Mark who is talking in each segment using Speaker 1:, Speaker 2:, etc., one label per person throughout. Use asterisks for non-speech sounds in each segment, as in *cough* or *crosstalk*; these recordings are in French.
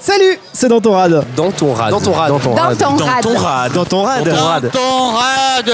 Speaker 1: Salut, c'est dans ton rad.
Speaker 2: Dans ton rad.
Speaker 3: Dans ton rad.
Speaker 2: Dans ton
Speaker 4: Dans
Speaker 2: rad.
Speaker 4: ton rad.
Speaker 3: rad.
Speaker 1: Dans ton rad.
Speaker 3: rad.
Speaker 5: Ton rad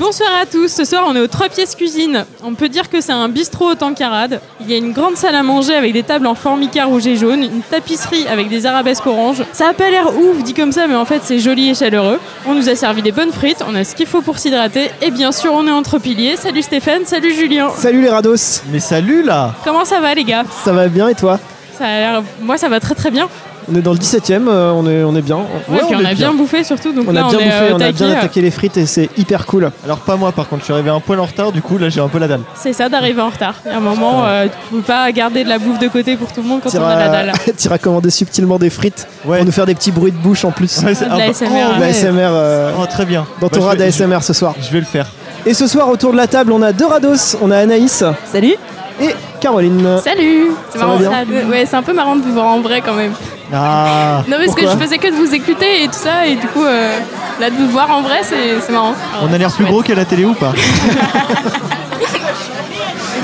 Speaker 6: Bonsoir à tous, ce soir on est aux trois pièces cuisine. On peut dire que c'est un bistrot autant qu'un rad. Il y a une grande salle à manger avec des tables en formica rouge et jaune, une tapisserie avec des arabesques orange. Ça a pas l'air ouf dit comme ça mais en fait c'est joli et chaleureux. On nous a servi des bonnes frites, on a ce qu'il faut pour s'hydrater et bien sûr on est entre piliers. Salut Stéphane, salut Julien.
Speaker 1: Salut les rados. Mais salut là.
Speaker 6: Comment ça va les gars
Speaker 1: Ça va bien et toi
Speaker 6: Ça a l'air... Moi ça va très très bien.
Speaker 1: On est dans le 17 e on, est, on est bien.
Speaker 6: Ouais, puis on, a bien bouffé surtout donc
Speaker 1: On
Speaker 6: là
Speaker 1: a bien
Speaker 6: on est
Speaker 1: bouffé,
Speaker 6: euh,
Speaker 1: on a bien
Speaker 6: taquet.
Speaker 1: attaqué les frites et c'est hyper cool.
Speaker 7: Alors pas moi par contre, je suis arrivé un poil en retard, du coup là j'ai un peu la dalle.
Speaker 6: C'est ça d'arriver en retard. Il y a un moment, euh, tu peux pas garder de la bouffe de côté pour tout le monde quand on a
Speaker 1: *laughs*
Speaker 6: la dalle.
Speaker 1: T'iras commander subtilement des frites
Speaker 7: Ouais.
Speaker 1: pour nous faire des petits bruits de bouche en plus.
Speaker 7: Ouais, c'est-
Speaker 6: De la
Speaker 7: bah-
Speaker 6: SMR.
Speaker 7: oh,
Speaker 1: De
Speaker 7: ouais.
Speaker 1: la SMR, euh,
Speaker 7: Oh, très bien.
Speaker 1: dans ton
Speaker 7: Bah,
Speaker 1: rad
Speaker 7: je vais- je-
Speaker 1: ASMR ce soir.
Speaker 7: Je vais le faire.
Speaker 1: Et ce soir, autour de la table, on a deux rados. On a Anaïs
Speaker 4: Salut.
Speaker 1: et Caroline.
Speaker 8: Salut C'est
Speaker 1: Ça
Speaker 8: marrant.
Speaker 1: va bien
Speaker 8: ça. Ouais, c'est un peu marrant de vous voir en vrai quand même.
Speaker 7: Ah
Speaker 8: Non, parce
Speaker 1: Pourquoi
Speaker 8: que je faisais que de vous écouter et tout ça, et du coup, euh, là, de vous voir en vrai, c'est c'est marrant.
Speaker 7: On a l'air plus gros qu'à la télé ou pas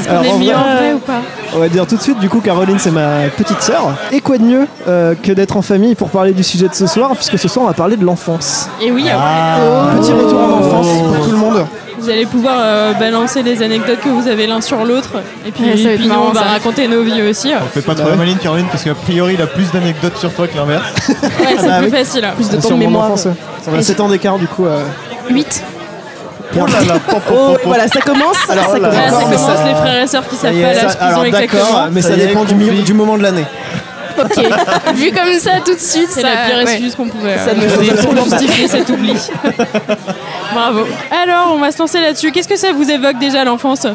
Speaker 1: Alors,
Speaker 6: est
Speaker 1: en
Speaker 6: mis
Speaker 1: vrai,
Speaker 6: en vrai ou pas
Speaker 1: On va dire tout de suite, du coup, Caroline, c'est ma petite sœur. Et quoi de mieux euh, que d'être en famille pour parler du sujet de ce soir, puisque ce soir, on va parler de l'enfance.
Speaker 6: Et Eh oui, Oh.
Speaker 7: Ah.
Speaker 1: Petit retour en enfance pour tout le monde.
Speaker 6: vous allez pouvoir euh, balancer les anecdotes que vous avez l'un sur l'autre. Et puis,
Speaker 8: Ouais, ça va être
Speaker 6: puis nous,
Speaker 8: marrant,
Speaker 6: on va
Speaker 8: ça.
Speaker 6: raconter nos vies aussi.
Speaker 7: On fait pas trop la maline Caroline parce qu'a priori il a plus d'anecdotes sur toi que l'inverse.
Speaker 6: Ouais, c'est
Speaker 1: Bah
Speaker 6: plus
Speaker 1: oui.
Speaker 6: facile.
Speaker 4: Plus de temps
Speaker 1: Sur
Speaker 4: de
Speaker 1: mon
Speaker 4: mémoire.
Speaker 1: enfance, ouais. On a 7 ans d'écart, du coup. euh,
Speaker 4: 8.
Speaker 7: Oh là là, pom, pom,
Speaker 4: Oh,
Speaker 7: pom,
Speaker 4: et
Speaker 7: pom.
Speaker 4: voilà, ça commence.
Speaker 1: Alors,
Speaker 4: ça
Speaker 1: oh là
Speaker 6: Là,
Speaker 1: là.
Speaker 6: ça
Speaker 1: D'accord, mais
Speaker 6: commence
Speaker 1: ça-
Speaker 6: les frères et sœurs qui savent
Speaker 1: ça y
Speaker 6: pas
Speaker 1: est, ça-
Speaker 6: l'âge qu'ils ont
Speaker 1: alors,
Speaker 6: exactement.
Speaker 1: d'accord, mais ça,
Speaker 7: Ça y est,
Speaker 1: dépend du,
Speaker 7: compris.
Speaker 1: milieu- du moment de l'année.
Speaker 8: Ok. *laughs* Vu comme ça, tout de suite,
Speaker 6: C'est
Speaker 8: ça-
Speaker 6: la pire
Speaker 8: ouais.
Speaker 6: excuse qu'on pouvait.
Speaker 4: Ça
Speaker 6: euh,
Speaker 4: ne-
Speaker 6: donner pour justifier cet oubli. *laughs* Bravo. Alors, on va se lancer là-dessus. Qu'est-ce que ça vous évoque déjà l'enfance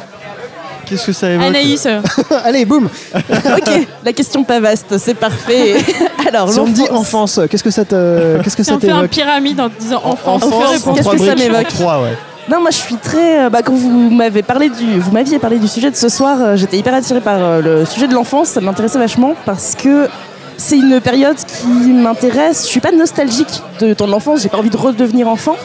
Speaker 7: Qu'est-ce que ça évoque
Speaker 6: Anaïs, euh,
Speaker 1: Allez, boum
Speaker 4: ok, la question pas vaste, c'est parfait. *laughs* Alors,
Speaker 1: Si on me dit enfance, qu'est-ce que ça te- qu'est-ce que
Speaker 6: si
Speaker 1: ça
Speaker 6: on fait un
Speaker 1: t'évoque
Speaker 6: pyramide en disant enfance,
Speaker 4: Enfance,
Speaker 6: on fait
Speaker 4: qu'est-ce
Speaker 6: répondre.
Speaker 4: que ça
Speaker 7: En
Speaker 4: m'évoque
Speaker 7: trois, ouais.
Speaker 4: Non, moi je suis très. euh, bah, quand vous m'avez parlé du, vous m'aviez parlé du sujet de ce soir, euh, j'étais hyper attirée par euh, le sujet de l'enfance. Ça m'intéressait vachement parce que c'est une période qui m'intéresse. Je suis pas nostalgique de ton enfance. J'ai pas envie de redevenir enfant,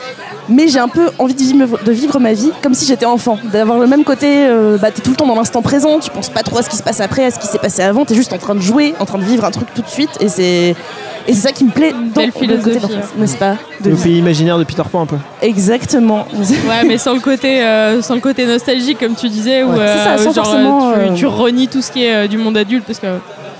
Speaker 4: mais j'ai un peu envie de vivre, de vivre ma vie comme si j'étais enfant, d'avoir le même côté. euh, bah, t'es tout le temps dans l'instant présent. Tu penses pas trop à ce qui se passe après, à ce qui s'est passé avant. T'es juste en train de jouer, en train de vivre un truc tout de suite, et c'est. Et c'est ça qui me plaît dans
Speaker 6: Belle
Speaker 4: le côté
Speaker 6: philosophie, hein.
Speaker 4: de l'enfance, n'est-ce pas De
Speaker 1: Le
Speaker 4: vie.
Speaker 1: pays imaginaire de Peter Pan, un peu.
Speaker 4: Exactement.
Speaker 6: Ouais, mais sans le côté, euh, sans le côté nostalgique, comme tu disais, où
Speaker 4: Ouais, c'est ça,
Speaker 6: euh,
Speaker 4: sans
Speaker 6: genre,
Speaker 4: forcément,
Speaker 6: euh, tu,
Speaker 4: euh,
Speaker 6: tu renies tout ce qui est euh, du monde adulte, parce que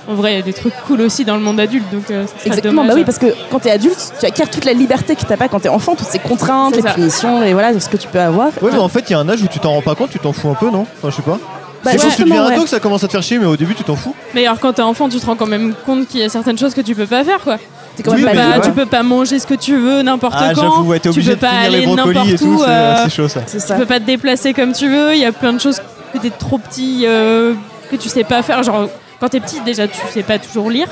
Speaker 6: en vrai, il y a des trucs cool aussi dans le monde adulte, donc euh, ça serait
Speaker 4: Exactement,
Speaker 6: dommage.
Speaker 4: bah oui, parce que quand t'es adulte, tu acquiers toute la liberté que t'as pas quand t'es enfant, toutes ces contraintes,
Speaker 6: C'est
Speaker 4: les
Speaker 6: ça.
Speaker 4: punitions et voilà ce que tu peux avoir.
Speaker 7: Ouais, mais en fait, il y a un âge où tu t'en rends pas compte, tu t'en fous un peu, non Enfin, je sais pas.
Speaker 4: Bah,
Speaker 7: c'est quand tu deviens
Speaker 4: justement, ouais.
Speaker 7: ado que ça commence à te faire chier, mais au début, tu t'en fous.
Speaker 6: Mais alors, quand t'es enfant, tu te rends quand même compte qu'il y a certaines choses que tu peux pas faire, quoi.
Speaker 4: T'es quand
Speaker 7: Oui,
Speaker 4: même
Speaker 7: mais
Speaker 4: pas
Speaker 6: Bah,
Speaker 7: ouais.
Speaker 6: tu peux pas manger ce que tu veux n'importe
Speaker 7: Ah,
Speaker 6: quand.
Speaker 7: j'avoue, ouais, t'es
Speaker 6: tu
Speaker 7: obligé
Speaker 6: peux
Speaker 7: de
Speaker 6: pas
Speaker 7: finir
Speaker 6: aller
Speaker 7: les
Speaker 6: n'importe
Speaker 7: brocolis et tout,
Speaker 6: où.
Speaker 7: c'est
Speaker 6: euh,
Speaker 7: c'est chaud ça.
Speaker 4: C'est
Speaker 6: tu
Speaker 4: ça.
Speaker 6: peux pas te déplacer comme tu veux. Il y a plein de choses que t'es trop petit, euh, que tu sais pas faire. Genre, quand t'es petit, déjà, tu sais pas toujours lire,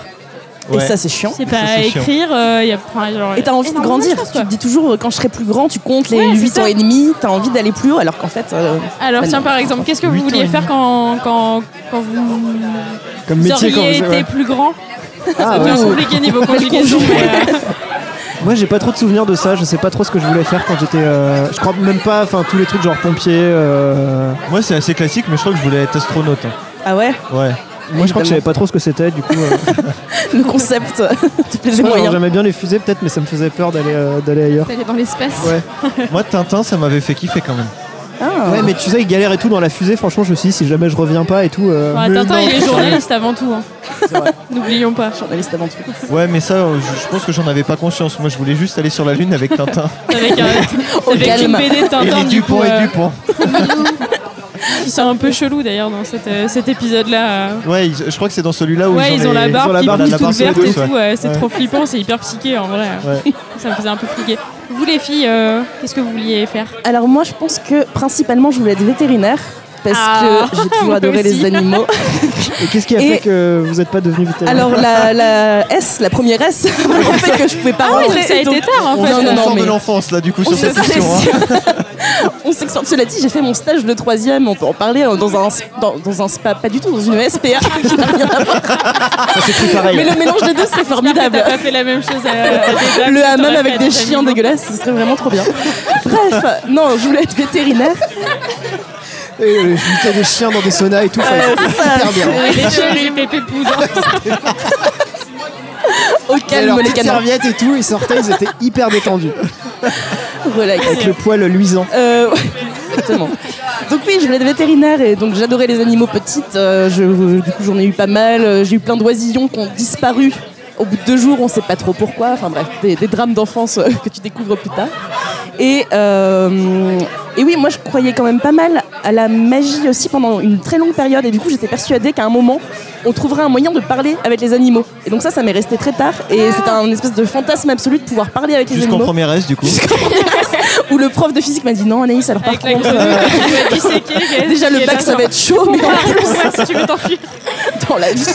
Speaker 4: Et
Speaker 7: Ouais.
Speaker 4: ça, c'est chiant.
Speaker 6: tu sais
Speaker 7: Ça,
Speaker 6: pas
Speaker 7: c'est chiant.
Speaker 6: écrire. euh, il y a, enfin, genre,
Speaker 4: Et t'as envie de
Speaker 6: énormément
Speaker 4: grandir.
Speaker 6: choses,
Speaker 4: tu
Speaker 6: quoi.
Speaker 4: te dis toujours, euh, quand je serai plus grand, tu comptes les
Speaker 6: Ouais, c'est
Speaker 4: 8 ans
Speaker 6: ça.
Speaker 4: et demi, t'as envie d'aller plus haut, alors qu'en fait. euh,
Speaker 6: Alors
Speaker 4: Bah
Speaker 6: tiens
Speaker 4: non.
Speaker 6: par exemple, qu'est-ce que vous
Speaker 7: Huit ans
Speaker 6: vouliez
Speaker 7: et
Speaker 6: faire
Speaker 7: demi.
Speaker 6: quand, quand, quand vous
Speaker 1: Comme métier, quand
Speaker 6: auriez été
Speaker 1: vous- ouais.
Speaker 6: plus grand
Speaker 1: Ah,
Speaker 6: C'est
Speaker 1: ouais.
Speaker 6: bien compliqué
Speaker 7: *laughs*
Speaker 6: niveau conjugaison. mais, euh,
Speaker 1: Moi, j'ai pas trop de souvenirs de ça. Je sais pas trop ce que je voulais faire quand j'étais. euh, Je crois même pas. Enfin, tous les trucs genre pompier. euh,
Speaker 7: Moi, c'est assez classique, mais je crois que je voulais être astronaute. hein.
Speaker 4: Ah ouais *laughs*
Speaker 7: Ouais.
Speaker 1: Moi, je crois que je savais pas trop ce que c'était. Du coup,
Speaker 6: *laughs*
Speaker 1: euh,
Speaker 4: Le concept euh, *laughs* te plaisait
Speaker 1: moi, genre,
Speaker 4: moyen.
Speaker 1: j'aimais bien les fusées peut-être, mais ça me faisait peur d'aller euh, d'aller ailleurs.
Speaker 8: T'allais dans l'espace.
Speaker 1: Ouais.
Speaker 7: Moi, Tintin, ça m'avait fait kiffer quand même.
Speaker 4: Ah.
Speaker 1: Ouais, mais tu sais, il galère et tout dans la fusée. Franchement, je me suis dit, si jamais je reviens pas et tout. euh,
Speaker 6: ouais,
Speaker 1: mais
Speaker 6: Tintin,
Speaker 1: non.
Speaker 6: il est journaliste avant tout. hein. N'oublions pas.
Speaker 4: Journaliste avant tout.
Speaker 7: Ouais, mais ça, euh, je je pense que j'en avais pas conscience. Moi, je voulais juste aller sur la Lune avec Tintin.
Speaker 6: Avec, un,
Speaker 4: Au
Speaker 6: avec une
Speaker 4: calme.
Speaker 6: BD
Speaker 7: et
Speaker 6: Tintin
Speaker 7: les
Speaker 6: du
Speaker 7: Dupont
Speaker 6: coup,
Speaker 7: et
Speaker 6: euh,
Speaker 7: Dupont.
Speaker 6: qui sont un peu chelous d'ailleurs dans cet, euh, cet épisode-là. euh.
Speaker 7: Ouais, ils- je crois que c'est dans celui-là où
Speaker 6: Ouais,
Speaker 7: ils,
Speaker 6: ils ont la
Speaker 7: les-
Speaker 6: barbe
Speaker 1: la
Speaker 6: qui
Speaker 1: barbe
Speaker 6: est
Speaker 1: qui
Speaker 6: toute
Speaker 1: pousse
Speaker 6: verte
Speaker 7: au
Speaker 6: et
Speaker 7: dos,
Speaker 6: tout. ouais, c'est
Speaker 7: Ouais.
Speaker 6: trop flippant, c'est hyper psyché en vrai.
Speaker 7: Ouais.
Speaker 6: Ça me faisait un peu fliquer. Vous les filles, euh, qu'est-ce que vous vouliez faire
Speaker 4: Alors moi, je pense que principalement, je voulais être vétérinaire. Parce
Speaker 6: Ah,
Speaker 4: que j'ai toujours
Speaker 6: *laughs* moi
Speaker 4: adoré les
Speaker 6: aussi.
Speaker 4: animaux.
Speaker 1: *laughs* Et qu'est-ce qui a
Speaker 4: Et-
Speaker 1: fait que vous êtes pas devenu vétérinaire
Speaker 4: Alors la, la S, la première S, *laughs* en fait que je pouvais pas
Speaker 6: Ah ouais,
Speaker 4: rentrer.
Speaker 6: donc ça a
Speaker 4: et donc-
Speaker 6: été tard en
Speaker 4: on
Speaker 7: On
Speaker 6: fait.
Speaker 4: non,
Speaker 7: sort- on
Speaker 4: non,
Speaker 7: sort
Speaker 4: mais-
Speaker 7: de l'enfance là, du coup,
Speaker 4: On
Speaker 6: Oh,
Speaker 7: sur cette
Speaker 4: s'excorde-
Speaker 7: question. hein.
Speaker 4: *laughs* On s'excorde. Cela dit, j'ai fait mon stage de troisième, on peut en parler, euh, dans un, dans, dans un spa, pas du tout, dans une SPA.
Speaker 7: *laughs*
Speaker 4: qui n'a rien à voir. Mais le mélange des deux serait formidable.
Speaker 6: T'as pas fait la même chose *laughs* à, à des dames,
Speaker 4: Le
Speaker 6: t'aurais
Speaker 4: hammam
Speaker 6: fait
Speaker 4: avec
Speaker 6: à
Speaker 4: des
Speaker 6: amis.
Speaker 4: chiens dégueulasses, ce serait vraiment trop bien. Bref, non, je voulais être vétérinaire.
Speaker 1: Et, euh, Je butais des chiens dans des saunas et
Speaker 7: Euh,
Speaker 1: tout. enfin,
Speaker 4: Euh, c'est ça,
Speaker 1: hyper bien.
Speaker 6: *laughs*
Speaker 4: c'est-
Speaker 6: Les deux, les pépés de poudre.
Speaker 1: avaient
Speaker 4: calme
Speaker 1: leurs
Speaker 4: les
Speaker 1: petites
Speaker 4: canards.
Speaker 1: serviettes et tout, ils sortaient, ils étaient hyper
Speaker 6: *laughs*
Speaker 1: détendus,
Speaker 4: Relax.
Speaker 1: avec le poil luisant.
Speaker 4: Euh, ouais, exactement. Donc oui, je voulais être vétérinaire et donc j'adorais les animaux petites. Euh, je, je- du coup, j'en ai eu pas mal. Euh, J'ai eu plein d'oisillons qui ont disparu. Au bout de deux jours, on sait pas trop pourquoi. Enfin bref, des, des drames d'enfance euh, que tu découvres plus tard. Et, euh, et oui, moi je croyais quand même pas mal à la magie aussi pendant une très longue période. Et du coup, j'étais persuadée qu'à un moment, on trouverait un moyen de parler avec les animaux. Et donc ça, ça m'est resté très tard. Et c'était un espèce de fantasme absolu de pouvoir parler avec les
Speaker 7: Jusqu'en
Speaker 4: animaux.
Speaker 7: première S, du coup.
Speaker 4: Où le prof de physique m'a dit non, Anaïs, alors par
Speaker 6: Avec la
Speaker 4: contre. euh,
Speaker 6: grenouille qui va disséquer, Gaël,
Speaker 4: Déjà
Speaker 6: qui
Speaker 4: le
Speaker 6: est
Speaker 4: bac
Speaker 6: là,
Speaker 4: ça
Speaker 6: genre,
Speaker 4: va être chaud mais en
Speaker 6: Parle,
Speaker 4: plus
Speaker 6: ouais, si tu veux t'enfuir.
Speaker 4: dans la vie.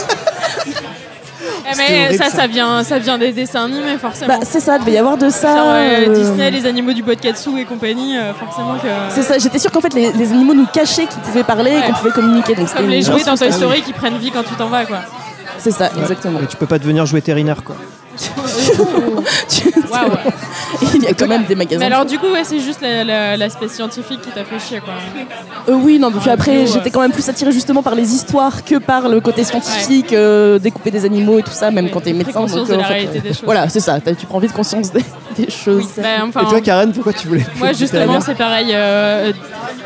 Speaker 6: Eh, mais
Speaker 1: horrible,
Speaker 6: ça, ça,
Speaker 1: ça.
Speaker 6: vient, ça vient des dessins animés, forcément.
Speaker 4: Bah c'est ça, il devait y avoir de ça.
Speaker 6: Genre, euh,
Speaker 4: euh,
Speaker 6: Disney, les animaux du bois de Katsu et compagnie, euh, forcément que.
Speaker 4: C'est ça, j'étais sûre qu'en fait les, les animaux nous cachaient qu'ils pouvaient parler et
Speaker 6: Ouais.
Speaker 4: qu'on pouvait communiquer. Donc c'était
Speaker 6: Comme les
Speaker 4: une
Speaker 6: jouets dans
Speaker 4: grosse
Speaker 6: Toy
Speaker 4: frustration.
Speaker 6: Story qui prennent vie quand tu t'en vas, quoi.
Speaker 4: C'est ça, exactement.
Speaker 1: Mais tu peux pas devenir jouer vétérinaire quoi.
Speaker 4: Tu-
Speaker 6: Waouh.
Speaker 4: *laughs* il y a quand même des magasins.
Speaker 6: Mais alors, du coup, ouais, c'est juste la- la- l'aspect scientifique qui t'a fait chier, quoi.
Speaker 4: Euh, oui, non, puis après
Speaker 6: ouais.
Speaker 4: j'étais quand même plus attirée justement par les histoires que par le côté scientifique, euh, découper des animaux et tout ça, même
Speaker 6: Ouais,
Speaker 4: quand t'es
Speaker 6: t'as
Speaker 4: médecin.
Speaker 6: conscience
Speaker 4: donc,
Speaker 6: de
Speaker 4: euh,
Speaker 6: la
Speaker 4: en fait,
Speaker 6: réalité
Speaker 4: euh,
Speaker 6: des choses.
Speaker 4: Voilà, c'est ça, t'as- tu prends vite conscience des, *laughs* des choses.
Speaker 6: Bah, enfin,
Speaker 1: Et toi Karen, pourquoi tu voulais
Speaker 6: moi, justement, c'est pareil. euh, euh,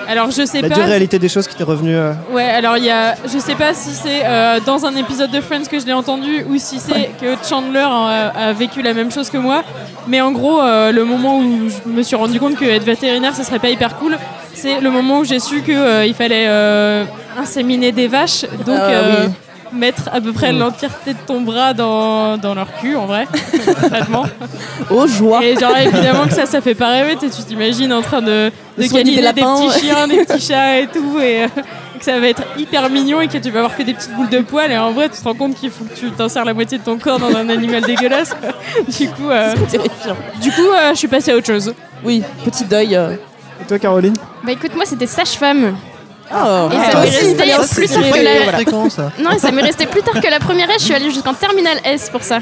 Speaker 6: alors, je sais
Speaker 1: la
Speaker 6: pas.
Speaker 1: dure réalité des choses qui t'est revenue. euh,
Speaker 6: Ouais, alors il y a, je sais pas si c'est euh, dans un épisode de Friends que je l'ai entendu ou si c'est que Chandler euh, a vécu la même chose que moi. Mais en gros, euh, le moment où je me suis rendu compte que être vétérinaire, ça serait pas hyper cool, c'est le moment où j'ai su que euh, il fallait euh, inséminer des vaches, donc
Speaker 4: Ah,
Speaker 6: euh,
Speaker 4: oui. Mm.
Speaker 6: mettre à peu près l'entièreté de ton bras dans, dans leur cul, en vrai, *laughs* concrètement.
Speaker 4: Oh joie
Speaker 6: Et genre évidemment que ça, ça fait pas rêver. tu sais, Tu t'imagines en train de,
Speaker 4: De
Speaker 6: de câliner
Speaker 4: soigner des
Speaker 6: des,
Speaker 4: lapins.
Speaker 6: petits chiens, des petits chats et tout, et euh, que ça va être hyper mignon et que tu vas avoir que des petites boules de poils. Et en vrai, tu te rends compte qu'il faut que tu t'insères la moitié de ton corps dans un animal dégueulasse. *laughs* Du coup,
Speaker 4: *laughs*
Speaker 6: euh,
Speaker 4: Terrifiant.
Speaker 6: du coup, euh, je suis passée à autre chose.
Speaker 4: Oui, petit deuil. euh.
Speaker 1: Et toi Caroline
Speaker 8: Bah écoute, moi c'était sage-femme.
Speaker 4: Ah,
Speaker 8: Et
Speaker 4: ah,
Speaker 8: ça
Speaker 4: toi
Speaker 8: m'est
Speaker 4: aussi,
Speaker 8: resté
Speaker 4: t'as l'air
Speaker 8: plus
Speaker 4: aussi,
Speaker 8: tard que la-
Speaker 4: voilà.
Speaker 7: Fréquent,
Speaker 6: hein.
Speaker 7: ça.
Speaker 8: Non, et ça m'est resté plus tard que la première S, je suis allée jusqu'en terminale S pour ça.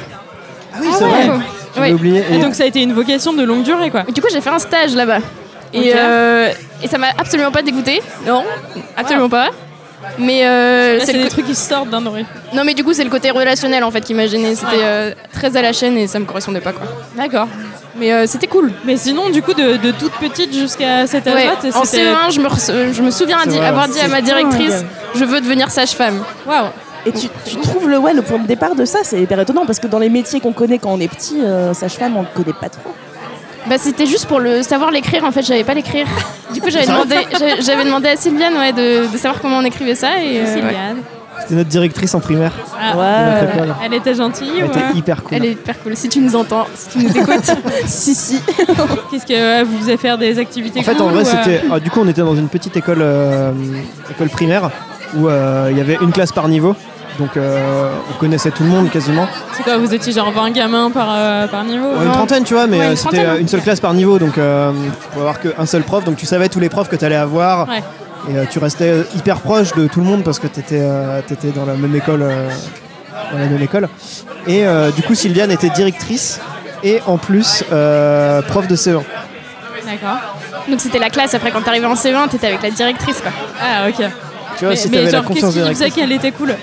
Speaker 1: Ah oui, c'est vrai. J'avais
Speaker 8: Ouais.
Speaker 1: oublié. Et-
Speaker 6: Et Ah, donc, ça a été une vocation de longue durée, quoi.
Speaker 8: Et Du coup, j'ai fait un stage là-bas. Et,
Speaker 6: Ok.
Speaker 8: euh, et ça m'a absolument pas dégoûté. Non, absolument pas. Mais euh,
Speaker 6: Là,
Speaker 8: c'est
Speaker 6: c'est
Speaker 8: le
Speaker 6: des
Speaker 8: co-
Speaker 6: trucs qui sortent d'un oreille.
Speaker 8: non mais du coup c'est le côté relationnel en fait qui m'a gêné. C'était
Speaker 6: Ouais.
Speaker 8: euh, très à la chaîne et ça me correspondait pas quoi.
Speaker 6: D'accord.
Speaker 8: Mais euh, c'était cool.
Speaker 6: Mais sinon, du coup, de, de toute petite jusqu'à cette
Speaker 8: Ouais.
Speaker 6: âge-là,
Speaker 8: En
Speaker 6: c'était.
Speaker 8: CE1 je me, re- euh, je me souviens
Speaker 1: C'est
Speaker 8: di-
Speaker 1: vrai,
Speaker 8: avoir
Speaker 1: ouais.
Speaker 8: dit à ma
Speaker 1: C'est
Speaker 8: directrice
Speaker 1: dingue.
Speaker 8: je veux devenir sage-femme.
Speaker 6: Waouh.
Speaker 4: Et tu, tu trouves le, ouais, le point de départ de ça, c'est hyper étonnant parce que dans les métiers qu'on connaît quand on est petit, euh, sage-femme, on ne connaît pas trop.
Speaker 8: Bah c'était juste pour le savoir l'écrire en fait j'avais pas l'écrire. Du coup j'avais demandé j'avais- j'avais demandé à Sylviane ouais, de, de savoir comment on écrivait ça et euh, ouais.
Speaker 6: Sylviane.
Speaker 1: C'était notre directrice en primaire.
Speaker 6: Ah,
Speaker 1: de
Speaker 4: Ouais.
Speaker 1: notre école.
Speaker 6: Elle était gentille
Speaker 1: Elle
Speaker 6: ou euh,
Speaker 1: était hyper cool.
Speaker 8: elle est hyper cool si tu nous entends si tu nous écoutes.
Speaker 4: si, si.
Speaker 6: Qu'est-ce que euh, vous faisait faire des activités
Speaker 1: En fait, en
Speaker 6: cool
Speaker 1: vrai,
Speaker 6: ou, euh,
Speaker 1: c'était. ah, du coup, on était dans une petite école, euh, école primaire où euh, il y avait une classe par niveau. Donc, euh, on connaissait tout le monde quasiment.
Speaker 6: C'est quoi, vous étiez genre 20 gamins par, euh, par niveau
Speaker 1: Ouais, une trentaine, tu vois, mais
Speaker 6: Ouais, une
Speaker 1: euh, c'était
Speaker 6: trentaine,
Speaker 1: euh,
Speaker 6: hein.
Speaker 1: une seule classe par niveau. Donc, euh, tu pouvais avoir qu'un seul prof. Donc, tu savais tous les profs que tu allais avoir.
Speaker 6: Ouais.
Speaker 1: Et euh, tu restais euh, hyper proche de tout le monde parce que tu étais, dans la même école. euh, dans la même école. Et euh, du coup, Sylviane était directrice et en plus euh, prof de CE1.
Speaker 6: D'accord.
Speaker 8: Donc c'était la classe après quand t'arrivais en C20 t'étais avec la directrice quoi.
Speaker 6: Ah, ok.
Speaker 1: Tu vois,
Speaker 6: mais
Speaker 1: si
Speaker 6: mais
Speaker 1: t'avais la
Speaker 6: genre,
Speaker 1: confiance
Speaker 6: qu'est-ce
Speaker 1: de
Speaker 6: qui
Speaker 1: la
Speaker 6: faisait qu'elle était cool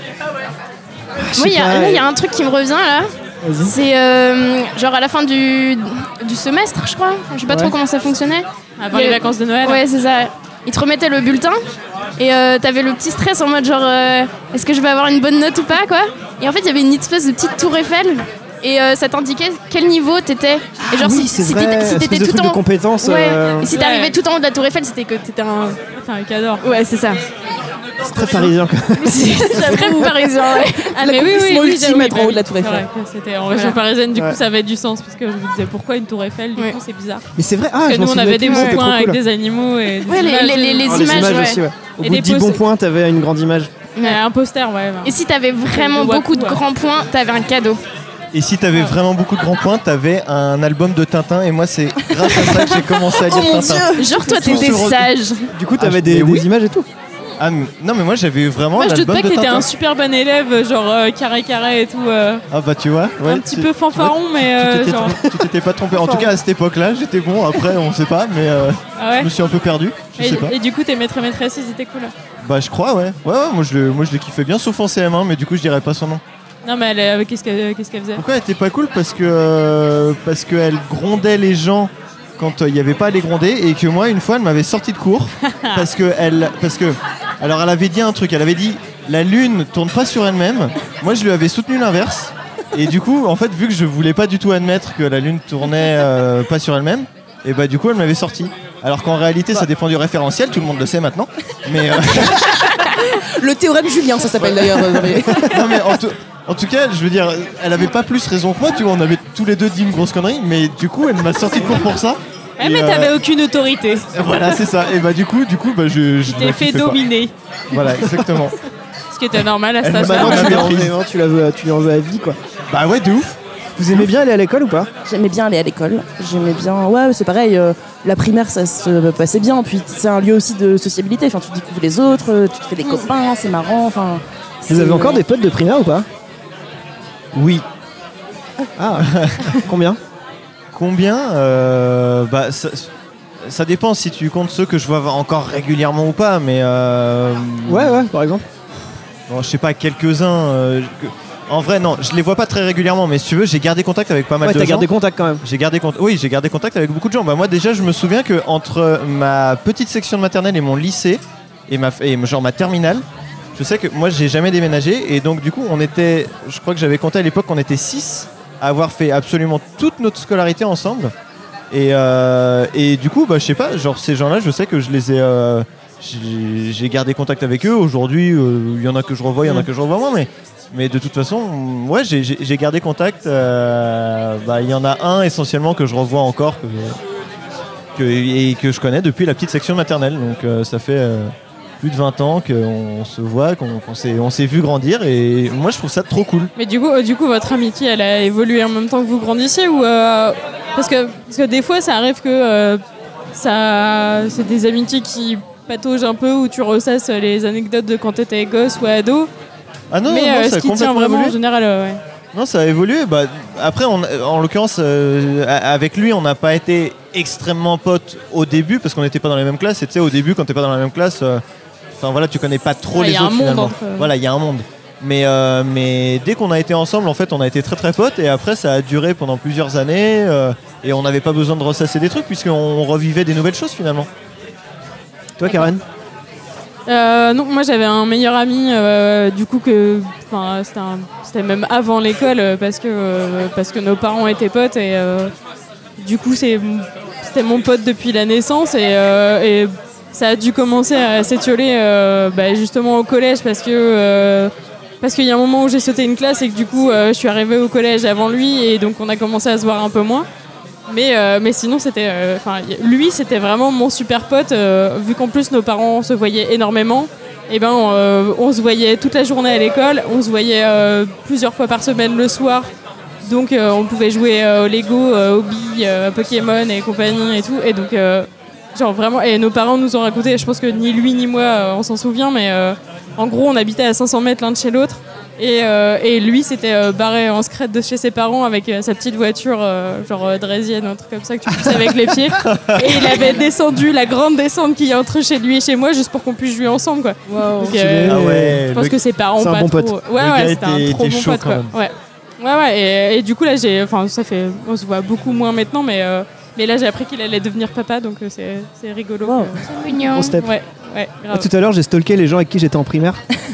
Speaker 8: Moi, il y, a- là, il y a un truc qui me revient là. C'est euh, genre à la fin du, du semestre, je crois. Enfin, Je sais pas
Speaker 1: Ouais.
Speaker 8: trop comment ça fonctionnait.
Speaker 6: Avant
Speaker 8: Il y
Speaker 6: les
Speaker 8: a-
Speaker 6: vacances de Noël
Speaker 8: Ouais, c'est ça. Ils te remettaient le bulletin et euh, t'avais le petit stress en mode genre euh, est-ce que je vais avoir une bonne note ou pas quoi. Et en fait, il y avait une espèce de petite tour Eiffel et euh, ça t'indiquait quel niveau t'étais. Et genre
Speaker 1: Ah oui,
Speaker 8: si,
Speaker 1: c'est
Speaker 8: si
Speaker 1: vrai,
Speaker 8: t'étais si
Speaker 1: espèce
Speaker 8: t'étais
Speaker 1: de
Speaker 8: tout
Speaker 1: truc de
Speaker 8: en
Speaker 1: compétences.
Speaker 8: Ouais.
Speaker 1: euh,
Speaker 8: Et Si t'arrivais
Speaker 6: Ouais.
Speaker 8: tout en haut de la tour Eiffel, c'était que t'étais un.
Speaker 6: Putain, cador.
Speaker 8: Ouais, c'est ça.
Speaker 1: c'est très parisien. quoi.
Speaker 8: *laughs* C'est très parisien, ouais.
Speaker 6: Ah, mais oui, oui,
Speaker 4: accomplissement
Speaker 6: oui,
Speaker 4: ultime
Speaker 6: oui,
Speaker 4: être en
Speaker 6: bah
Speaker 4: haut
Speaker 6: oui,
Speaker 4: de la Tour
Speaker 6: c'est
Speaker 4: Eiffel.
Speaker 6: vrai que C'était en région
Speaker 8: Ouais.
Speaker 6: parisienne, du
Speaker 1: Ouais.
Speaker 6: coup, ça avait du sens parce que je me disais pourquoi une Tour Eiffel, du
Speaker 8: Ouais.
Speaker 6: coup, c'est bizarre. Parce
Speaker 1: Mais c'est vrai, ah,
Speaker 6: que
Speaker 1: je m'en
Speaker 6: nous, on
Speaker 1: souvenais
Speaker 6: avait des
Speaker 1: plus,
Speaker 6: bons
Speaker 1: c'était trop
Speaker 6: points avec
Speaker 1: cool.
Speaker 6: des animaux et des
Speaker 8: Ouais, les-
Speaker 6: images,
Speaker 8: les- les- les
Speaker 6: euh,
Speaker 1: Oh,
Speaker 8: images,
Speaker 1: les
Speaker 8: ouais.
Speaker 1: aussi, ouais. Au
Speaker 6: Et
Speaker 1: bout
Speaker 6: des
Speaker 1: de 10 bons
Speaker 6: posts-
Speaker 1: points, t'avais une grande image.
Speaker 6: ouais, Un poster, ouais. bah.
Speaker 8: Et si t'avais vraiment
Speaker 6: Le Waku,
Speaker 8: beaucoup de
Speaker 6: ouais.
Speaker 8: grands points, t'avais un cadeau.
Speaker 7: Et si t'avais vraiment beaucoup de grands points, t'avais un album de Tintin. Et moi, c'est grâce à ça que j'ai commencé
Speaker 4: Oh
Speaker 7: à lire Tintin.
Speaker 8: Genre toi
Speaker 7: Sur-
Speaker 8: t'étais
Speaker 7: sur-
Speaker 8: sage.
Speaker 1: Du coup,
Speaker 7: Ah,
Speaker 1: t'avais
Speaker 7: je-
Speaker 1: des, des
Speaker 7: mais oui.
Speaker 1: images et tout.
Speaker 7: Ah, mais- non, mais moi, j'avais
Speaker 1: Oh,
Speaker 7: vraiment
Speaker 6: Moi, je doute
Speaker 7: l'album
Speaker 6: pas
Speaker 7: de
Speaker 6: que t'étais
Speaker 1: hein.
Speaker 7: Tintin.
Speaker 6: un super bon élève, genre euh, carré-carré et tout. euh,
Speaker 7: Ah, bah, tu vois. ouais,
Speaker 6: un petit
Speaker 7: tu-
Speaker 6: peu fanfaron, mais
Speaker 7: tu
Speaker 6: euh,
Speaker 7: t'étais
Speaker 6: genre.
Speaker 7: trom- tu t'étais pas trompé. En tout cas, à cette époque-là, j'étais bon. Après, on sait pas, mais euh,
Speaker 6: Ah ouais
Speaker 7: je me suis un peu perdu. Je sais pas.
Speaker 6: et, et du coup, tes maîtres et maîtresses, ils étaient cool.
Speaker 7: hein, Bah, je crois, ouais. Ouais, ouais, moi, je le, moi, je le kiffais bien, sauf en CM1, mais du coup, je dirais pas son nom.
Speaker 6: Non, mais elle, euh, qu'est-ce qu'elle qu'est-ce qu'elle faisait
Speaker 7: Pourquoi elle était pas cool Parce que euh, parce qu'elle grondait les gens quand euh, il n'y avait pas à les gronder et que moi une fois elle m'avait sorti de cours parce que elle parce que alors elle avait dit un truc elle avait dit la lune tourne pas sur elle-même moi je lui avais soutenu l'inverse et du coup en fait vu que je voulais pas du tout admettre que la lune tournait euh, pas sur elle-même et bah du coup elle m'avait sorti alors qu'en réalité ça dépend du référentiel tout le monde le sait maintenant mais euh,
Speaker 4: Le théorème Julien, ça s'appelle d'ailleurs. euh, dans les-
Speaker 7: non mais en tout, en tout cas, je veux dire, elle avait pas plus raison que moi, tu vois, on avait tous les deux dit une grosse connerie, mais du coup, elle m'a sorti de cours pour ça.
Speaker 6: Eh,
Speaker 7: Et,
Speaker 6: mais
Speaker 7: euh,
Speaker 6: t'avais aucune autorité.
Speaker 7: Voilà, c'est ça. Et bah du coup, du coup, bah je, je
Speaker 6: T'es
Speaker 7: bah,
Speaker 6: fait
Speaker 7: je fais pas.
Speaker 6: dominer.
Speaker 7: Voilà, exactement.
Speaker 6: Ce qui était normal à
Speaker 7: Elle
Speaker 6: cet
Speaker 7: m'a
Speaker 6: âge-là.
Speaker 7: demandé-
Speaker 1: Maintenant, tu
Speaker 7: mais
Speaker 1: l'en
Speaker 7: maîtrise.
Speaker 1: Ah, mais non, tu la veux à- tu lui en veux à vie, quoi.
Speaker 7: Bah ouais, de ouf.
Speaker 1: Vous aimez bien aller à l'école ou pas
Speaker 4: *laughs* J'aimais bien aller à l'école. J'aimais bien. Ouais, c'est pareil. euh, la primaire, ça se passait bien. Puis c'est un lieu aussi de sociabilité. Enfin, tu découvres les autres, euh, tu te fais des copains, c'est marrant. Enfin.
Speaker 1: Vous
Speaker 4: c'est- euh,
Speaker 1: avez encore des potes de primaire ou pas
Speaker 7: Oui.
Speaker 1: Ah, combien
Speaker 7: Combien Euh, Bah ça, ça dépend si tu comptes ceux que je vois encore régulièrement ou pas, mais euh,
Speaker 1: Ouais, ouais, par exemple.
Speaker 7: Bon, je sais pas, quelques-uns. euh, que- En vrai, non, je les vois pas très régulièrement, mais si tu veux, j'ai gardé contact avec pas mal
Speaker 1: Ouais,
Speaker 7: de
Speaker 1: t'as
Speaker 7: gens.
Speaker 1: gardé contact quand même.
Speaker 7: J'ai gardé contact. Oui, j'ai gardé contact avec beaucoup de gens. Bah moi déjà, je me souviens que entre ma petite section de maternelle et mon lycée et ma et genre ma terminale, je sais que moi j'ai jamais déménagé et donc du coup on était, je crois que j'avais compté à l'époque qu'on était 6 à avoir fait absolument toute notre scolarité ensemble. Et, euh, et du coup, bah, je sais pas, genre ces gens-là, je sais que je les ai. euh, j'ai j'ai gardé contact avec eux. Aujourd'hui, euh, il y en a que je revois, il y
Speaker 6: Mm.
Speaker 7: en a que je revois moins, mais, mais de toute façon, mm, ouais, j'ai- j'ai j'ai gardé contact. euh, bah, Il y en a un essentiellement que je revois encore que, que- et que je connais depuis la petite section maternelle. Donc euh, ça fait euh, plus de 20 ans qu'on se voit, qu'on qu'on s'est on s'est vu grandir et moi je trouve ça trop cool.
Speaker 6: Mais du coup, euh, du coup, votre amitié, elle a évolué en même temps que vous grandissiez ou euh, parce que parce que des fois, ça arrive que euh, ça, c'est des amitiés qui pataugent un peu où tu ressasses les anecdotes de quand t'étais gosse ou ado.
Speaker 7: Ah non,
Speaker 6: mais
Speaker 7: non,
Speaker 6: euh,
Speaker 7: ça a
Speaker 6: ce qui tient
Speaker 7: complètement
Speaker 6: vraiment en
Speaker 7: évolué.
Speaker 6: général, euh, ouais.
Speaker 7: Non, ça a évolué. Bah, après, on- en l'occurrence, euh, a- avec lui, on n'a pas été extrêmement potes au début parce qu'on n'était pas dans les mêmes classes. Et tu sais, au début, quand t'es pas dans la même classe, euh, enfin voilà, tu connais pas trop
Speaker 6: Ouais,
Speaker 7: les
Speaker 6: y a un
Speaker 7: autres.
Speaker 6: monde euh.
Speaker 7: finalement.
Speaker 6: entre-
Speaker 7: Voilà, il y a un monde. Mais, euh, mais dès qu'on a été ensemble, en fait, on a été très très potes. Et après, ça a duré pendant plusieurs années. euh, et on n'avait pas besoin de ressasser des trucs puisqu'on revivait des nouvelles choses finalement.
Speaker 1: Toi, Karen
Speaker 6: Euh, non, moi j'avais un meilleur ami euh, du coup que enfin, c'était un- c'était même avant l'école euh, parce que euh, parce que nos parents étaient potes et euh, du coup c'est c'était mon pote depuis la naissance et, euh, et ça a dû commencer à s'étioler euh, bah, justement au collège parce que euh, parce qu'il y a un moment où j'ai sauté une classe et que du coup euh, je suis arrivée au collège avant lui et donc on a commencé à se voir un peu moins. Mais, euh, mais sinon, c'était. euh, Enfin, y- lui, c'était vraiment mon super pote. euh, vu qu'en plus, nos parents se voyaient énormément, et ben, on, euh, on se voyait toute la journée à l'école, on se voyait euh, plusieurs fois par semaine le soir. Donc, euh, on pouvait jouer euh, au Lego, euh, aux billes, euh, à Pokémon et compagnie et tout. Et donc, euh, genre vraiment. Et nos parents nous ont raconté, je pense que ni lui ni moi, euh, on s'en souvient, mais euh, en gros, on habitait à 500 mètres l'un de chez l'autre. Et, euh, et lui s'était euh, barré en secrète de chez ses parents avec euh, sa petite voiture, euh, genre euh, draisienne, un truc comme ça que tu pousses avec les pieds. Et il avait descendu la grande descente qu'il y a entre chez lui et chez moi juste pour qu'on puisse jouer ensemble. Quoi.
Speaker 4: Oh,
Speaker 6: Donc, euh,
Speaker 1: Ah
Speaker 7: ouais,
Speaker 6: je pense
Speaker 7: le-
Speaker 6: que ses parents
Speaker 1: c'est un
Speaker 6: pas
Speaker 1: bon
Speaker 6: trop-
Speaker 1: pote.
Speaker 6: Ouais,
Speaker 7: Le
Speaker 6: ouais,
Speaker 7: gars
Speaker 6: c'était un
Speaker 7: était-
Speaker 6: trop
Speaker 7: était
Speaker 6: bon
Speaker 7: chaud
Speaker 6: pote.
Speaker 7: quand
Speaker 6: Quoi.
Speaker 7: même.
Speaker 6: Ouais, ouais, ouais. Et, et du coup, là, j'ai. Enfin, ça fait. On se voit beaucoup moins maintenant, mais. euh, mais là, j'ai appris qu'il allait devenir papa, donc euh, c'est c'est rigolo.
Speaker 4: Wow.
Speaker 1: On
Speaker 8: Mignon.
Speaker 1: step.
Speaker 6: Ouais, ouais,
Speaker 1: Ah,
Speaker 6: grave.
Speaker 1: tout à l'heure, j'ai stalké les gens avec qui j'étais en primaire.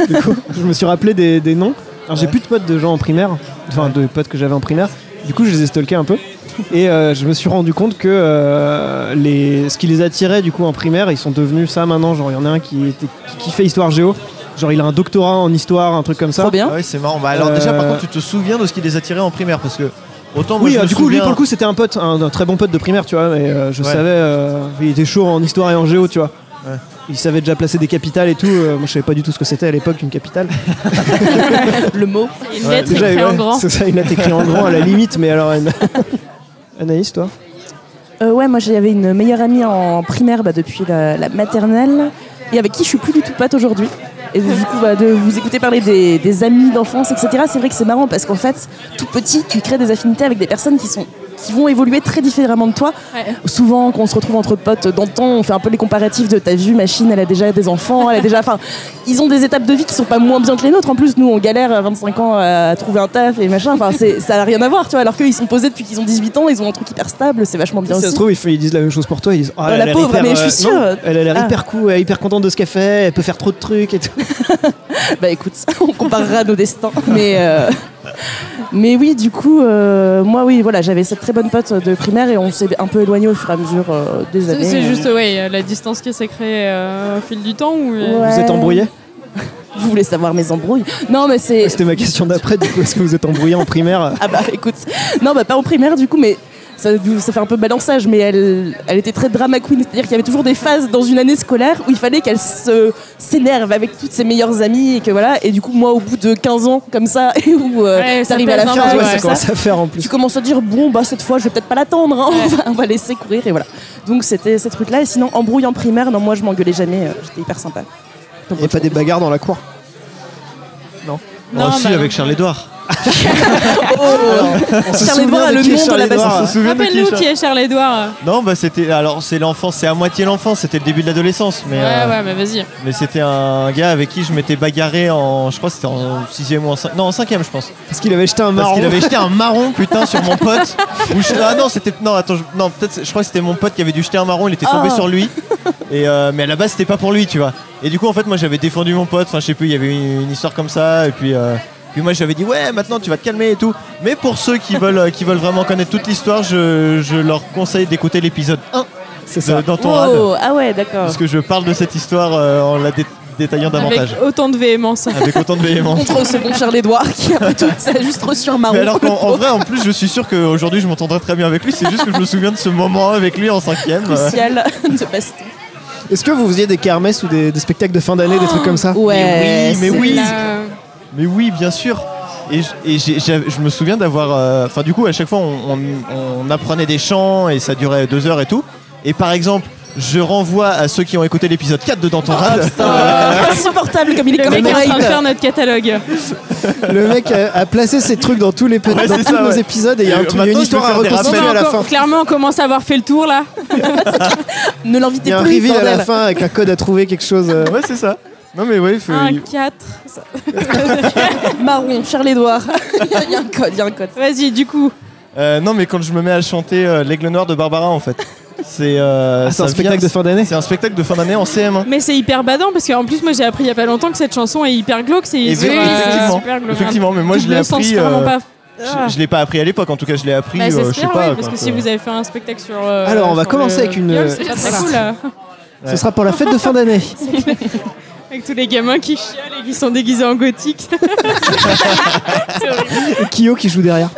Speaker 1: Du coup, je me suis rappelé des, des noms. Alors, j'ai
Speaker 7: Ouais.
Speaker 1: plus de potes de gens en primaire, enfin de potes que j'avais en primaire. Du coup, je les ai stalkés un peu. Et euh, je me suis rendu compte que euh, les, ce qui les attirait du coup en primaire, ils sont devenus ça maintenant. Genre, il y en a un qui, était, qui, qui fait histoire géo. Genre, il a un doctorat en histoire, un truc comme ça.
Speaker 4: Trop bien.
Speaker 7: Ah ouais, c'est marrant. Bah, alors déjà, par contre, tu te souviens de ce qui les attirait en primaire parce que autant moi,
Speaker 1: Euh. Oui,
Speaker 7: je
Speaker 1: euh,
Speaker 7: me
Speaker 1: du coup, lui
Speaker 7: souviens-
Speaker 1: pour le coup, c'était un pote, un, un très bon pote de primaire, tu vois. Mais euh, je
Speaker 7: Ouais.
Speaker 1: savais, euh, il était chaud en histoire et en géo, tu vois.
Speaker 7: Ouais.
Speaker 1: Il savait déjà placer des capitales et tout. Euh, moi, je savais pas du tout ce que c'était à l'époque une
Speaker 7: *laughs*
Speaker 1: capitale.
Speaker 4: Le mot.
Speaker 6: Une lettre
Speaker 1: Déjà,
Speaker 6: écrite en
Speaker 1: ouais,
Speaker 6: grand.
Speaker 1: C'est ça, une lettre écrite en grand à la limite, mais alors. Anne- *laughs* Anaïs, toi
Speaker 4: Euh, ouais, moi j'avais une meilleure amie en primaire bah, depuis la, la maternelle et avec qui je suis plus du tout pote aujourd'hui. Et du coup, bah, de vous écouter parler des, des amis d'enfance, etc., c'est vrai que c'est marrant parce qu'en fait, tout petit, tu crées des affinités avec des personnes qui sont qui vont évoluer très différemment de toi.
Speaker 6: Ouais.
Speaker 4: Souvent, quand on se retrouve entre potes d'antan, on fait un peu les comparatifs de t'as vu, machine, elle a déjà des enfants, elle a déjà. Enfin, ils ont des étapes de vie qui sont pas moins bien que les nôtres. En plus, nous, on galère à 25 ans à trouver un taf et machin. Enfin, c'est- ça n'a rien à voir, tu vois. Alors qu'ils sont posés depuis qu'ils ont 18 ans, ils ont un truc hyper stable, c'est vachement bien
Speaker 1: Si ça
Speaker 4: aussi.
Speaker 1: se trouve, ils, font- ils disent la même chose pour toi. Ils disent, Ah,
Speaker 4: Euh,
Speaker 1: elle
Speaker 4: la
Speaker 1: a l'air
Speaker 4: pauvre,
Speaker 1: hyper,
Speaker 4: mais je
Speaker 1: euh,
Speaker 4: suis
Speaker 1: non,
Speaker 4: sûre.
Speaker 1: elle a l'air
Speaker 4: Ah.
Speaker 1: hyper cool, elle est hyper contente de ce qu'elle fait, elle peut faire trop de trucs et tout.
Speaker 4: Bah écoute, *laughs* on comparera nos destins. Mais, euh, mais oui, du coup, euh, moi, oui, voilà, j'avais cette très bonne pote de primaire et on s'est un peu éloigné au fur et à mesure euh, des
Speaker 6: C'est
Speaker 4: années.
Speaker 6: c'est juste ouais, euh, la distance qui s'est créée euh, au fil du temps. Ou, euh,
Speaker 4: Ouais.
Speaker 1: Vous êtes embrouillés
Speaker 4: Euh, Vous voulez savoir mes embrouilles Non, mais c'est.
Speaker 1: C'était ma question d'après, du coup, est-ce que vous êtes embrouillés en primaire euh,
Speaker 4: Ah bah écoute, non, bah pas en primaire du coup, mais. Ça, ça fait un peu balançage, mais elle, elle était très drama queen. C'est-à-dire qu'il y avait toujours des phases dans une année scolaire où il fallait qu'elle se, s'énerve avec toutes ses meilleures amies et que voilà. Et du coup, moi, au bout de 15 ans, comme ça, *laughs* et où euh,
Speaker 6: Ouais, ça
Speaker 4: t'arrives à la
Speaker 6: pèse un
Speaker 4: fin,
Speaker 6: peu,
Speaker 4: tu vois,
Speaker 6: ouais.
Speaker 4: c'est
Speaker 1: Ça commence à faire en plus.
Speaker 4: tu commences à dire bon bah cette fois je vais peut-être pas l'attendre hein, on, va, *laughs* on va laisser courir et voilà donc c'était cette route là et sinon embrouille en primaire non moi je m'engueulais jamais euh, j'étais hyper sympa
Speaker 1: Il n'y a pas des bagarres dans la cour.
Speaker 6: Non,
Speaker 7: oh, si,
Speaker 6: bah,
Speaker 7: avec Charles-Édouard.
Speaker 1: On se
Speaker 4: Charles
Speaker 1: souvient
Speaker 4: Édouard a
Speaker 1: de
Speaker 4: le
Speaker 1: qui hein, est
Speaker 4: nom de
Speaker 1: Charles
Speaker 4: la
Speaker 1: Édouard.
Speaker 4: bassiste.
Speaker 7: se souvient de
Speaker 6: Rappelle-nous
Speaker 7: Charles-
Speaker 6: qui est Charles-Édouard.
Speaker 7: Non, bah c'était. Alors, c'est l'enfance, c'est à moitié l'enfance, c'était le début de l'adolescence. Mais,
Speaker 6: Ouais,
Speaker 7: euh,
Speaker 6: ouais, mais vas-y.
Speaker 7: mais c'était un gars avec qui je m'étais bagarré en. Je crois que c'était en 6 ou en 5 Non, en 5 je pense.
Speaker 1: Parce qu'il avait jeté un
Speaker 7: Parce
Speaker 1: marron.
Speaker 7: qu'il avait jeté un marron, putain, sur mon
Speaker 1: *laughs*
Speaker 7: pote. Ou je- Ah non, c'était. Non, attends, je... non, peut-être. c'est- Je crois que c'était mon pote qui avait dû jeter un marron, il était tombé
Speaker 4: Ah.
Speaker 7: sur lui. Et, euh, mais à la base, c'était pas pour lui, tu vois. Et du coup, en fait, moi, j'avais défendu mon pote. Enfin, je sais plus, il y avait une, une histoire comme ça. Et puis. euh, Puis moi j'avais dit ouais maintenant tu vas te calmer et tout. Mais pour ceux qui veulent euh, qui veulent vraiment connaître toute l'histoire, je, je leur conseille d'écouter l'épisode 1
Speaker 1: C'est
Speaker 7: de-
Speaker 1: ça.
Speaker 7: dans ton rad.
Speaker 4: oh, ah ouais d'accord
Speaker 7: Parce que je parle de cette histoire euh, en la dé- détaillant davantage. Ah,
Speaker 6: Avec autant de véhémence.
Speaker 7: Avec, autant de véhémence.
Speaker 4: contre ce bon Charles Édouard qui après tout ça a juste reçu un marron
Speaker 7: Mais alors
Speaker 4: *laughs*
Speaker 7: qu'en en vrai, en plus, je suis sûr qu'aujourd'hui, je m'entendrai très bien avec lui. C'est juste que je me souviens de ce moment avec lui en cinquième. euh.
Speaker 4: crucial de baston
Speaker 1: Est-ce que vous faisiez des kermesses ou des, des spectacles de fin d'année, des trucs comme ça
Speaker 4: ouais
Speaker 7: oui, mais
Speaker 4: c'est-
Speaker 7: oui.
Speaker 6: Là, euh,
Speaker 7: Mais oui, bien sûr. Et, j- et j'ai- j'ai- je me souviens d'avoir. euh, Enfin, du coup, à chaque fois, on, on- on apprenait des chants et ça durait deux heures et tout. Et par exemple, je renvoie à ceux qui ont écouté l'épisode 4 de Danton Rad.
Speaker 1: Euh.
Speaker 4: Ah, insupportable comme il est
Speaker 6: le mec est en train de
Speaker 4: corporate
Speaker 6: faire notre catalogue.
Speaker 1: Le mec a, a placé ses trucs dans tous les pe-
Speaker 7: Ouais,
Speaker 1: dans
Speaker 7: c'est
Speaker 1: tous
Speaker 7: ça,
Speaker 1: nos
Speaker 7: ouais.
Speaker 1: épisodes et il y a, un
Speaker 7: Et
Speaker 1: truc- il y a une
Speaker 7: maintenant, je vais
Speaker 1: histoire à
Speaker 7: faire des
Speaker 1: reconstituer
Speaker 7: rappels.
Speaker 1: à la
Speaker 6: encore-
Speaker 1: fin.
Speaker 6: Clairement, on commence à avoir fait le tour là.
Speaker 4: ne
Speaker 1: Il y
Speaker 4: l'invitez
Speaker 1: a un
Speaker 4: plus
Speaker 1: reveal à la
Speaker 4: bordel.
Speaker 1: fin avec un code à trouver quelque chose. euh,
Speaker 7: Ouais, c'est ça. Non, mais ouais, il faut-
Speaker 6: 1, 4.
Speaker 4: marron Charles Édouard *laughs* il y a un code il y a un code
Speaker 6: Vas-y, du coup.
Speaker 7: Euh, non, mais quand je me mets à chanter euh, L'Aigle Noir de Barbara, en fait. C'est euh,
Speaker 6: Ah,
Speaker 1: c'est
Speaker 7: ça
Speaker 1: un
Speaker 7: vient-
Speaker 1: spectacle de fin d'année.
Speaker 7: C'est un spectacle de fin d'année en hein. CM1.
Speaker 6: Mais c'est hyper badant parce qu'en plus, moi j'ai appris il y a pas longtemps que cette chanson est hyper glauque. C'est
Speaker 7: Et
Speaker 6: c'est-
Speaker 7: oui,
Speaker 6: euh,
Speaker 7: effectivement.
Speaker 6: super glauque.
Speaker 7: Effectivement, mais moi je l'ai
Speaker 6: Double sens,
Speaker 7: appris.
Speaker 6: vraiment
Speaker 7: euh,
Speaker 6: pas- Ah.
Speaker 7: Je, je l'ai pas appris à l'époque, en tout cas, je l'ai appris,
Speaker 6: Bah,
Speaker 7: euh,
Speaker 6: j'espère,
Speaker 7: je sais
Speaker 6: ouais,
Speaker 7: pas.
Speaker 6: parce
Speaker 7: quand,
Speaker 6: que si
Speaker 7: euh,
Speaker 6: vous avez fait un spectacle sur. euh,
Speaker 1: Alors, on va
Speaker 6: sur
Speaker 1: commencer
Speaker 6: le
Speaker 1: avec une,
Speaker 6: viol,
Speaker 1: euh,
Speaker 6: c'est pas très cool, hein. là.
Speaker 1: Ce sera pour la fête de fin d'année.
Speaker 6: Avec tous les gamins qui chialent et qui sont déguisés en gothique.
Speaker 1: Et Kyo qui joue *laughs* derrière.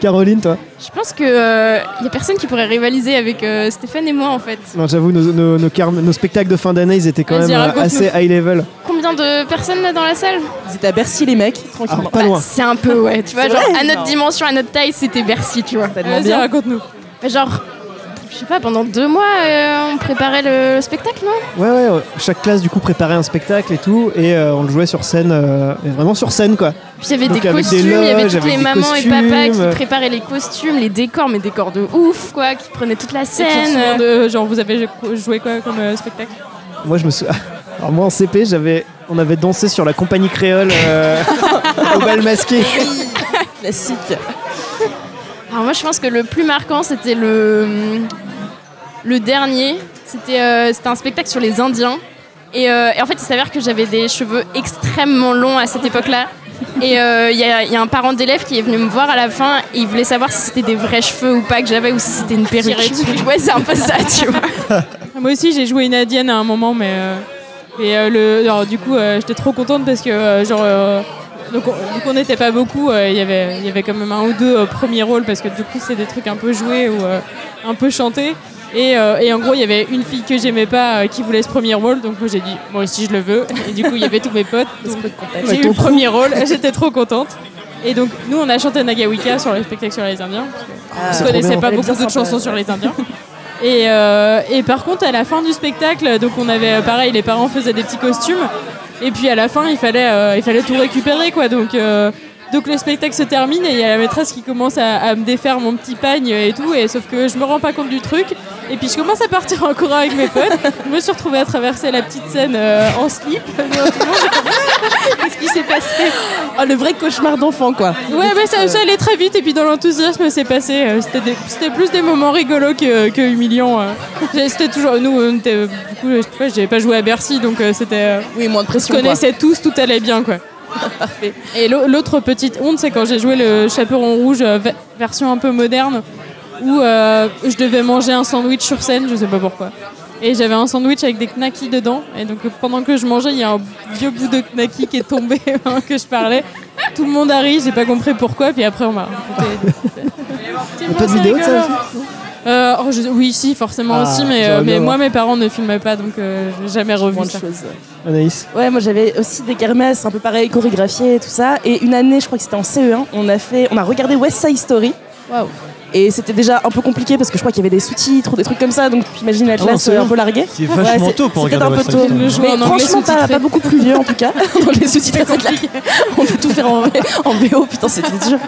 Speaker 1: Caroline, toi
Speaker 8: Je pense que euh, y a personne qui pourrait rivaliser avec euh, Stéphane et moi en fait.
Speaker 1: Non, j'avoue, nos, nos- nos carmes- nos spectacles de fin d'année, ils étaient quand
Speaker 6: Vas-y,
Speaker 1: même euh,
Speaker 6: raconte-nous.
Speaker 1: assez high level.
Speaker 8: Combien de personnes là dans la salle
Speaker 4: ils étaient à Bercy les mecs
Speaker 1: Ah,
Speaker 4: tranquillement
Speaker 1: pas loin.
Speaker 8: Bah, C'est un peu ouais, tu vois,
Speaker 4: C'est
Speaker 8: genre
Speaker 4: vrai
Speaker 8: à notre dimension, à notre taille, c'était Bercy, tu vois.
Speaker 4: Tellement
Speaker 6: Vas-y,
Speaker 4: bien.
Speaker 6: raconte-nous.
Speaker 8: Mais Genre, je sais pas, pendant deux mois, euh, on préparait le spectacle, non
Speaker 1: Ouais, ouais, ouais. chaque classe du coup préparait un spectacle et tout, et euh, on le jouait sur scène, euh, mais vraiment sur scène quoi.
Speaker 8: Puis il y avait
Speaker 1: Donc,
Speaker 8: des
Speaker 1: avec des
Speaker 8: costumes, il y avait
Speaker 1: loges,
Speaker 8: toutes les
Speaker 1: avec des
Speaker 8: mamans et papas
Speaker 1: costumes.
Speaker 8: qui préparaient les costumes, les décors, mais décors de ouf, quoi, qui prenaient toute la
Speaker 6: Et tu te souviens
Speaker 8: scène.
Speaker 6: de- euh, genre, vous avez joué quoi comme euh, spectacle
Speaker 1: Moi je me souviens. *laughs* Alors moi en CP, j'avais, on avait dansé sur la compagnie créole euh, *laughs* au bal masqué. Ah.
Speaker 4: classique
Speaker 8: Alors moi je pense que le plus marquant c'était le, le dernier. C'était euh, c'était un spectacle sur les Indiens. Et, euh, et en fait il s'avère que j'avais des cheveux extrêmement longs à cette époque-là. Et euh, il y, a- il y a un parent d'élève qui est venu me voir à la fin et il voulait savoir si c'était des vrais cheveux ou pas que j'avais ou si c'était une perruque.
Speaker 6: Tirer dessus.
Speaker 8: *laughs* Ouais c'est un peu ça tu vois.
Speaker 6: Moi aussi, j'ai joué une Adienne à un moment, mais. euh, et euh, le, alors, du coup, euh, j'étais trop contente parce que, euh, genre. euh, donc, on- vu qu'on n'était pas beaucoup, euh, il y avait- il y avait quand même un ou deux euh, premiers rôles parce que, du coup, c'est des trucs un peu joués ou euh, un peu chantés. Et, euh, et en gros, il y avait une fille que j'aimais pas euh, qui voulait ce premier rôle, donc moi j'ai dit, moi aussi je le veux. Et du coup, il y avait tous mes potes. donc j'ai eu le premier rôle, j'étais trop contente. Et donc, nous, on a chanté Nagawika sur le spectacle sur les Indiens.
Speaker 4: Ah,
Speaker 6: Je connaissais pas
Speaker 4: Elle est
Speaker 6: beaucoup
Speaker 4: bien
Speaker 6: d'autres
Speaker 4: sympa,
Speaker 6: chansons
Speaker 4: elle.
Speaker 6: sur les Indiens. Et, euh, et par contre, à la fin du spectacle, donc on avait euh, pareil, les parents faisaient des petits costumes. Et puis à la fin, il fallait, euh, il fallait tout récupérer, quoi. Donc euh, Donc le spectacle se termine et il y a la maîtresse qui commence à, à me défaire mon petit pagne et tout, et sauf que je me rends pas compte du truc. Et puis je commence à partir en courant avec mes potes. Je me suis retrouvée à traverser la petite Seine euh, en slip. devant tout le monde. *laughs* Qu'est-ce qui s'est passé
Speaker 4: *laughs* Oh, le vrai cauchemar d'enfant, quoi.
Speaker 6: Ouais, mais ça, ça allait très vite. Et puis dans l'enthousiasme, c'est passé. euh, C'était des- c'était plus des moments rigolos que, que humiliants. euh. J'ai- C'était toujours nous. on était, euh, du coup, je sais pas, j'avais pas joué à Bercy, donc euh, c'était. euh,
Speaker 4: Oui, moins de
Speaker 6: je
Speaker 4: pression. quoi.
Speaker 6: connaissais tous, tout allait bien, quoi. Parfait. Et l'au- l'autre petite honte, c'est quand j'ai joué le Chaperon Rouge, euh, ve- version un peu moderne, où euh, je devais manger un sandwich sur scène, je sais pas pourquoi. Et j'avais un sandwich avec des knackis dedans, et donc euh, pendant que je mangeais, il y a un vieux bout de knacki qui est tombé *laughs* pendant que je parlais. Tout le monde a ri, j'ai pas compris pourquoi, puis après on m'a raconté.
Speaker 1: a pas de vidéo de ça aussi
Speaker 6: Euh, oh, je- Oui, si, forcément
Speaker 1: Ah,
Speaker 6: aussi, mais,
Speaker 1: j'aurais
Speaker 6: euh,
Speaker 1: bien
Speaker 6: mais
Speaker 1: voir.
Speaker 6: moi mes parents ne filmaient pas, donc euh, j'ai jamais revu
Speaker 4: Moins de
Speaker 6: ça.
Speaker 4: choses.
Speaker 1: Anaïs
Speaker 4: Ouais, moi j'avais aussi des kermesses un peu pareil, chorégraphiées et tout ça. Et une année, je crois que c'était en CE1, on a fait, on a regardé West Side Story.
Speaker 6: Waouh.
Speaker 4: Et c'était déjà un peu compliqué parce que je crois qu'il y avait des sous-titres ou des trucs comme ça, donc imagine
Speaker 1: Ah
Speaker 4: la
Speaker 1: ouais, en
Speaker 4: classe
Speaker 1: CE1.
Speaker 4: euh, un peu larguée.
Speaker 7: C'est vachement
Speaker 4: Ouais,
Speaker 7: tôt pour
Speaker 4: c'était
Speaker 7: regarder
Speaker 4: un peu
Speaker 7: West Side
Speaker 4: tôt.
Speaker 7: Story.
Speaker 6: Le jeu
Speaker 4: Mais
Speaker 6: en anglais
Speaker 4: franchement, pas,
Speaker 6: sous-titré.
Speaker 4: pas beaucoup plus vieux en tout cas. *laughs* Dans les sous-titres, c'est clair. On peut tout faire en, en VO, putain, c'était dur.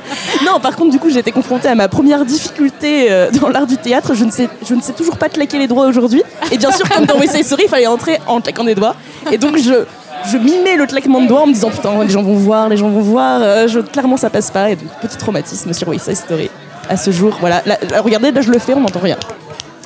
Speaker 4: Non, par contre, du coup, j'ai été confrontée à ma première difficulté euh, dans l'art du théâtre. Je ne, sais, je ne sais toujours pas claquer les doigts aujourd'hui. Et bien sûr, comme dans West Side Story, il fallait entrer en claquant des doigts. Et donc, je, je mimais le claquement de doigts en me disant Putain, les gens vont voir, les gens vont voir. Euh, je, clairement, ça passe pas. Et donc, petit traumatisme sur West Side Story. À ce jour, voilà. Là, là, regardez, là, je le fais, on n'entend rien.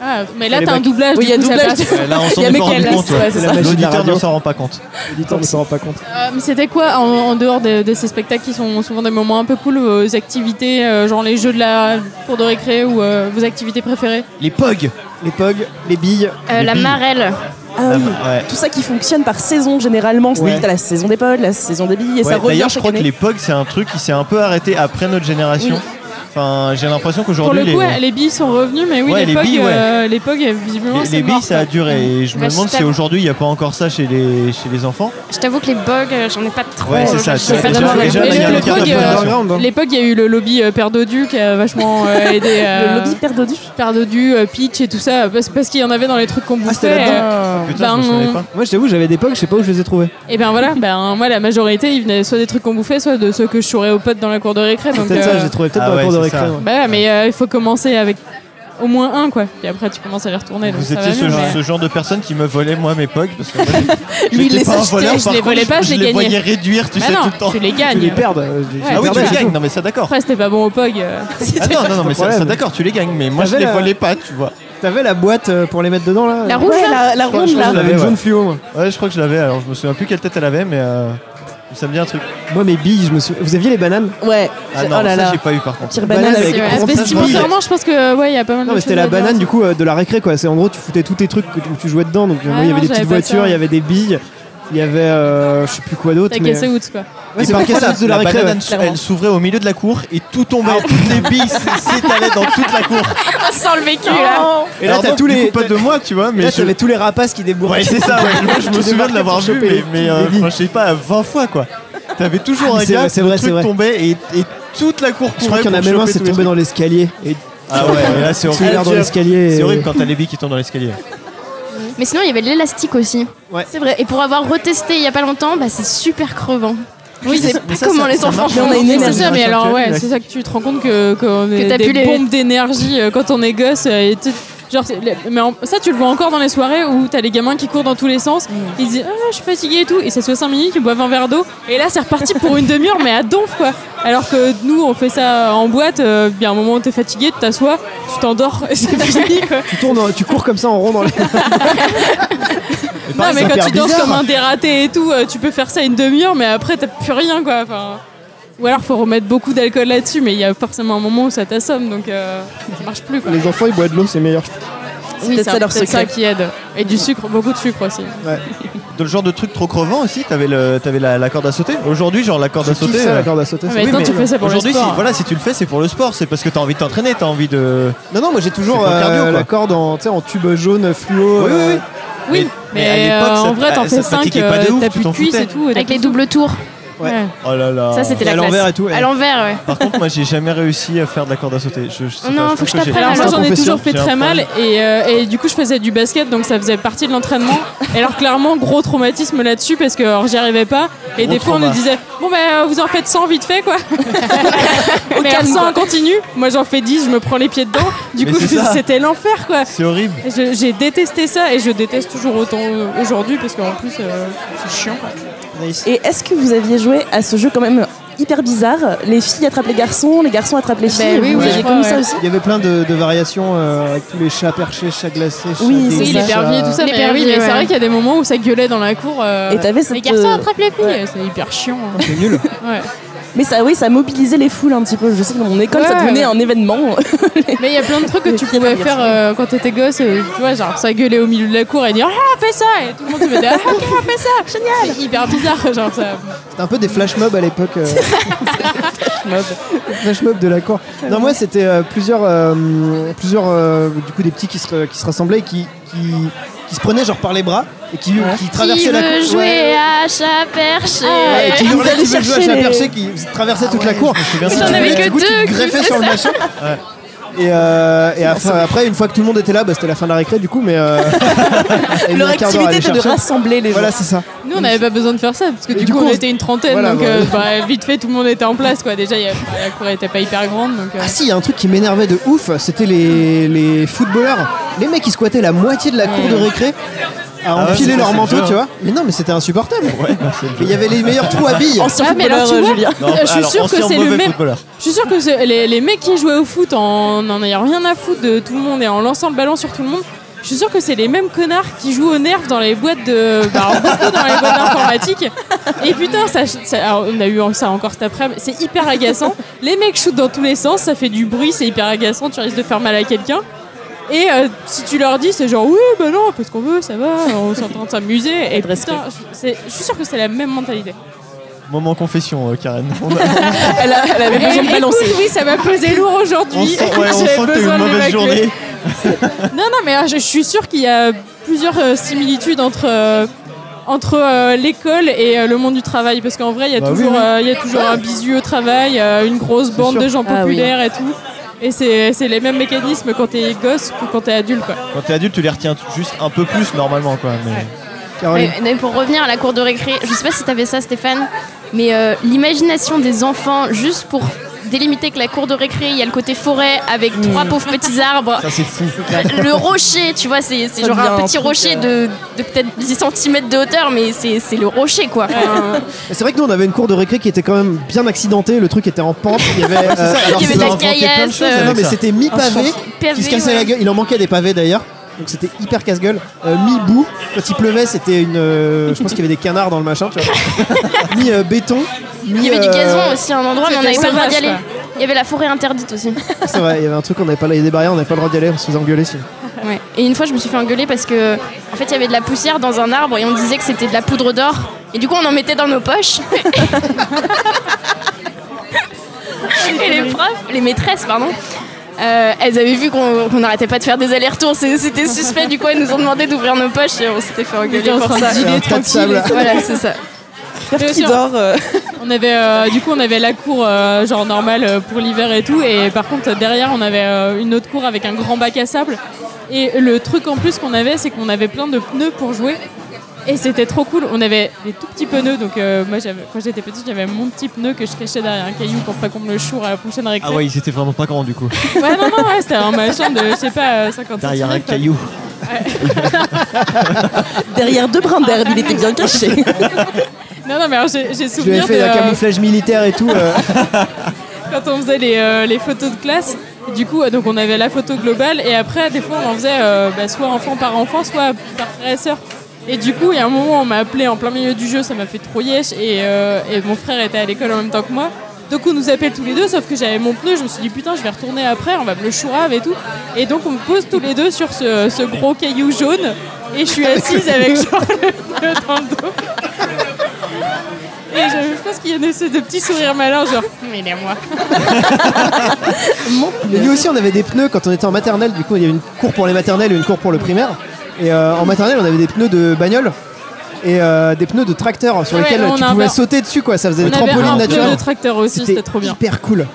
Speaker 6: Ah, mais là,
Speaker 1: Fallait
Speaker 6: t'as un
Speaker 1: pas-
Speaker 6: doublage.
Speaker 4: Oui,
Speaker 6: du
Speaker 4: il y a
Speaker 6: coup, ça
Speaker 4: doublage.
Speaker 6: passe.
Speaker 7: Ouais, Là, on s'en
Speaker 4: Il y a
Speaker 7: est pas
Speaker 4: Michael
Speaker 7: rendu
Speaker 4: Hess,
Speaker 7: compte.
Speaker 4: ouais,
Speaker 7: ouais.
Speaker 4: c'est
Speaker 1: ça. La magie de la
Speaker 7: L'auditeur
Speaker 1: radio.
Speaker 7: ne s'en rend pas compte.
Speaker 1: L'éditeur ne s'en rend pas compte.
Speaker 6: Euh, mais c'était quoi en, en dehors de, de ces spectacles qui sont souvent des moments un peu cool, vos activités, euh, genre les jeux de la cour de récré ou euh, vos activités préférées
Speaker 7: Les POG
Speaker 1: Les pogs, les billes,
Speaker 8: Euh,
Speaker 7: Les
Speaker 8: la
Speaker 7: billes.
Speaker 8: marelle.
Speaker 4: Ah oui.
Speaker 7: Ouais.
Speaker 4: tout ça qui fonctionne par saison généralement. C'est-à-dire
Speaker 1: Ouais.
Speaker 4: que t'as la saison des pods, la saison des billes, et
Speaker 7: Ouais,
Speaker 4: ça revient
Speaker 7: D'ailleurs, je
Speaker 4: chaque
Speaker 7: crois que
Speaker 4: année.
Speaker 7: les POG, c'est un truc qui s'est un peu arrêté après notre génération. Enfin, j'ai l'impression
Speaker 6: Pour
Speaker 7: qu'aujourd'hui,
Speaker 6: le
Speaker 7: les,
Speaker 6: coup, les billes sont revenues, mais oui,
Speaker 7: Ouais, les
Speaker 6: l'époque,
Speaker 7: billes, ouais.
Speaker 6: euh, l'époque, visiblement,
Speaker 7: les-
Speaker 6: c'est
Speaker 7: les billes,
Speaker 6: mort,
Speaker 7: ça a
Speaker 6: quoi. Bah,
Speaker 7: duré. Et je me
Speaker 8: Vache
Speaker 7: demande si
Speaker 8: tape.
Speaker 7: aujourd'hui, il n'y a pas encore ça chez les, chez les enfants.
Speaker 8: Je t'avoue que les bugs, euh, j'en ai pas trop.
Speaker 7: Ouais, c'est ça,
Speaker 8: Je
Speaker 7: tu
Speaker 8: sais
Speaker 7: vois,
Speaker 8: pas
Speaker 7: déjà-
Speaker 8: de marelle.
Speaker 7: déjà,
Speaker 6: Mais
Speaker 7: il y a
Speaker 6: le-
Speaker 7: le
Speaker 6: le
Speaker 7: quart
Speaker 6: POG,
Speaker 7: d'heure
Speaker 6: euh,
Speaker 7: d'heure.
Speaker 1: underground. hein.
Speaker 6: L'époque, il y a eu le lobby euh, Père Dodu qui a vachement euh, aidé.
Speaker 4: Le
Speaker 6: euh,
Speaker 4: lobby perd Dodu.
Speaker 6: Père Dodu, euh, Peach et tout ça, parce, parce qu'il y en avait dans les trucs qu'on bouffait.
Speaker 1: c'était
Speaker 8: Euh,
Speaker 1: là-dedans
Speaker 4: Ah.
Speaker 7: Putain, je me
Speaker 6: Ben,
Speaker 7: souvenais pas.
Speaker 1: Moi, je t'avoue, j'avais des pogs, je sais pas où je les ai trouvés.
Speaker 6: euh, et ben voilà, ben, moi, la majorité, ils venaient soit des trucs qu'on bouffait, soit de ceux que je chourais aux potes dans la cour de récré. donc,
Speaker 1: Peut-être ça,
Speaker 6: euh,
Speaker 1: je les trouvais peut-être
Speaker 7: Ah
Speaker 1: dans la
Speaker 7: ouais,
Speaker 1: cour de
Speaker 7: c'est
Speaker 1: récré.
Speaker 7: ça.
Speaker 1: ouais.
Speaker 6: Bah ouais, mais euh, il faut commencer avec au moins un quoi. Puis après tu commences à les retourner. donc
Speaker 7: Vous
Speaker 6: ça va
Speaker 7: étiez ce,
Speaker 6: mieux, mais-
Speaker 7: ce genre de personne qui me volait, moi, mes POG. Parce que moi,
Speaker 4: *laughs* Lui, il
Speaker 7: j'étais
Speaker 4: les
Speaker 7: pas un
Speaker 4: achetait.
Speaker 7: voleur,
Speaker 6: je
Speaker 7: par
Speaker 6: les volais
Speaker 7: contre,
Speaker 6: pas, je
Speaker 7: je
Speaker 6: les
Speaker 7: les
Speaker 6: gagnais.
Speaker 7: voyais réduire, tu
Speaker 6: Bah
Speaker 7: sais,
Speaker 6: non,
Speaker 7: tout le temps.
Speaker 6: tu les gagnes.
Speaker 1: Tu les perds. euh, je les
Speaker 6: Ah
Speaker 7: Ah oui,
Speaker 1: perdais,
Speaker 7: tu les
Speaker 1: surtout.
Speaker 7: gagnes, non mais ça
Speaker 4: *laughs*
Speaker 7: d'accord.
Speaker 6: Après c'était pas bon au POG. euh.
Speaker 7: Ah non, non, non, mais ça,
Speaker 1: problème.
Speaker 7: ça, d'accord, tu les gagnes, mais moi je
Speaker 1: T'avais
Speaker 7: les
Speaker 1: la-
Speaker 7: volais pas, tu vois.
Speaker 1: T'avais la boîte euh, pour les mettre dedans là
Speaker 8: La
Speaker 1: Je
Speaker 8: rouge,
Speaker 4: Ouais,
Speaker 8: là
Speaker 4: la, la
Speaker 1: crois que
Speaker 4: ronde là.
Speaker 1: je l'avais,
Speaker 7: Ouais.
Speaker 1: jaune fluo. Moi.
Speaker 7: Ouais, je crois que je l'avais, alors je me souviens plus quelle tête elle avait, mais euh, ça me dit un truc.
Speaker 1: Moi, mes billes, je me souviens. Vous aviez les bananes
Speaker 4: Ouais.
Speaker 7: Ah
Speaker 4: J'ai-
Speaker 7: non,
Speaker 4: oh là
Speaker 7: ça
Speaker 4: là.
Speaker 7: j'ai pas eu par contre.
Speaker 4: Pire banane
Speaker 1: Banane
Speaker 4: avec.
Speaker 1: avec-
Speaker 6: Ouais,
Speaker 1: on
Speaker 6: mais
Speaker 1: pense pas.
Speaker 6: Financièrement je pense que ouais il y a pas mal.
Speaker 1: Non,
Speaker 6: de
Speaker 1: mais c'était
Speaker 6: choses
Speaker 1: la
Speaker 6: à dire.
Speaker 1: banane du coup euh, de la récré quoi. C'est en gros, tu foutais tous tes trucs que tu- où tu jouais dedans. Donc, euh,
Speaker 6: Ah
Speaker 1: moi, il y
Speaker 6: non,
Speaker 1: avait des
Speaker 6: j'avais
Speaker 1: petites
Speaker 6: pas ça.
Speaker 1: voitures, il y avait des billes, il y avait euh, je sais plus quoi d'autre.
Speaker 6: T'as
Speaker 1: mais- euh,
Speaker 6: cassé outs quoi.
Speaker 1: Ouais, c'est
Speaker 7: Et par
Speaker 1: marqué
Speaker 7: contre,
Speaker 1: ça, de la récré.
Speaker 7: banane,
Speaker 1: ouais. Ah.
Speaker 7: elle, elle s'ouvrait au milieu de la cour et tout tombait, toutes les billes s- s'étalaient dans toute la cour.
Speaker 8: On sent le vécu là.
Speaker 1: Et là,
Speaker 7: Alors,
Speaker 1: t'as
Speaker 7: donc,
Speaker 1: tous
Speaker 7: du
Speaker 1: les.
Speaker 7: coup, pas de moi, tu vois,
Speaker 1: Et
Speaker 7: mais
Speaker 1: là,
Speaker 7: je-
Speaker 1: t'avais tous les rapaces qui débourraient.
Speaker 7: Ouais, c'est ça,
Speaker 1: *laughs*
Speaker 7: ouais. *laughs* Moi, je me
Speaker 1: Qui
Speaker 7: souviens de
Speaker 1: débarquaient
Speaker 7: l'avoir
Speaker 1: pour
Speaker 7: vu,
Speaker 1: choper
Speaker 7: mais,
Speaker 1: les-
Speaker 7: mais,
Speaker 1: les
Speaker 7: euh,
Speaker 1: billes.
Speaker 7: enfin, je sais pas, 20 fois quoi. T'avais toujours
Speaker 1: Ah,
Speaker 7: un
Speaker 1: mais c'est
Speaker 7: gars,
Speaker 1: vrai, c'est vrai,
Speaker 7: le
Speaker 1: c'est
Speaker 7: truc
Speaker 1: vrai.
Speaker 7: tombait et, et toute la cour courait.
Speaker 1: Je crois qu'il y en a
Speaker 7: pour
Speaker 1: même un,
Speaker 7: choper
Speaker 1: c'est
Speaker 7: tous les
Speaker 1: tombé dans l'escalier. Et
Speaker 7: trucs. Ah ouais, mais là c'est
Speaker 1: tu l'as dans
Speaker 7: horrible.
Speaker 1: l'escalier.
Speaker 7: C'est
Speaker 1: et-
Speaker 7: horrible quand t'as les billes qui tombent dans l'escalier.
Speaker 8: Mais sinon, il y avait de l'élastique aussi.
Speaker 1: Ouais.
Speaker 8: C'est vrai. Et pour avoir retesté il y a pas longtemps, bah, c'est super crevant. Oui, c'est pas
Speaker 7: ça,
Speaker 8: comment
Speaker 7: ça-
Speaker 8: les
Speaker 7: ça
Speaker 8: enfants
Speaker 7: marche
Speaker 8: font.
Speaker 4: pas. Mais on a une
Speaker 6: C'est
Speaker 4: énergie.
Speaker 6: ça, mais alors ouais,
Speaker 1: Ouais.
Speaker 6: c'est ça que tu te rends compte que qu'on est
Speaker 8: t'as
Speaker 6: des
Speaker 8: plus les-
Speaker 6: bombes d'énergie euh, quand on est gosse. euh, et tu- Genre, c'est- mais en- ça, tu le vois encore dans les soirées où t'as les gamins qui courent dans tous les sens. Ils disent Ah, Je suis fatigué et tout. Et ça se fait 5 minutes, ils boivent un verre d'eau. Et là, c'est reparti pour une demi-heure, mais à donf quoi. Alors que nous, on fait ça en boîte. euh, bien, à un moment où t'es fatigué, tu t'assois, tu t'endors *laughs* et c'est fini quoi.
Speaker 1: Tu tournes, en- tu cours comme ça en rond dans les.
Speaker 6: Non, mais
Speaker 1: c'est
Speaker 6: quand
Speaker 1: hyper
Speaker 6: tu danses
Speaker 1: bizarre.
Speaker 6: comme un dératé et tout, euh, tu peux faire ça une demi-heure, mais après, t'as plus rien, quoi. Enfin, ou alors, faut remettre beaucoup d'alcool là-dessus, mais il y a forcément un moment où ça t'assomme, donc euh, ça marche plus, quoi.
Speaker 1: Les enfants, ils boivent de l'eau, c'est meilleur.
Speaker 6: Oui,
Speaker 4: peut-être ça leur
Speaker 6: peut-être
Speaker 4: secret.
Speaker 6: ça qui aide. Et du sucre, beaucoup de sucre aussi.
Speaker 7: Dans le genre de truc trop crevant aussi, t'avais le, t'avais la, la corde à sauter. Aujourd'hui, genre la corde à
Speaker 1: Je kiffe
Speaker 7: sauter.
Speaker 1: ça,
Speaker 7: euh,
Speaker 1: la corde à sauter.
Speaker 6: Ah,
Speaker 1: c'est
Speaker 6: mais
Speaker 1: cool.
Speaker 6: attends, tu fais ça pour le
Speaker 7: Aujourd'hui, si,
Speaker 6: sport.
Speaker 7: voilà, si tu le fais, c'est pour le sport, c'est parce que t'as envie de t'entraîner, t'as envie de.
Speaker 1: Non, non, moi j'ai toujours
Speaker 7: C'est pour le
Speaker 1: euh,
Speaker 7: cardio, quoi.
Speaker 1: la corde en, tu sais, en tube jaune fluo.
Speaker 7: Oui, oui,
Speaker 1: euh,
Speaker 7: oui.
Speaker 6: Oui, mais,
Speaker 7: mais à
Speaker 6: euh,
Speaker 7: l'époque, ça
Speaker 6: en vrai,
Speaker 7: te-
Speaker 6: t'en
Speaker 7: ça
Speaker 6: fais
Speaker 7: te
Speaker 6: 5,
Speaker 7: fatiguait pas de ouf,
Speaker 6: t'as
Speaker 7: tu
Speaker 6: plus de
Speaker 7: t'en
Speaker 6: cuisses
Speaker 7: foutais.
Speaker 6: et tout. et t'as
Speaker 8: Avec les
Speaker 6: plus de-
Speaker 8: doubles tours.
Speaker 1: euh, Ouais.
Speaker 6: Ouais.
Speaker 7: Oh là là.
Speaker 8: Ça,
Speaker 1: Et
Speaker 8: c'était la
Speaker 1: à
Speaker 8: classe.
Speaker 1: l'envers et tout, ouais.
Speaker 8: À l'envers, ouais.
Speaker 7: Par contre, moi, j'ai jamais réussi à faire de la corde à sauter. Je, je sais
Speaker 8: Oh non,
Speaker 7: pas, je
Speaker 8: faut
Speaker 7: pense
Speaker 8: que je t'apprenne
Speaker 6: Alors, moi
Speaker 1: J'ai un
Speaker 6: j'en ai
Speaker 1: confession,
Speaker 6: toujours fait
Speaker 7: j'ai un
Speaker 6: très mal et, euh, et du coup je faisais du basket donc ça faisait partie de l'entraînement. Et alors clairement gros traumatisme là-dessus parce que alors, j'y arrivais pas et
Speaker 7: Gros
Speaker 6: des fois on
Speaker 7: trauma.
Speaker 6: nous disait bon bah vous en faites 100 vite *laughs* fait quoi. Au
Speaker 8: Mais
Speaker 6: 400 en continu, moi j'en fais 10, je me prends les pieds dedans. Du
Speaker 7: Mais
Speaker 6: coup
Speaker 7: c'est ça.
Speaker 6: *laughs* c'était l'enfer quoi.
Speaker 7: C'est horrible.
Speaker 6: *laughs* Je- J'ai détesté ça et je déteste toujours autant euh, aujourd'hui parce qu'en plus euh, c'est chiant. quoi.
Speaker 1: Nice.
Speaker 4: Et est-ce que vous aviez joué à ce jeu quand même hyper bizarre Les filles attrapent les garçons, les garçons attrapent les filles.
Speaker 8: Ben oui,
Speaker 4: vous
Speaker 8: oui,
Speaker 4: aviez
Speaker 8: je
Speaker 4: connu
Speaker 8: crois,
Speaker 4: ça
Speaker 8: ouais.
Speaker 4: aussi
Speaker 1: Il y avait plein de, de variations euh, avec tous les chats perchés, chats glacés, chats
Speaker 4: Oui,
Speaker 1: des-
Speaker 4: c'est
Speaker 6: Oui,
Speaker 4: ça.
Speaker 6: les permis et tout ça,
Speaker 8: Les
Speaker 6: mais,
Speaker 8: permis,
Speaker 6: oui, mais
Speaker 8: ouais.
Speaker 6: c'est vrai qu'il y a des moments où ça gueulait dans la cour. euh,
Speaker 4: Et t'avais
Speaker 6: les
Speaker 4: cette.
Speaker 6: garçons attrapent les filles, c'est hyper chiant. hein. *laughs*
Speaker 1: C'est nul.
Speaker 6: Ouais.
Speaker 4: Mais ça, oui, ça mobilisait les foules un petit peu. Je sais que dans mon école, ça
Speaker 6: Ouais,
Speaker 4: devenait
Speaker 6: ouais.
Speaker 4: un événement.
Speaker 6: Mais il y a plein de trucs que
Speaker 4: Les
Speaker 6: tu
Speaker 4: filles
Speaker 6: pouvais
Speaker 4: attrapent les
Speaker 6: faire euh, quand t'étais gosse, euh, tu vois, genre ça gueulait au milieu de la cour et dire Ah, fais ça Et tout le monde se mettait Ah, ok, on fait ça Génial C'est hyper bizarre, genre ça.
Speaker 1: *laughs* C'était un peu des flash mobs à l'époque. euh, *laughs* flash mobs de la cour. Non, moi, c'était euh, plusieurs, euh, plusieurs euh, du coup, des petits qui se, qui se rassemblaient, et qui, qui, qui se prenaient genre par les bras et qui, qui traversaient
Speaker 8: Qui
Speaker 1: la cour.
Speaker 8: veut
Speaker 1: Ouais, ouais, Ah,
Speaker 8: jouer à chat
Speaker 1: ouais, et qui
Speaker 8: perché
Speaker 1: hurlaient,
Speaker 4: allaient
Speaker 1: qui veut jouer à
Speaker 4: chercher
Speaker 1: chat
Speaker 4: les- Ah
Speaker 1: perché, qui traversait toute la cour.
Speaker 7: souviens,
Speaker 8: Mais
Speaker 7: si
Speaker 8: t'en
Speaker 7: tu
Speaker 8: avais
Speaker 7: voulais,
Speaker 8: que
Speaker 7: du coup, tu
Speaker 8: deux,
Speaker 7: te greffais
Speaker 8: c'est
Speaker 7: sur le
Speaker 8: ça.
Speaker 1: *laughs*
Speaker 7: machin. Ouais.
Speaker 1: Et, euh,
Speaker 4: Ah,
Speaker 1: et après, après, une fois que tout le monde était là, bah, c'était la fin de la récré, du coup, mais.
Speaker 4: *laughs*
Speaker 1: euh, *laughs* il y a eu
Speaker 4: Leur
Speaker 1: un quart d'heure à
Speaker 4: activité
Speaker 1: aller
Speaker 4: était de
Speaker 1: chercher.
Speaker 4: rassembler les gens.
Speaker 1: Voilà, c'est ça.
Speaker 6: Nous, on n'avait pas besoin de faire ça, parce que
Speaker 1: Et
Speaker 6: du,
Speaker 1: du
Speaker 6: coup,
Speaker 1: coup,
Speaker 6: on
Speaker 1: on
Speaker 6: était une trentaine,
Speaker 1: voilà,
Speaker 6: donc euh, bah, vite fait, tout le monde était en place, quoi. Déjà, il y a- bah, la cour était pas hyper grande, donc. euh,
Speaker 1: Ah si, il y a un truc qui m'énervait de ouf, c'était les, les footballeurs. Les mecs, ils squattaient la moitié de la cour de récré à
Speaker 7: Ah ouais,
Speaker 1: empiler
Speaker 7: c'est ça,
Speaker 1: leur
Speaker 7: c'est
Speaker 1: manteau,
Speaker 7: le jeu,
Speaker 1: tu
Speaker 7: hein.
Speaker 1: vois. Mais non, mais c'était insupportable.
Speaker 7: Ouais, bah, c'est le jeu.
Speaker 1: Il y avait les meilleurs trous à
Speaker 7: *laughs*
Speaker 1: billes.
Speaker 4: Ancien
Speaker 8: Ah,
Speaker 6: Ouais, mais alors, tu
Speaker 4: footballeur, euh,
Speaker 6: vois,
Speaker 4: Julien.
Speaker 7: Non,
Speaker 6: Je suis
Speaker 7: alors,
Speaker 6: sûre que
Speaker 7: ancien
Speaker 6: c'est le
Speaker 7: mauvais
Speaker 6: même-
Speaker 7: footballeur.
Speaker 6: Je suis sûr que ce- les, les mecs qui jouaient au foot en n'en ayant rien à foutre de tout le monde et en lançant le ballon sur tout le monde, je suis sûr que c'est les mêmes connards qui jouent au nerf dans les boîtes de. Bah, beaucoup dans les boîtes d'informatique. Et putain, ça, ça- alors, on a eu ça encore cet après-midi, c'est hyper agaçant. Les mecs shootent dans tous les sens, ça fait du bruit, c'est hyper agaçant, tu risques de faire mal à quelqu'un. Et euh, si tu leur dis, c'est genre oui, bah non, on fait ce qu'on veut, ça va, on s'entend de s'amuser. Et
Speaker 4: de respect.
Speaker 6: putain, je- c'est- je suis sûr que c'est la même mentalité.
Speaker 7: Moment confession, euh, Karen.
Speaker 6: *laughs*
Speaker 7: On a-
Speaker 4: Elle, a- elle
Speaker 8: Eh,
Speaker 4: avait besoin de
Speaker 6: Écoute,
Speaker 4: balancer.
Speaker 6: oui, ça m'a pesé lourd
Speaker 7: on
Speaker 6: aujourd'hui.
Speaker 7: sent ouais, on
Speaker 6: *laughs* J'avais
Speaker 7: sent que t'as eu
Speaker 6: besoin
Speaker 7: une
Speaker 6: de
Speaker 7: mauvaise
Speaker 6: l'évacuer.
Speaker 7: journée.
Speaker 6: Non, non, mais euh, je, je suis sûre qu'il y a plusieurs euh, similitudes entre. euh, entre euh, l'école et euh, le monde du travail parce qu'en vrai il y a
Speaker 7: Bah oui,
Speaker 6: toujours
Speaker 7: oui.
Speaker 6: euh, il y a toujours un bisu au travail euh, une grosse bande
Speaker 7: sûr.
Speaker 6: de gens
Speaker 4: Ah oui.
Speaker 6: populaires et tout et c'est c'est les mêmes mécanismes quand t'es gosse que quand t'es adulte quoi
Speaker 7: Quand t'es adulte, tu les retiens t- juste un peu plus normalement, quoi. Mais...
Speaker 1: Caroline.
Speaker 8: Mais- mais pour revenir à la cour de récré, je sais pas si t'avais ça, Stéphane, mais euh, l'imagination des enfants, juste pour délimiter que la cour de récré, il y a le côté forêt avec
Speaker 1: Mmh.
Speaker 8: trois pauvres petits arbres.
Speaker 7: Eh, Ça, c'est fou.
Speaker 1: *laughs*
Speaker 8: Le rocher, tu vois, c'est c'est
Speaker 4: Ça
Speaker 8: genre un
Speaker 4: devient un
Speaker 8: petit
Speaker 4: truc,
Speaker 8: rocher
Speaker 4: euh,
Speaker 8: de, de peut-être 10 cm de hauteur, mais c'est c'est le rocher quoi. Enfin,
Speaker 1: Et C'est vrai que nous, on avait une cour de récré qui était quand même bien accidentée. Le truc était en pente. Il y
Speaker 7: *laughs*
Speaker 1: avait, euh, alors,
Speaker 8: Il y avait de la
Speaker 1: c'était-
Speaker 8: caillasse.
Speaker 1: Non,
Speaker 8: euh,
Speaker 1: mais c'était mi-pavé,
Speaker 8: pavé,
Speaker 1: qui se cassait
Speaker 8: ouais.
Speaker 1: la gueule. Il en manquait des pavés d'ailleurs. Donc c'était hyper casse-gueule. Euh, mi-boue, quand il pleuvait, c'était une. euh, je pense qu'il y avait des canards dans le machin,
Speaker 8: *laughs*
Speaker 1: tu vois. euh, Mi-béton.
Speaker 8: Il y avait du
Speaker 1: euh,
Speaker 8: gazon aussi à un endroit, mais on
Speaker 6: c'était
Speaker 8: n'avait pas le droit d'y
Speaker 6: sauvage,
Speaker 8: aller. Il y avait la forêt interdite aussi.
Speaker 1: C'est vrai, il y avait un truc, on n'avait pas il y a des barrières, on n'avait pas le droit d'y aller, on se faisait engueuler. sinon.
Speaker 8: *laughs* Ouais. Et une fois, je me suis fait engueuler parce que, en fait, il y avait de la poussière dans un arbre et on disait que c'était de la poudre d'or. Et du coup, on en mettait dans nos *laughs* poches. et les profs, les maîtresses, pardon, euh, elles avaient vu qu'on qu'on n'arrêtait pas de faire des allers-retours. C'est- C'était suspect, du coup, elles nous ont demandé d'ouvrir nos poches et on s'était fait engueuler
Speaker 6: J'étais en
Speaker 8: pour
Speaker 6: train
Speaker 8: ça.
Speaker 6: de dîner
Speaker 1: Et un tas de
Speaker 6: tranquille
Speaker 1: sable.
Speaker 6: et tout.
Speaker 8: Voilà, c'est ça.
Speaker 4: Père
Speaker 6: Mais
Speaker 4: qui
Speaker 6: aussi,
Speaker 4: dort. euh,
Speaker 6: On avait euh, du coup on avait la cour euh, genre normale euh, pour l'hiver et tout et par contre derrière on avait euh, une autre cour avec un grand bac à sable et le truc en plus qu'on avait c'est qu'on avait plein de pneus pour jouer et c'était trop cool on avait des tout petits pneus donc euh, moi j'avais- quand j'étais petite j'avais mon petit pneu que je cachais derrière un caillou pour pas qu'on me le choure à la prochaine récré.
Speaker 7: Ah ouais, ils étaient vraiment pas grands, du coup.
Speaker 6: Ouais, non non ouais, c'était un machin de je sais pas euh, 50
Speaker 7: Derrière un
Speaker 6: centimètres, quoi.
Speaker 7: caillou.
Speaker 4: Derrière deux brins d'herbe, il était bien caché.
Speaker 6: Non non mais alors, j'ai j'ai
Speaker 1: Je lui avais
Speaker 6: souvenir
Speaker 1: fait
Speaker 6: de
Speaker 1: un
Speaker 6: euh,
Speaker 1: camouflage militaire et tout. euh,
Speaker 6: quand on faisait les, euh, les photos de classe. Du coup, euh, donc on avait la photo globale et après, des fois, on en faisait euh, bah, soit enfant par enfant, soit par frère et sœur. Et du coup, il y a un moment, on m'a appelé en plein milieu du jeu, ça m'a fait trop yesh et, euh, et mon frère était à l'école en même temps que moi. Donc on nous appelle tous les deux, sauf que j'avais mon pneu, je me suis dit putain, je vais retourner après, on va me le chourave et tout. Et donc on me pose tous les deux sur ce, ce gros caillou jaune et je suis assise avec genre le pneu dans le dos. Et je, je pense qu'il y a une espèce de petit sourire malin, genre, mais il est à moi.
Speaker 1: Mais nous aussi, on avait des pneus quand on était en maternelle. Du coup, il y avait une cour pour les maternelles et une cour pour le primaire. Et euh, en maternelle, on avait des pneus de bagnole. et euh, des pneus de tracteur sur
Speaker 6: Ouais,
Speaker 1: lesquels
Speaker 6: on
Speaker 1: tu
Speaker 6: a un
Speaker 1: pouvais
Speaker 6: ver-
Speaker 1: sauter dessus quoi. Ça faisait
Speaker 6: On
Speaker 1: des
Speaker 6: avait
Speaker 1: trampolines
Speaker 6: un pneu de
Speaker 1: naturelles.
Speaker 6: tracteur aussi, c'était trop bien.
Speaker 1: hyper cool.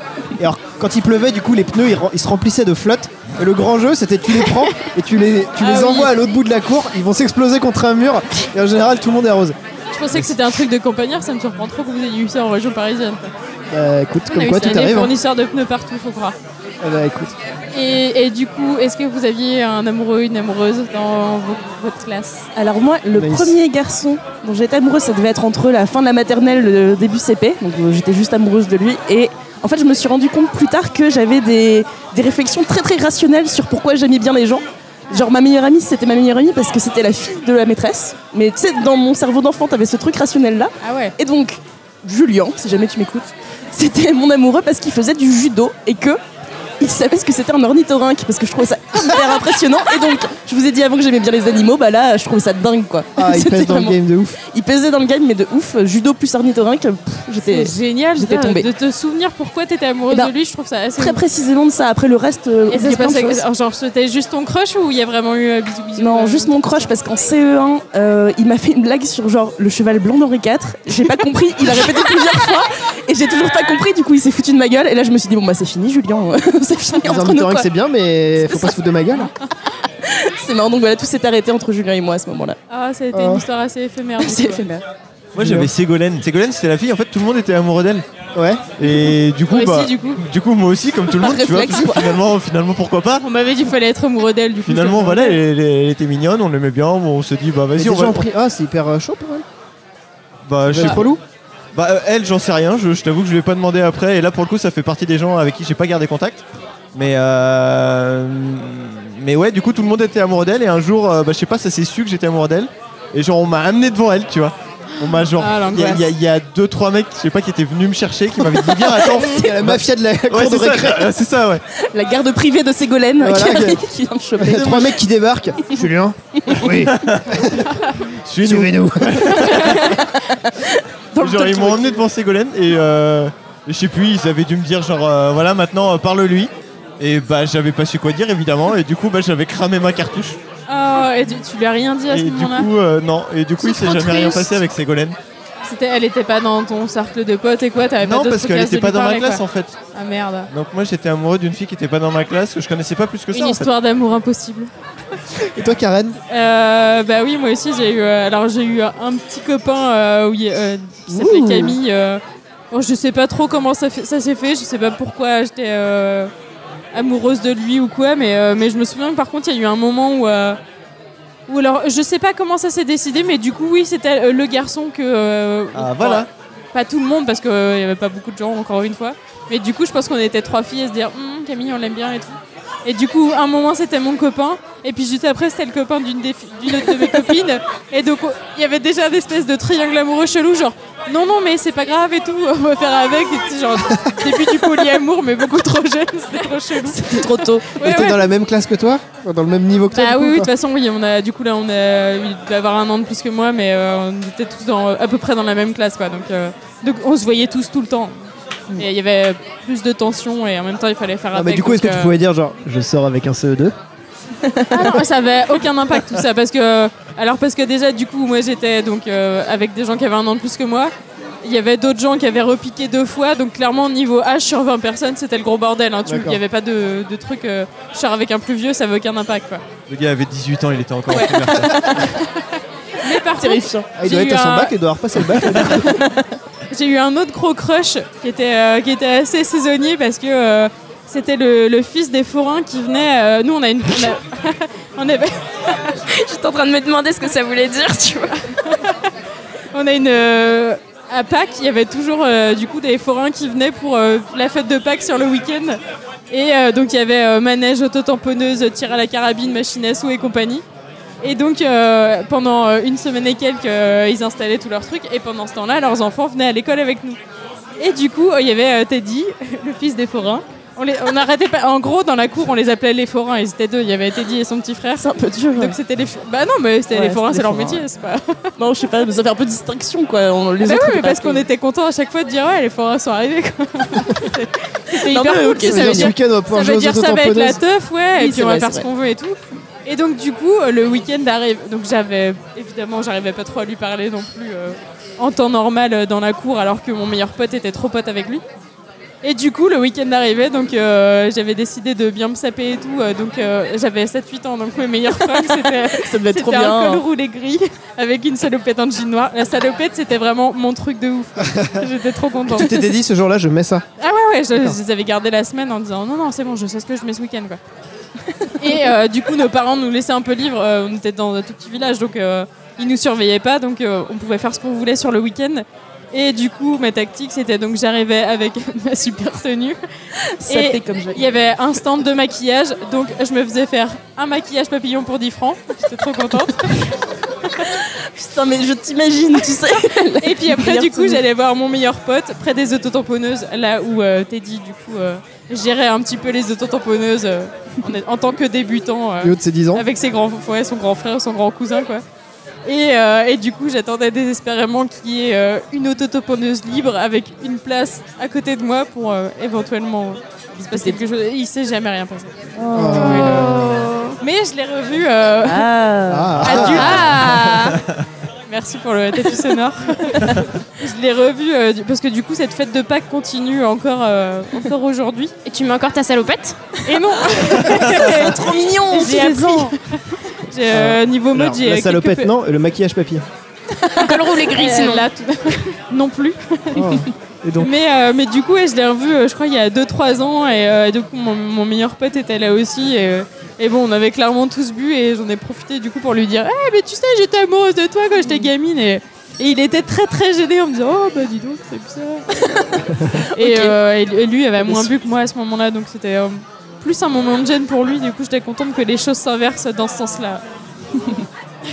Speaker 1: Et alors quand il pleuvait, du coup les pneus ils, ren- ils se remplissaient de flotte. Et le grand jeu c'était tu les prends et tu les, tu les
Speaker 6: Ah oui.
Speaker 1: envoies à l'autre bout de la cour. Ils vont s'exploser contre un mur. Et en général tout le monde est arrosé.
Speaker 6: Je pensais que c'était un truc de campagnard, ça me surprend trop que vous ayez eu ça en région parisienne.
Speaker 1: Bah écoute,
Speaker 6: On a
Speaker 1: comme
Speaker 6: eu
Speaker 1: quoi
Speaker 6: ça,
Speaker 1: tout
Speaker 6: des
Speaker 1: arrive. hein.
Speaker 6: fournisseurs de pneus partout, faut croire.
Speaker 1: Ah bah, écoute.
Speaker 6: Et, et du coup, est-ce que vous aviez un amoureux, une amoureuse dans vo- votre classe
Speaker 4: Alors moi, le
Speaker 1: Nice.
Speaker 4: premier garçon dont j'étais amoureuse, ça devait être entre la fin de la maternelle, le début CP. Donc euh, j'étais juste amoureuse de lui. Et en fait, je me suis rendu compte plus tard que j'avais des, des réflexions très très rationnelles sur pourquoi j'aimais bien les gens. Genre ma meilleure amie, c'était ma meilleure amie parce que c'était la fille de la maîtresse. Mais tu sais, dans mon cerveau d'enfant, t'avais ce truc rationnel là.
Speaker 6: Ah ouais
Speaker 4: Et donc, Julien, si jamais tu m'écoutes, c'était mon amoureux parce qu'il faisait du judo et que il savait ce que c'était un ornithorynque parce que je trouvais ça hyper impressionnant. Et donc, je vous ai dit avant que j'aimais bien les animaux, bah là, je trouvais ça dingue quoi.
Speaker 1: Ah, il
Speaker 4: *laughs* C'était
Speaker 1: pèse dans le
Speaker 4: vraiment-
Speaker 1: game de ouf.
Speaker 4: Il pesait dans le game, mais de ouf. Judo plus ornithorynque, pff, j'étais.
Speaker 6: C'est génial
Speaker 4: j'étais
Speaker 6: putain,
Speaker 4: tombée.
Speaker 6: de te souvenir pourquoi t'étais amoureuse
Speaker 4: Eh ben,
Speaker 6: de lui, je trouve ça assez.
Speaker 4: Très
Speaker 6: ouf.
Speaker 4: précisément de ça. Après le reste, euh,
Speaker 6: Et ça
Speaker 4: oubliez
Speaker 6: se
Speaker 4: plein de
Speaker 6: passait
Speaker 4: choses.
Speaker 6: que- genre c'était juste ton crush ou il y a vraiment eu euh, bisous bisous
Speaker 4: Non,
Speaker 6: euh,
Speaker 4: juste mon crush parce qu'en CE1, euh, il m'a fait une blague sur genre le cheval blanc d'Henri IV. J'ai pas compris, il a répété plusieurs fois et j'ai toujours pas compris. Du coup, il s'est foutu de ma gueule et là je me suis dit bon bah c'est fini, Julien, *laughs* c'est fini
Speaker 1: Les
Speaker 4: entre nous
Speaker 1: ornithorynques
Speaker 4: quoi.
Speaker 1: c'est bien, mais faut pas se foutre de ma gueule.
Speaker 4: C'est marrant donc voilà tout s'est arrêté entre Julien et moi à ce
Speaker 6: *laughs*
Speaker 4: moment-là.
Speaker 6: Ah, ça a été
Speaker 1: Ah.
Speaker 6: une histoire
Speaker 4: *laughs*
Speaker 6: assez éphémère. du
Speaker 4: Oh. C'est
Speaker 6: coup.
Speaker 4: éphémère.
Speaker 7: Moi j'avais Ségolène. Ségolène c'était la fille, en fait tout le monde était amoureux d'elle.
Speaker 1: Ouais.
Speaker 7: Et du coup,
Speaker 6: Moi aussi,
Speaker 7: bah,
Speaker 6: du coup.
Speaker 7: moi aussi comme tout le
Speaker 4: Par
Speaker 7: monde, tu vois,
Speaker 4: réflexe,
Speaker 7: parce que
Speaker 4: quoi.
Speaker 7: finalement, finalement pourquoi pas
Speaker 6: On m'avait dit qu'il fallait être amoureux d'elle du coup.
Speaker 7: Finalement
Speaker 6: *laughs* ça-
Speaker 7: voilà, elle, elle- elle était mignonne, on l'aimait bien, bon, on se dit bah
Speaker 1: Les
Speaker 7: vas-y on
Speaker 1: gens
Speaker 7: va.
Speaker 1: ont pris. Ah, c'est hyper euh, chaud pour elle.
Speaker 7: Bah je sais
Speaker 1: C'est
Speaker 7: pas.
Speaker 1: relou.
Speaker 7: Bah euh, elle j'en sais rien, je, je t'avoue que je lui ai pas demandé après et là pour le coup ça fait partie des gens avec qui j'ai pas gardé contact. Mais euh, mais ouais du coup tout le monde était amoureux d'elle et un jour euh, bah, je sais pas ça s'est su que j'étais amoureux d'elle et genre on m'a amené devant elle tu vois. On m'a genre il y
Speaker 6: Ah,
Speaker 7: a-
Speaker 6: l'angoisse.
Speaker 7: il y, a- il y a deux trois mecs je sais pas qui étaient venus me chercher qui m'avaient dit
Speaker 1: *laughs*
Speaker 7: viens attends
Speaker 1: Il y a la mafia de la cour
Speaker 7: Ouais,
Speaker 1: de
Speaker 7: c'est ça,
Speaker 1: récré.
Speaker 7: euh, c'est ça, ouais.
Speaker 4: La garde privée de Ségolène
Speaker 1: Voilà,
Speaker 4: qui, arrive,
Speaker 1: ok.
Speaker 4: qui vient me
Speaker 1: Il y
Speaker 4: choper.
Speaker 1: a trois mecs qui débarquent. Julien Oui,
Speaker 7: Suis-nous.
Speaker 1: sauvez-nous.
Speaker 4: Dans le
Speaker 7: Genre, ils
Speaker 4: truc.
Speaker 7: m'ont emmené devant Ségolène et euh, je sais plus, ils avaient dû me dire genre euh, voilà maintenant euh, parle-lui. Et bah j'avais pas su quoi dire évidemment et du coup bah j'avais cramé ma cartouche.
Speaker 6: Ah, et tu, tu lui as rien dit à ce
Speaker 7: Et du
Speaker 6: moment-là
Speaker 7: coup euh, non et du coup il
Speaker 6: C'est
Speaker 7: s'est
Speaker 6: trop
Speaker 7: jamais rien
Speaker 6: triste.
Speaker 7: passé avec Ségolène.
Speaker 6: C'était, Elle était pas dans ton cercle de potes et quoi T'avais pas
Speaker 7: Non
Speaker 6: d'autres
Speaker 7: parce qu'elle
Speaker 6: occasions Eh ben, de
Speaker 7: était pas
Speaker 6: lui
Speaker 7: dans ma
Speaker 6: parler,
Speaker 7: classe hein.
Speaker 6: quoi.
Speaker 7: en fait.
Speaker 6: Ah merde.
Speaker 7: Donc moi j'étais amoureux d'une fille qui était pas dans ma classe que je connaissais pas plus que ça
Speaker 6: Une
Speaker 7: en fait.
Speaker 6: histoire d'amour impossible.
Speaker 1: Et toi, Karen
Speaker 6: Euh, bah oui, moi aussi j'ai eu. euh, alors j'ai eu un petit copain euh, où il- euh, qui s'appelait
Speaker 4: Ouh.
Speaker 6: Camille. euh, bon, je sais pas trop comment ça, fait- ça s'est fait. Je sais pas pourquoi j'étais euh, amoureuse de lui ou quoi, mais euh, mais je me souviens que par contre il y a eu un moment où. euh, où alors, je sais pas comment ça s'est décidé, mais du coup, oui, c'était euh, le garçon que. euh,
Speaker 7: Ah voilà.
Speaker 6: pas tout le monde parce qu'il n'y avait pas beaucoup de gens encore une fois mais du coup je pense qu'on était trois filles à se dire Hum, Camille on l'aime bien et tout et du coup un moment c'était mon copain et puis juste après c'était le copain d'une des fi- d'une autre de mes copines et donc on- il y avait déjà des espèces de triangle amoureux chelou genre non non mais c'est pas grave et tout on va faire avec et tu sais, genre début du polyamour mais beaucoup trop jeune c'était trop chelou
Speaker 4: C'était trop tôt.
Speaker 6: Ouais,
Speaker 1: Elle était
Speaker 6: ouais.
Speaker 1: dans la même classe que toi Dans le même niveau que toi
Speaker 6: Bah
Speaker 1: du coup,
Speaker 6: oui, oui, de
Speaker 1: ou
Speaker 6: toute
Speaker 1: pas
Speaker 6: façon, oui, on a, du coup, là, on a, il devait avoir un an de plus que moi, mais euh, on était tous dans, à peu près dans la même classe, quoi. Donc, euh, donc on se voyait tous tout le temps. Et il y avait plus de tension et en même temps, il fallait faire
Speaker 1: Ah,
Speaker 6: avec.
Speaker 1: mais du coup, est-ce que
Speaker 6: donc,
Speaker 1: tu
Speaker 6: euh,
Speaker 1: pouvais dire genre je sors avec un CE2
Speaker 6: Ah non, ça avait aucun impact tout ça parce que alors parce que déjà du coup moi j'étais donc euh, avec des gens qui avaient un an de plus que moi. Il y avait d'autres gens qui avaient repiqué deux fois, donc clairement niveau H sur 20 personnes c'était le gros bordel. hein. Tu- Il
Speaker 1: D'accord.
Speaker 6: n'y avait pas de, de truc, euh, je sors avec un plus vieux, ça avait aucun
Speaker 1: *laughs*
Speaker 6: impact. Quoi.
Speaker 7: Le gars avait 18 ans, il était encore en primaire.
Speaker 6: Mais par contre,
Speaker 4: Terrifiant.
Speaker 1: Ah, il doit
Speaker 6: J'ai
Speaker 1: être
Speaker 6: eu
Speaker 1: à son
Speaker 6: un-
Speaker 1: bac, il doit avoir passé le bac.
Speaker 6: J'ai eu un autre gros crush qui était, euh, qui était assez saisonnier parce que euh, c'était le, le fils des forains qui venait. euh, nous, on a une. On, a- *laughs* on avait-
Speaker 8: J'étais en train de me demander ce que ça voulait dire, tu vois.
Speaker 6: on a une. euh, à Pâques, il y avait toujours euh, du coup des forains qui venaient pour euh, la fête de Pâques sur le week-end. Et euh, donc il y avait euh, manège, auto-tamponneuse, tir à la carabine, machine à sous et compagnie. Et donc euh, pendant euh, une semaine et quelques, euh, ils installaient tous leurs trucs. Et pendant ce temps-là, leurs enfants venaient à l'école avec nous. Et du coup, euh, il y avait euh, Teddy, *laughs* le fils des forains. On, les, on arrêtait pas. En gros, dans la cour, on les appelait les forains. Ils étaient deux. Il y avait Teddy et son petit frère.
Speaker 4: C'est un peu dur.
Speaker 6: Donc c'était les. fo- Bah non, mais c'était
Speaker 4: Ouais,
Speaker 6: les forains,
Speaker 4: c'était
Speaker 6: c'est
Speaker 4: les
Speaker 6: leur
Speaker 4: forains,
Speaker 6: métier, c'est pas.
Speaker 4: Non, je sais pas, mais ça fait un peu distinction quoi. On, les
Speaker 6: Bah
Speaker 4: autres,
Speaker 6: oui,
Speaker 4: ils
Speaker 6: mais parce
Speaker 4: partent.
Speaker 6: qu'on était content à chaque fois de dire ouais, les forains sont arrivés.
Speaker 4: *laughs*
Speaker 6: quoi. C'était- C'était
Speaker 4: Non,
Speaker 6: hyper
Speaker 4: mais
Speaker 6: cool.
Speaker 4: ok,
Speaker 6: ça
Speaker 1: veut dire
Speaker 6: veut
Speaker 1: ce
Speaker 6: dire,
Speaker 1: week-end, on va
Speaker 6: ça
Speaker 1: pouvoir
Speaker 6: veut
Speaker 1: jouer aux
Speaker 6: dire ça va être la
Speaker 1: autotamponneuses.
Speaker 6: teuf, ouais,
Speaker 4: Oui,
Speaker 6: et
Speaker 4: c'est
Speaker 6: puis on va
Speaker 4: vrai,
Speaker 6: faire
Speaker 4: c'est
Speaker 6: ce qu'on veut et tout. Et donc du coup, euh, le week-end arrive. Donc j'avais évidemment, j'arrivais pas trop à lui parler non plus euh, en temps normal euh, dans la cour, alors que mon meilleur pote était trop pote avec lui. Et du coup, le week-end arrivait, donc euh, j'avais décidé de bien me saper et tout. euh, donc euh, j'avais 7-8 ans, donc mes meilleurs *laughs* fringues c'était
Speaker 4: Ça devait être trop
Speaker 6: c'était un col
Speaker 4: bien.
Speaker 6: roulé gris *laughs* avec une salopette en jean noir. La salopette, c'était vraiment mon truc de
Speaker 4: *laughs*
Speaker 6: ouf. J'étais trop contente.
Speaker 1: Tu t'étais dit ce jour-là, je mets ça.
Speaker 6: Ah ouais, ouais, je, je les avais gardés la semaine en disant non, non, c'est bon, je sais ce que je mets ce week-end. Quoi. *laughs* et euh, du coup, nos parents nous laissaient un peu libres. euh, on était dans un tout petit village, donc euh, ils nous surveillaient pas, donc euh, on pouvait faire ce qu'on voulait sur le week-end. Et du coup, ma tactique, c'était donc j'arrivais avec *laughs* ma super tenue.
Speaker 4: Ça
Speaker 6: Et
Speaker 4: fait comme je-
Speaker 6: il y avait un stand de maquillage, donc je me faisais faire un maquillage papillon pour 10 francs. J'étais trop contente.
Speaker 4: Putain, mais je t'imagine, tu sais.
Speaker 6: Et puis après,
Speaker 4: Meilleur
Speaker 6: du coup,
Speaker 4: souvenir.
Speaker 6: j'allais voir mon meilleur pote près des autotamponneuses, là où euh, Teddy, du coup, euh, gérait un petit peu les autotamponneuses euh, en, est- en tant que débutant, euh,
Speaker 1: Du haut de ses 10 ans.
Speaker 6: avec ses grands, ouais, son grand frère, son grand cousin, quoi. Et, euh, et du coup, j'attendais désespérément qu'il y ait euh, une autotamponneuse libre avec une place à côté de moi pour euh, éventuellement euh, qu'il se passe quelque chose. Et Il s'est jamais rien passé. Mais je l'ai revu. euh,
Speaker 4: Ah.
Speaker 1: Ah, ah.
Speaker 6: adulte.
Speaker 8: Ah
Speaker 6: Merci pour le tapis sonore. je l'ai revu euh, du- parce que du coup cette fête de Pâques continue encore, euh, encore aujourd'hui.
Speaker 8: Et tu mets encore ta salopette
Speaker 6: Et non,
Speaker 4: Trop mignon,
Speaker 6: j'ai appris. J'ai, euh, niveau mode,
Speaker 7: Alors,
Speaker 6: j'ai
Speaker 1: La
Speaker 6: quelques
Speaker 1: salopette,
Speaker 6: pe-
Speaker 1: non, le maquillage papier.
Speaker 8: Un col roulé gris
Speaker 6: Euh,
Speaker 8: sinon.
Speaker 6: là, tout- non plus.
Speaker 1: Oh. Et donc,
Speaker 6: Mais, euh, mais du coup, ouais, je l'ai revu, euh, je crois, il y a 2-3 ans. Et euh, du coup, mon, mon meilleur pote était là aussi. Et, euh, et bon, on avait clairement tous bu. Et j'en ai profité du coup pour lui dire Eh, mais tu sais, j'étais amoureuse de toi quand j'étais
Speaker 1: Mm.
Speaker 6: gamine. Et, et il était très très gêné en me disant Oh, bah dis donc, c'est
Speaker 1: *laughs*
Speaker 6: bizarre. et, euh, et- et lui avait moins bu que moi à ce moment-là. Donc c'était euh, plus un moment de gêne pour lui. Du coup, j'étais contente que les choses s'inversent dans ce sens-là.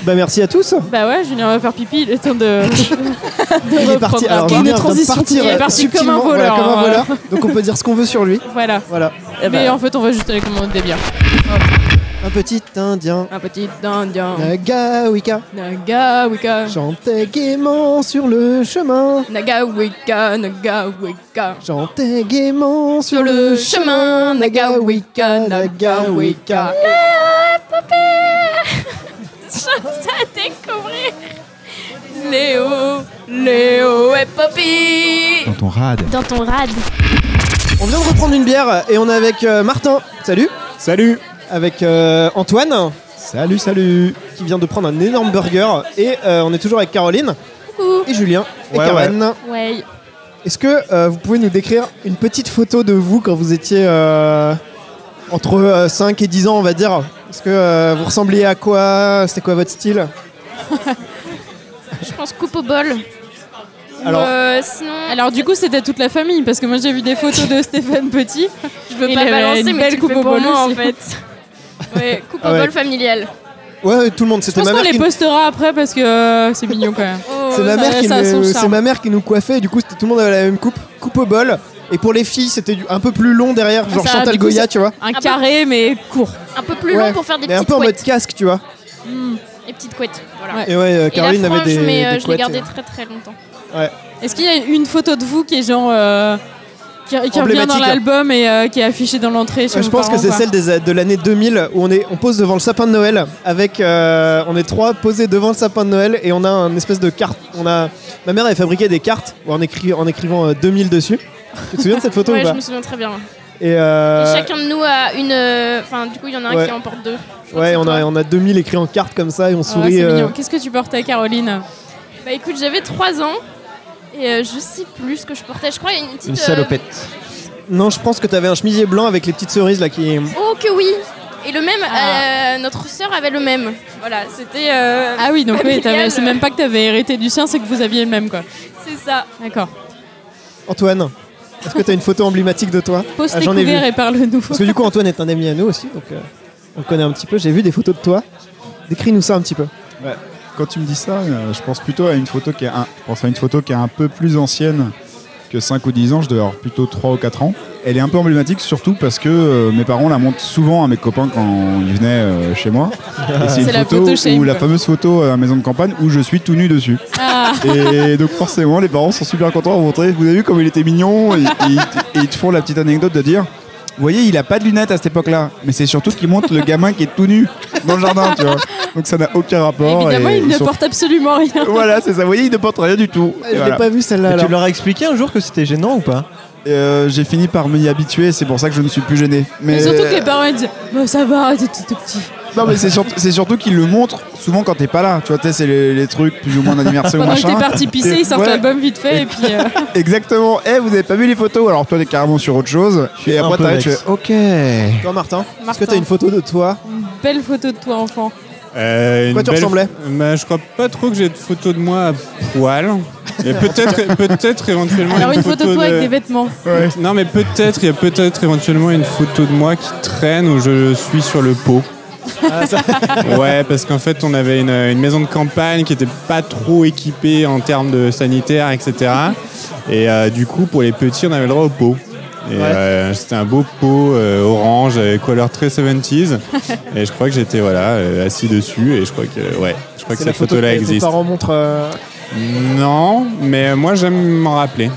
Speaker 1: bah merci à tous.
Speaker 6: Bah ouais, Julien va faire pipi. Il est temps de. *laughs*
Speaker 1: Il est parti.
Speaker 6: reprendre.
Speaker 1: Alors,
Speaker 6: Quelle
Speaker 1: Julien est en train de
Speaker 6: transition.
Speaker 1: partir,
Speaker 6: Il est
Speaker 1: euh,
Speaker 6: parti comme
Speaker 1: subtilement,
Speaker 6: un
Speaker 1: voilà,
Speaker 6: voleur,
Speaker 1: comme un
Speaker 6: hein,
Speaker 1: voleur. Donc on peut dire ce qu'on veut sur lui.
Speaker 6: Voilà.
Speaker 1: Voilà.
Speaker 6: Mais
Speaker 1: ben.
Speaker 6: en fait, on va juste aller commander des bières.
Speaker 1: Un petit Indien.
Speaker 6: Un petit indien.
Speaker 1: Nagawika
Speaker 6: Nagawika.
Speaker 1: chantait gaiement sur le chemin.
Speaker 8: Nagawika, Nagawika.
Speaker 1: Chantait gaiement sur
Speaker 8: Sur
Speaker 1: le
Speaker 8: le
Speaker 1: chemin.
Speaker 8: chemin,
Speaker 6: *laughs*
Speaker 8: Nagawika,
Speaker 1: Nagawika.
Speaker 8: Nagawika. à découvrir Léo, Léo et Poppy
Speaker 2: Dans ton rad.
Speaker 8: Dans ton rad.
Speaker 1: On vient de reprendre une bière et on est avec euh, Martin. Salut. Salut. Avec euh, Antoine. Salut, salut. Qui vient de prendre un énorme burger. Et euh, on est toujours avec Caroline.
Speaker 8: Coucou.
Speaker 1: Et Julien. Et
Speaker 7: Ouais,
Speaker 1: Karen.
Speaker 8: Ouais.
Speaker 1: Est-ce que euh, vous pouvez nous décrire une petite photo de vous quand vous étiez euh, entre euh, 5 et 10 ans, on va dire Est-ce que euh, vous ressembliez à quoi C'était quoi votre style
Speaker 8: Je pense coupe au bol.
Speaker 1: Alors-
Speaker 8: Alors, euh, sinon,
Speaker 6: Alors du coup, c'était toute la famille parce que moi j'ai vu des photos de Stéphane Petit.
Speaker 8: je veux
Speaker 6: il
Speaker 8: pas
Speaker 6: avait
Speaker 8: balancer,
Speaker 6: une
Speaker 8: mais
Speaker 6: belle
Speaker 8: tu le
Speaker 6: coupe
Speaker 8: fais
Speaker 6: au
Speaker 8: pour
Speaker 6: bol
Speaker 8: moi en
Speaker 6: aussi.
Speaker 8: fait.
Speaker 6: *laughs*
Speaker 8: Ouais, coupe
Speaker 1: Ah
Speaker 8: au
Speaker 1: ouais.
Speaker 8: bol familial.
Speaker 1: Ouais, tout le monde.
Speaker 6: Je
Speaker 1: C'était
Speaker 6: pense
Speaker 1: ma
Speaker 6: qu'on
Speaker 1: mère
Speaker 6: les
Speaker 1: qui
Speaker 6: postera après parce que euh, c'est mignon quand même.
Speaker 8: Oh,
Speaker 1: c'est ma
Speaker 6: ça-
Speaker 1: mère qui
Speaker 6: ça a son
Speaker 1: nous-
Speaker 6: charme.
Speaker 1: c'est ma mère qui nous coiffait. Et du coup, c'était- tout le monde avait la même coupe, coupe au bol. Et pour les filles, c'était du- un peu plus long derrière, genre
Speaker 6: ça,
Speaker 1: Chantal
Speaker 6: du coup,
Speaker 1: Goya, tu vois.
Speaker 6: Un
Speaker 8: bon
Speaker 6: carré mais court.
Speaker 8: Un peu plus
Speaker 1: Ouais,
Speaker 8: long pour faire des
Speaker 1: Mais un
Speaker 8: petites
Speaker 1: peu en mode
Speaker 8: couettes.
Speaker 1: casque, tu vois.
Speaker 8: Des petites couettes. Voilà.
Speaker 6: Ouais.
Speaker 1: Et ouais, euh,
Speaker 8: Et la
Speaker 1: Caroline avait
Speaker 8: frange,
Speaker 1: des.
Speaker 8: mais
Speaker 1: des
Speaker 8: euh, je l'ai
Speaker 1: couettes,
Speaker 8: gardée
Speaker 1: euh,
Speaker 8: très très longtemps.
Speaker 6: Est-ce qu'il y a une photo de vous qui est genre euh, qui, qui revient dans
Speaker 1: Emblématique.
Speaker 6: l'album et euh, qui est affichée dans l'entrée chez
Speaker 1: hein. Ouais,
Speaker 6: vos
Speaker 1: je pense que
Speaker 6: parents,
Speaker 1: c'est
Speaker 6: quoi.
Speaker 1: celle des- de l'année 2000 où on, est, on pose devant le sapin de Noël avec euh, on est trois posés devant le sapin de Noël et on a un espèce de carte. On a ma mère avait fabriqué des cartes en, écri- en écrivant euh, 2000 dessus. Tu te souviens de cette photo
Speaker 8: Ouais,
Speaker 1: ou
Speaker 8: je
Speaker 1: pas
Speaker 8: me souviens très bien.
Speaker 1: Et, euh,
Speaker 8: Et chacun de nous a une. euh, Enfin, du coup, il y en a un
Speaker 1: ouais.
Speaker 8: qui emporte deux. Je crois que
Speaker 1: ouais,
Speaker 8: c'est
Speaker 1: on a
Speaker 8: toi.
Speaker 1: on a 2000 écrit en carte comme ça et on
Speaker 6: Ah ouais,
Speaker 1: sourit.
Speaker 6: c'est
Speaker 1: euh,
Speaker 6: mignon. Qu'est-ce que tu portais, Caroline
Speaker 8: Bah écoute, j'avais 3 ans. Et euh, je sais plus ce que je portais. Je crois qu'il y a une petite.
Speaker 7: Une
Speaker 8: euh,
Speaker 7: salopette.
Speaker 1: Non, je pense que t'avais un chemisier blanc avec les petites cerises là qui.
Speaker 8: Oh que oui Et le même,
Speaker 6: Ah.
Speaker 8: euh, notre sœur avait le même. Voilà, c'était... euh,
Speaker 6: Ah oui, donc oui,
Speaker 8: Familial.
Speaker 6: t'avais- c'est même pas que t'avais hérité du sien, c'est que vous aviez le même quoi.
Speaker 8: c'est ça.
Speaker 6: D'accord.
Speaker 1: Antoine, est-ce que t'as une photo emblématique de toi
Speaker 6: Pose
Speaker 1: Ah,
Speaker 6: tes
Speaker 1: j'en ai vu.
Speaker 6: couverts et parle-nous.
Speaker 1: Parce que du coup, Antoine est un ami à nous aussi, donc euh, on le connaît un petit peu. J'ai vu des photos de toi. Décris-nous ça un petit peu.
Speaker 2: Quand tu me dis ça, euh, je pense plutôt à une photo qui est un, je pense à une photo qui est un peu plus ancienne que 5 ou 10 ans, je dois avoir plutôt 3 ou 4 ans. Elle est un peu emblématique surtout parce que euh, mes parents la montrent souvent à mes copains quand ils venaient euh, chez moi. Et c'est une
Speaker 6: C'est la
Speaker 2: photo,
Speaker 6: photo shame,
Speaker 2: ou la
Speaker 6: quoi.
Speaker 2: fameuse photo à la maison de campagne où je suis tout nu dessus.
Speaker 6: Ah.
Speaker 2: Et donc forcément, les parents sont super contents de montrer. Vous avez vu comme il était mignon et, et ils te- et ils te font la petite anecdote de dire. Vous voyez, il a pas de lunettes à cette époque-là, mais c'est surtout qu'il montre le gamin qui est tout nu.
Speaker 4: dans le jardin, tu vois. Donc ça n'a aucun rapport.
Speaker 6: Évidemment,
Speaker 4: et
Speaker 6: il ne
Speaker 4: ils sont-
Speaker 6: porte absolument rien.
Speaker 4: Voilà, c'est ça. Vous voyez, il ne porte rien du tout. Et
Speaker 1: Je l'ai
Speaker 4: voilà.
Speaker 1: pas vu celle-là.
Speaker 7: Et
Speaker 1: alors.
Speaker 7: tu leur as expliqué un jour que c'était gênant ou pas
Speaker 4: Euh, J'ai fini par m'y habituer, c'est pour ça que je ne suis plus gêné. Mais
Speaker 6: Et
Speaker 1: euh,
Speaker 6: surtout que les parents ils disent Bah, ça va, t'es tout, tout petit.
Speaker 4: non, mais c'est surtout, c'est surtout qu'ils le montrent souvent quand t'es pas là. Tu vois, tu sais, c'est les, les trucs plus ou moins d'anniversaire ou
Speaker 6: Pendant que
Speaker 4: machin.
Speaker 6: t'es parti pisser, ils sortent
Speaker 4: Ouais.
Speaker 6: l'album vite fait et puis. euh,
Speaker 4: Exactement. Eh, vous avez pas vu les photos Alors toi, t'es carrément sur autre chose. Et
Speaker 7: un
Speaker 4: après,
Speaker 7: peu
Speaker 4: t'arrives, tu
Speaker 7: vex.
Speaker 4: fais OK. Une
Speaker 1: Toi, Martin, est-ce que
Speaker 6: Martin.
Speaker 1: t'as une photo de toi
Speaker 6: Belle photo de toi, enfant.
Speaker 2: Euh, une
Speaker 1: Quoi tu
Speaker 2: belle-
Speaker 1: ressemblais
Speaker 2: Bah, Je crois pas trop que j'ai de photos de moi à poil. Et peut-être peut-être éventuellement
Speaker 6: Alors, une photo de toi
Speaker 2: de-
Speaker 6: avec des vêtements.
Speaker 2: Non, mais peut-être, il y a peut-être éventuellement une photo de moi qui traîne où je suis sur le pot.
Speaker 1: Ah,
Speaker 2: *laughs* ouais, parce qu'en fait, on avait une, une maison de campagne qui était pas trop équipée en termes de sanitaire, etc. Et euh, du coup, pour les petits, on avait le droit au pot. Et euh, c'était un beau pot euh, orange, euh, color très 70s. et je crois que j'étais voilà, euh, assis dessus. Et je crois que, ouais, je crois que cette
Speaker 1: que
Speaker 2: photo-là
Speaker 1: tes-
Speaker 2: existe.
Speaker 1: Tes parents montrent. euh,
Speaker 2: Non, mais euh, moi, j'aime m'en rappeler.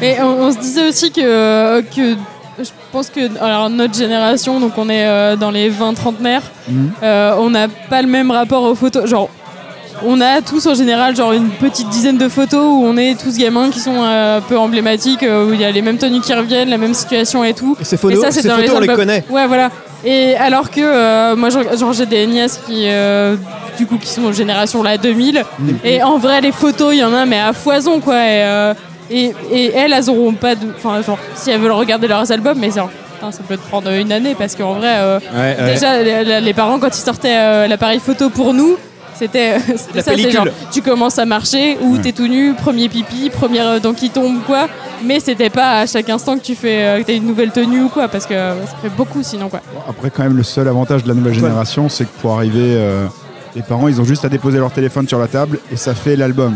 Speaker 6: Mais on, on se disait aussi que, euh, que je pense que alors notre génération, donc on est euh, dans les 20 trentenaires, euh, on n'a pas le même rapport aux photos. Genre, on a tous en général genre une petite dizaine de photos où on est tous gamins qui sont euh, un peu emblématiques, euh, où il y a les mêmes tenues qui reviennent, la même situation et tout.
Speaker 1: Et ces
Speaker 6: Mais
Speaker 1: photos,
Speaker 6: ça, c'est
Speaker 1: ces
Speaker 6: dans
Speaker 1: photos
Speaker 6: les
Speaker 1: on les
Speaker 6: albums.
Speaker 1: connaît.
Speaker 6: Ouais, voilà. Et alors que euh, moi, genre, genre, j'ai des nièces qui, euh, du coup, qui sont génération la 2000.
Speaker 1: Mm.
Speaker 6: Et en vrai, les photos, il y en a, mais à foison, quoi. Et, euh, et, et elles, elles auront pas de. Enfin, genre, si elles veulent regarder leurs albums, mais genre, putain, ça peut te prendre une année parce qu'en vrai, euh,
Speaker 2: Ouais, ouais.
Speaker 6: déjà, les, les parents, quand ils sortaient euh, l'appareil photo pour nous, *laughs* c'était c'était
Speaker 7: La
Speaker 6: ça, c'est
Speaker 7: pellicule.
Speaker 6: genre tu commences à marcher ou t'es tout nu, premier pipi, première euh, dent qui tombe quoi. Mais c'était pas à chaque instant que tu fais euh, que t'as une nouvelle tenue ou quoi parce que euh, ça fait beaucoup sinon quoi.
Speaker 4: Après, quand même, le seul avantage de la nouvelle génération, c'est que pour arriver, euh, les parents, ils ont juste à déposer leur téléphone sur la table et ça fait l'album.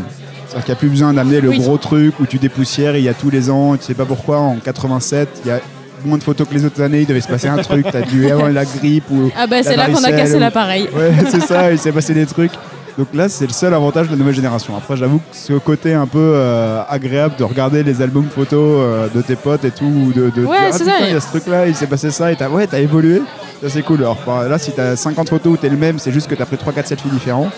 Speaker 4: C'est-à-dire qu'il n'y a plus besoin d'amener le
Speaker 6: Oui.
Speaker 4: gros truc où tu dépoussières il y a tous les ans, tu sais pas pourquoi, en 87, il y a moins de photos que les autres années, il devait se passer un truc, t'as dû avoir la grippe ou.
Speaker 6: Ah bah
Speaker 4: La
Speaker 6: c'est là qu'on a
Speaker 4: varicelle
Speaker 6: cassé
Speaker 4: ou-
Speaker 6: l'appareil.
Speaker 4: Ouais, *laughs* c'est ça, il s'est passé des trucs. Donc là, c'est le seul avantage de la nouvelle génération. Après, j'avoue que ce côté un peu euh, agréable de regarder les albums photos euh, de tes potes et tout, ou de, de
Speaker 6: Ouais,
Speaker 4: dire, ah,
Speaker 6: c'est
Speaker 4: putain,
Speaker 6: ça.
Speaker 4: il y a ce truc-là, il s'est passé ça, et t'as ouais, t'as évolué. Ça, c'est cool. Alors par- là, si t'as 50 photos où t'es le même, c'est juste que t'as pris 3-4 selfies différents.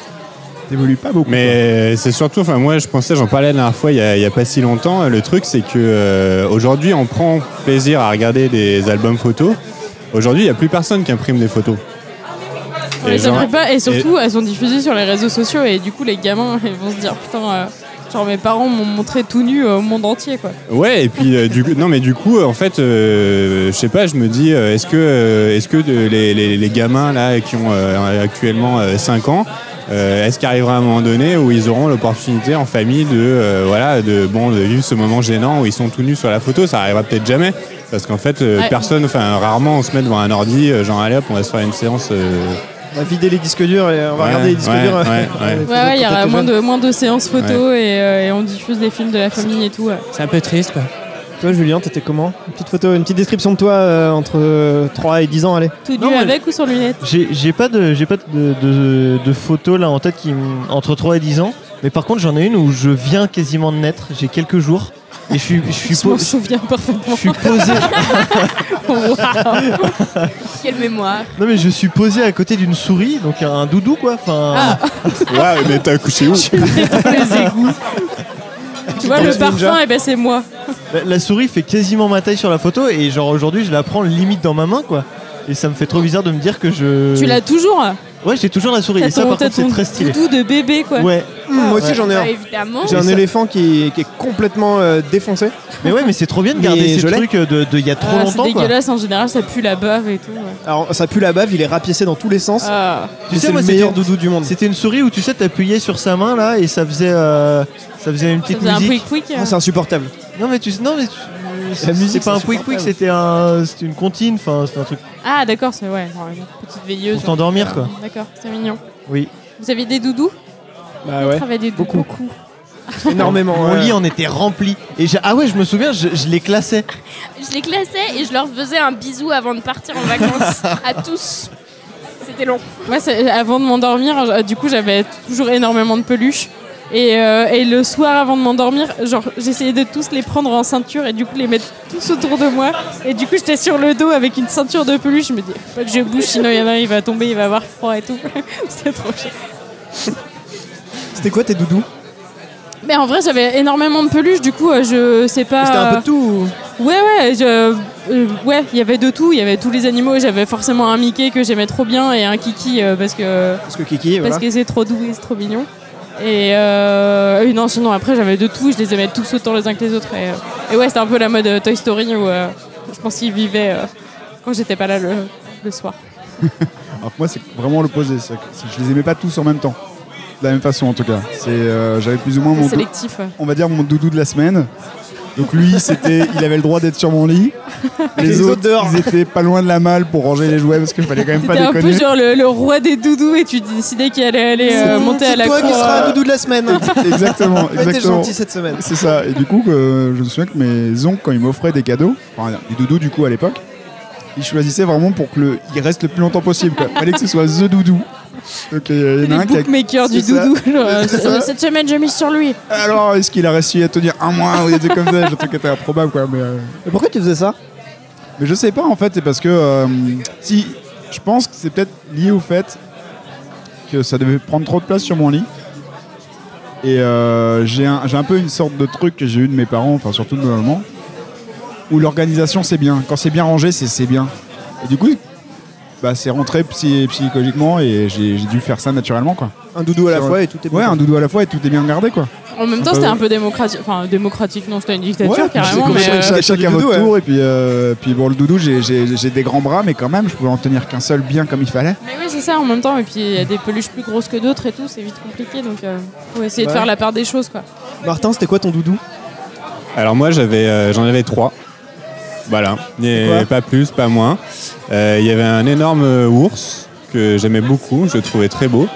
Speaker 4: T'évolues pas beaucoup.
Speaker 2: Mais c'est surtout, enfin moi je pensais, j'en parlais la dernière fois il y a, il y a pas si longtemps. Le truc c'est que euh, aujourd'hui on prend plaisir à regarder des albums photos. Aujourd'hui il n'y a plus personne qui imprime des photos.
Speaker 6: On
Speaker 2: Et
Speaker 6: les
Speaker 2: genre-
Speaker 6: apprit pas et surtout elles sont diffusées sur les réseaux sociaux et du coup les gamins *laughs* ils vont se dire putain euh, genre mes parents m'ont montré tout nu euh, au monde entier quoi.
Speaker 2: Ouais et puis euh, du coup, non mais du coup euh, en fait euh, je sais pas, je me dis euh, est-ce que euh, est-ce que de- les, les- les gamins là qui ont euh, actuellement 5 ans euh, est-ce qu'il arrivera un moment donné où ils auront l'opportunité en famille de euh, voilà de bon de vivre ce moment gênant où ils sont tout nus sur la photo ça arrivera peut-être jamais parce qu'en fait euh,
Speaker 6: Ouais.
Speaker 2: personne enfin rarement on se met devant un ordi euh, genre allez hop on va se faire une séance euh,
Speaker 1: On va vider les disques durs et on va
Speaker 2: Ouais,
Speaker 1: regarder les disques *laughs*
Speaker 2: ouais,
Speaker 1: durs. euh,
Speaker 2: ouais, ouais.
Speaker 1: les
Speaker 6: Ouais ouais il
Speaker 1: photos
Speaker 6: y
Speaker 1: quand
Speaker 6: aura
Speaker 1: t'étais
Speaker 6: moins
Speaker 1: jeune.
Speaker 6: de moins de séances photos et, euh, et on diffuse des films de la famille et tout. ouais.
Speaker 9: C'est un peu triste.
Speaker 1: Toi, Julien, t'étais comment Une petite photo, une petite description de toi euh, entre euh, 3 et 10 ans, allez.
Speaker 6: Tout nu
Speaker 7: Non, moi,
Speaker 6: avec ou sans lunettes.
Speaker 7: J'ai j'ai pas de j'ai pas de, de, de photos là en tête qui m- entre 3 et 10 ans. Mais par contre, j'en ai une où je viens quasiment de naître. J'ai quelques jours et je suis je suis
Speaker 6: Je
Speaker 7: po-
Speaker 6: m'en souviens
Speaker 7: je
Speaker 6: parfaitement.
Speaker 7: suis posé.
Speaker 8: Quelle mémoire.
Speaker 7: Non mais je suis posé à côté d'une souris, donc un doudou quoi. Enfin,
Speaker 6: Ah.
Speaker 2: Waouh, mais t'as accouché où
Speaker 6: Tu vois le parfum et ben c'est moi.
Speaker 7: la, la souris fait quasiment ma taille sur la photo et genre aujourd'hui, je la prends limite dans ma main quoi. Et ça me fait trop bizarre de me dire que je.
Speaker 6: Tu l'as toujours
Speaker 7: Ouais, j'ai toujours la souris.
Speaker 6: T'as
Speaker 7: Et ça
Speaker 6: ton-
Speaker 7: par
Speaker 6: t'as
Speaker 7: contre, c'est
Speaker 6: ton
Speaker 7: très stylé.
Speaker 6: doudou de bébé quoi.
Speaker 7: Ouais.
Speaker 1: Mmh, moi aussi, j'en ai
Speaker 8: Bah,
Speaker 1: un.
Speaker 8: évidemment.
Speaker 1: J'ai un
Speaker 7: ça-
Speaker 1: éléphant qui, qui est complètement euh, défoncé.
Speaker 7: Mais ouais, mais c'est trop bien de
Speaker 1: Mais
Speaker 7: garder
Speaker 1: je
Speaker 7: ces
Speaker 1: l'ai.
Speaker 7: trucs euh, de de- il y a trop
Speaker 6: Ah, c'est
Speaker 7: longtemps quoi.
Speaker 6: dégueulasse en général, ça pue la bave et tout. ouais.
Speaker 1: Alors, ça pue la bave, il est rapiécé dans tous les sens.
Speaker 6: Ah.
Speaker 7: Tu
Speaker 1: mais
Speaker 7: sais,
Speaker 1: c'est
Speaker 7: moi,
Speaker 1: le
Speaker 7: c'était-
Speaker 1: meilleur doudou du monde.
Speaker 7: C'était une souris où tu sais t'appuyais sur sa main là et ça faisait euh, ça faisait une
Speaker 6: ça
Speaker 7: petite
Speaker 6: faisait un euh.
Speaker 7: musique.
Speaker 6: quick quick.
Speaker 1: Ah, c'est insupportable.
Speaker 7: non mais tu non mais tu- c'est
Speaker 1: musique,
Speaker 7: c'est
Speaker 1: c'est
Speaker 7: pas un quick quick,
Speaker 1: insupportable.
Speaker 7: c'était un c'était une contine, enfin c'était un truc
Speaker 6: Ah d'accord, c'est ouais, genre une petite veilleuse.
Speaker 7: pour t'endormir quoi.
Speaker 6: D'accord, c'est mignon.
Speaker 7: Oui.
Speaker 6: Vous aviez des doudous
Speaker 1: Bah ouais, hein.
Speaker 6: Vous avez des doudous
Speaker 1: Beaucoup. *laughs* énormément.
Speaker 7: Mon
Speaker 1: ouais.
Speaker 7: lit en était rempli et j'ai- ah ouais, je me souviens, je, je les classais.
Speaker 8: Je les classais et je leur faisais un bisou avant de partir en vacances à tous. C'était long.
Speaker 6: euh, Moi, c'est- avant de m'endormir, euh, du coup, j'avais toujours énormément de peluches. Et, euh, et le soir, avant de m'endormir, genre, j'essayais de tous les prendre en ceinture et du coup les mettre tous autour de moi. Et du coup, j'étais sur le dos avec une ceinture de peluche. Je me dis, faut pas que je bouge, sinon il y en a un, il va tomber, il va avoir froid et tout. *laughs* C'était trop chiant.
Speaker 1: C'était quoi tes doudous
Speaker 6: Mais en vrai, j'avais énormément de peluches, du coup, euh, je sais pas.
Speaker 1: C'était un peu
Speaker 6: euh,
Speaker 1: de tout
Speaker 6: Ouais, ouais, je, euh, ouais, il y avait de tout, il y avait tous les animaux, et j'avais forcément un Mickey que j'aimais trop bien et un Kiki euh, parce que
Speaker 1: Parce que Kiki, voilà.
Speaker 6: parce que euh, c'est trop doux et c'est trop mignon. Et euh, euh, non, sinon après j'avais de tout, je les aimais tous autant les uns que les autres. Et, euh, et ouais, c'était un peu la mode euh, Toy Story où euh, je pense qu'ils vivaient euh, quand j'étais pas là le, le soir.
Speaker 2: Alors que moi, c'est vraiment l'opposé. c'est que Je les aimais pas tous en même temps. De la même façon, en tout cas. C'est, euh, j'avais plus ou moins mon, dou-
Speaker 6: Sélectif. ouais.
Speaker 2: on va dire mon doudou de la semaine. Donc lui, c'était, il avait le droit d'être sur mon lit. Les, autres, ils étaient pas loin de la malle pour ranger les jouets parce qu'il fallait quand même pas
Speaker 6: C'était un peu
Speaker 2: déconner.
Speaker 6: genre le, le roi des doudous et tu décidais qu'il allait aller euh, monter à la
Speaker 1: toi
Speaker 6: cour.
Speaker 1: qui seras
Speaker 6: euh,
Speaker 1: doudou de la
Speaker 6: *laughs*
Speaker 1: semaine
Speaker 2: Exactement,
Speaker 1: Ouais, T'es
Speaker 2: exactement.
Speaker 1: gentil cette semaine
Speaker 2: C'est ça. Et du coup, euh, je me souviens que mes oncles, quand ils m'offraient des cadeaux, enfin des doudous du coup à l'époque, ils choisissaient vraiment pour que le, il reste le plus longtemps possible. Quoi. Fallait que ce soit the doudou. Donc euh, il y en
Speaker 6: les
Speaker 2: a un qui a
Speaker 6: bookmakers du
Speaker 2: C'est ça.
Speaker 6: doudou. genre, euh,
Speaker 2: C'est ça.
Speaker 6: Cette semaine, j'ai mis sur lui. *laughs*
Speaker 2: Alors, est-ce qu'il a réussi à tenir un mois ou des trucs comme ça Je truc qui était improbable, quoi. Mais, euh,
Speaker 1: Mais pourquoi tu faisais ça
Speaker 2: mais je sais pas, en fait, c'est parce que euh, si je pense que c'est peut-être lié au fait que ça devait prendre trop de place sur mon lit. Et euh, j'ai un, j'ai un peu une sorte de truc que j'ai eu de mes parents, enfin surtout de ma maman, où l'organisation c'est bien. Quand c'est bien rangé, c'est c'est bien. Et du coup, bah, c'est rentré psy- psychologiquement et j'ai j'ai dû faire ça naturellement, quoi.
Speaker 1: Un doudou à la
Speaker 2: Sur-
Speaker 1: fois et tout est bon.
Speaker 2: Ouais, un doudou à la fois et tout est bien regardé, quoi.
Speaker 6: En
Speaker 1: Ah
Speaker 6: même temps,
Speaker 2: Bah
Speaker 6: c'était
Speaker 2: ouais.
Speaker 6: un peu démocratique. Enfin, démocratique, non, c'était une dictature
Speaker 2: Ouais,
Speaker 6: carrément.
Speaker 2: c'est
Speaker 6: Mais,
Speaker 2: comme ça,
Speaker 6: euh,
Speaker 2: chaque- chacun
Speaker 1: doudou,
Speaker 2: votre
Speaker 1: ouais.
Speaker 2: tour et puis, euh, puis bon le doudou j'ai- j'ai j'ai des grands bras mais quand même je pouvais en tenir qu'un seul bien comme il fallait.
Speaker 6: mais oui, c'est ça en même temps. Et puis, il y a des peluches plus grosses que d'autres et tout, c'est vite compliqué. Donc, euh, faut essayer
Speaker 1: Ouais.
Speaker 6: de faire la part des choses, quoi.
Speaker 1: Martin, c'était quoi ton doudou
Speaker 3: Alors moi j'avais, euh, j'en avais trois. Voilà, Et
Speaker 1: quoi
Speaker 3: pas plus, pas moins. Euh, Il y avait un énorme euh, ours que j'aimais beaucoup, je le trouvais très beau.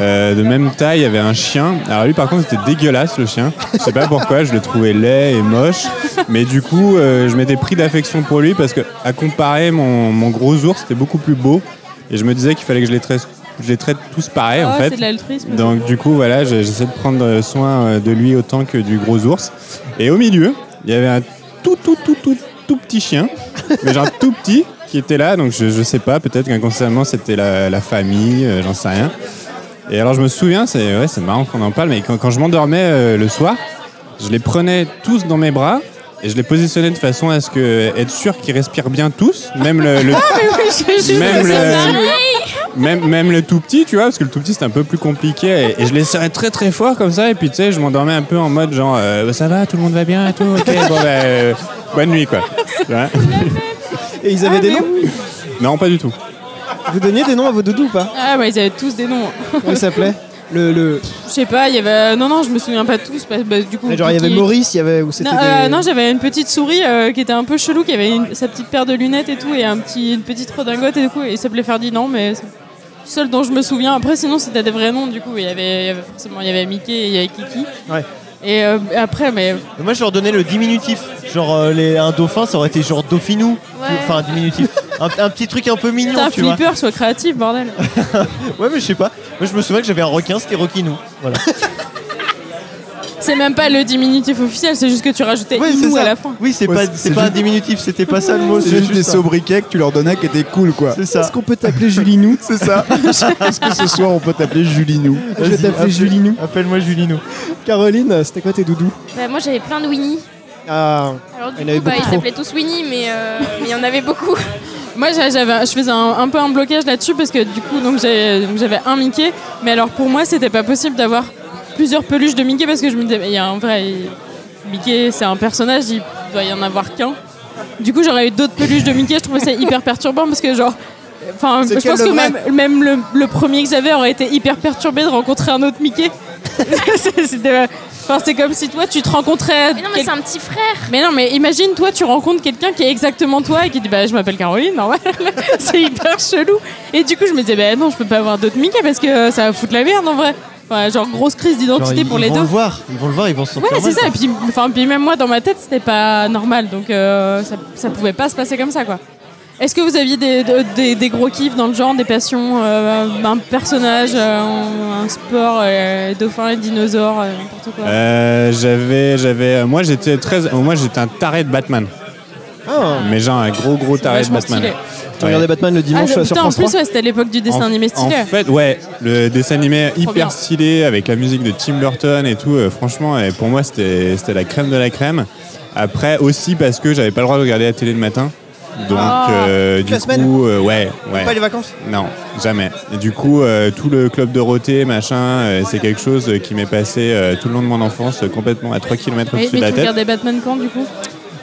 Speaker 3: Euh, de même taille, il y avait un chien. Alors lui par contre c'était dégueulasse le chien. Je sais pas pourquoi, je le trouvais laid et moche. Mais du coup euh, je m'étais pris d'affection pour lui parce que à comparer mon, mon gros ours c'était beaucoup plus beau. Et je me disais qu'il fallait que je les traite, je les traite tous pareil en
Speaker 6: Ah,
Speaker 3: fait.
Speaker 6: c'est de l'altruisme.
Speaker 3: Donc du coup voilà, je- j'essaie de prendre euh, soin euh, de lui autant que du gros ours. Et au milieu, il y avait un tout tout tout tout tout petit chien, mais genre tout petit qui était là. Donc je, je sais pas, peut-être qu'inconsciemment c'était la, la famille, euh, j'en sais rien. Et alors je me souviens, c'est ouais, c'est marrant qu'on en parle, mais quand, quand je m'endormais euh, le soir, je les prenais tous dans mes bras. Et je les positionnais de façon à ce que être sûr qu'ils respirent bien tous, même le, le- même le, même, même le tout petit, tu vois, parce que le tout petit c'était un peu plus compliqué. Et, et je les serrais très très fort comme ça, et puis tu sais, je m'endormais un peu en mode genre, euh, Bah, ça va, tout le monde va bien et tout, ok, bon, bah, euh, bonne nuit quoi. Tu vois
Speaker 1: Et ils avaient des noms
Speaker 3: Non, pas du tout.
Speaker 1: Vous donniez des noms à vos doudous ou pas
Speaker 6: Ah, ouais, ils avaient tous des noms.
Speaker 1: Comment ils s'appelaient le, le...
Speaker 6: Je sais pas, il y avait. euh, Non, non, je me souviens pas tous. parce- bah, du coup,
Speaker 1: Genre, il y avait
Speaker 6: qui-
Speaker 1: Maurice, il y avait. Ou
Speaker 6: Non,
Speaker 1: c'était
Speaker 6: euh,
Speaker 1: des-
Speaker 6: non, j'avais une petite souris euh, qui était un peu chelou, qui avait une- sa petite paire de lunettes et tout, et un petit, une petite redingote et du coup, il s'appelait Ferdinand, mais c'est le seul dont je me souviens. Après, sinon, c'était des vrais noms, du coup, il y avait, il y avait forcément, il y avait Mickey et il y avait Kiki.
Speaker 1: Ouais.
Speaker 6: Et euh, après, mais
Speaker 7: Et Moi, je leur donnais le diminutif. Genre, euh, les, un dauphin, ça aurait été genre Dauphinou.
Speaker 8: Ouais.
Speaker 7: Enfin, diminutif. un, un petit truc un
Speaker 6: *laughs*
Speaker 7: peu mignon,
Speaker 6: t'es un
Speaker 7: tu vois.
Speaker 6: flipper, sois créatif, bordel.
Speaker 7: Ouais, mais je sais pas. Moi, je me souviens que j'avais un requin, c'était Roquinou. Voilà.
Speaker 6: C'est même pas le diminutif officiel, c'est juste que tu rajoutais
Speaker 7: Ouais,
Speaker 6: Inou à la fin.
Speaker 7: Oui, c'est
Speaker 2: Ouais,
Speaker 7: pas,
Speaker 2: c'est-
Speaker 7: c'est
Speaker 2: c'est
Speaker 7: pas un
Speaker 2: juste-
Speaker 7: diminutif, c'était pas ça le mot.
Speaker 2: C'est juste des
Speaker 7: ça.
Speaker 2: sobriquets que tu leur donnais qui étaient cool quoi.
Speaker 7: C'est ça.
Speaker 1: Est-ce qu'on peut t'appeler Julinou
Speaker 2: *laughs* C'est ça. Est-ce que ce soir on peut t'appeler Julie nous
Speaker 1: Je vais
Speaker 7: Vas-y,
Speaker 1: t'appeler
Speaker 7: appelle-
Speaker 1: Julinou.
Speaker 7: Appelle-moi Julinou.
Speaker 1: Caroline, c'était quoi tes doudous
Speaker 8: Bah, moi j'avais plein de Winnie.
Speaker 1: Ah,
Speaker 8: Alors du
Speaker 1: Il y en avait
Speaker 8: coup, bah,
Speaker 1: beaucoup
Speaker 8: ils
Speaker 1: trop.
Speaker 8: s'appelaient tous Winnie, mais euh, mais il y en avait beaucoup.
Speaker 6: Moi, j'a- j'avais, je faisais un, un peu un blocage là-dessus parce que du coup, donc j'ai- donc, j'avais un Mickey, mais alors pour moi, c'était pas possible d'avoir plusieurs peluches de Mickey parce que je me disais, mais il y a un vrai Mickey, c'est un personnage, il doit y en avoir qu'un. Du coup, j'aurais eu d'autres peluches de Mickey. Je trouvais ça hyper perturbant parce que genre. Enfin, je
Speaker 1: C'est
Speaker 6: pense
Speaker 1: quel
Speaker 6: que
Speaker 1: le vrai
Speaker 6: même, même le, le premier que j'avais aurait été hyper perturbé de rencontrer un autre Mickey. *laughs* C'est- c'était- enfin, c'est comme si toi, tu te rencontrais.
Speaker 8: Mais non,
Speaker 6: quel-
Speaker 8: mais c'est un petit frère.
Speaker 6: mais non, mais imagine, toi, tu rencontres quelqu'un qui est exactement toi et qui dit Bah, je m'appelle Caroline, normal. *laughs* c'est hyper chelou. Et du coup, je me disais Bah, non, je peux pas avoir d'autres Mickey parce que euh, ça va foutre la merde en vrai. Enfin, genre, grosse crise
Speaker 7: Genre,
Speaker 6: d'identité
Speaker 7: ils,
Speaker 6: pour
Speaker 7: ils
Speaker 6: les
Speaker 7: vont
Speaker 6: deux.
Speaker 7: le voir, ils vont le voir, ils vont se
Speaker 6: Ouais,
Speaker 7: sentir
Speaker 6: c'est
Speaker 7: mal,
Speaker 6: ça.
Speaker 7: quoi.
Speaker 6: Et puis, enfin, puis même moi, dans ma tête, c'était pas normal. Donc, euh, ça, ça pouvait pas se passer comme ça, quoi. Est-ce que vous aviez des, de- des- des gros kiffs dans le genre, des passions, euh, un personnage, euh, un sport, euh, dauphin, dinosaure, euh, n'importe quoi
Speaker 3: Euh, j'avais, j'avais, euh, moi j'étais très, euh, moi j'étais un taré de Batman.
Speaker 1: Ah,
Speaker 3: Mais genre un gros gros taré de
Speaker 6: vachement
Speaker 3: Batman.
Speaker 6: stylé.
Speaker 1: tu
Speaker 3: Ouais.
Speaker 1: regardais Batman le
Speaker 6: Ah,
Speaker 1: dimanche
Speaker 6: putain,
Speaker 1: sur
Speaker 6: en
Speaker 1: France
Speaker 6: plus,
Speaker 1: 3
Speaker 6: ouais, c'était à l'époque du dessin
Speaker 3: en,
Speaker 6: animé stylé.
Speaker 3: En fait, ouais, le dessin animé hyper
Speaker 6: bien.
Speaker 3: stylé avec la musique de Tim Burton et tout. euh, franchement, et pour moi, c'était c'était la crème de la crème. Après, aussi parce que j'avais pas le droit de regarder la télé le matin. Donc,
Speaker 6: Ah.
Speaker 3: euh,
Speaker 1: la
Speaker 3: du
Speaker 1: semaine
Speaker 3: coup, euh, ouais, ouais.
Speaker 1: Pas les vacances
Speaker 3: Non, jamais. Et du coup, euh, tout le club Dorothée, machin, euh, c'est quelque chose euh, qui m'est passé euh, tout le long de mon enfance, euh, complètement à 3 km
Speaker 6: Mais,
Speaker 3: au-dessus
Speaker 6: mais
Speaker 3: de
Speaker 6: tu
Speaker 3: la tête. Bah,
Speaker 6: regardais Batman quand du coup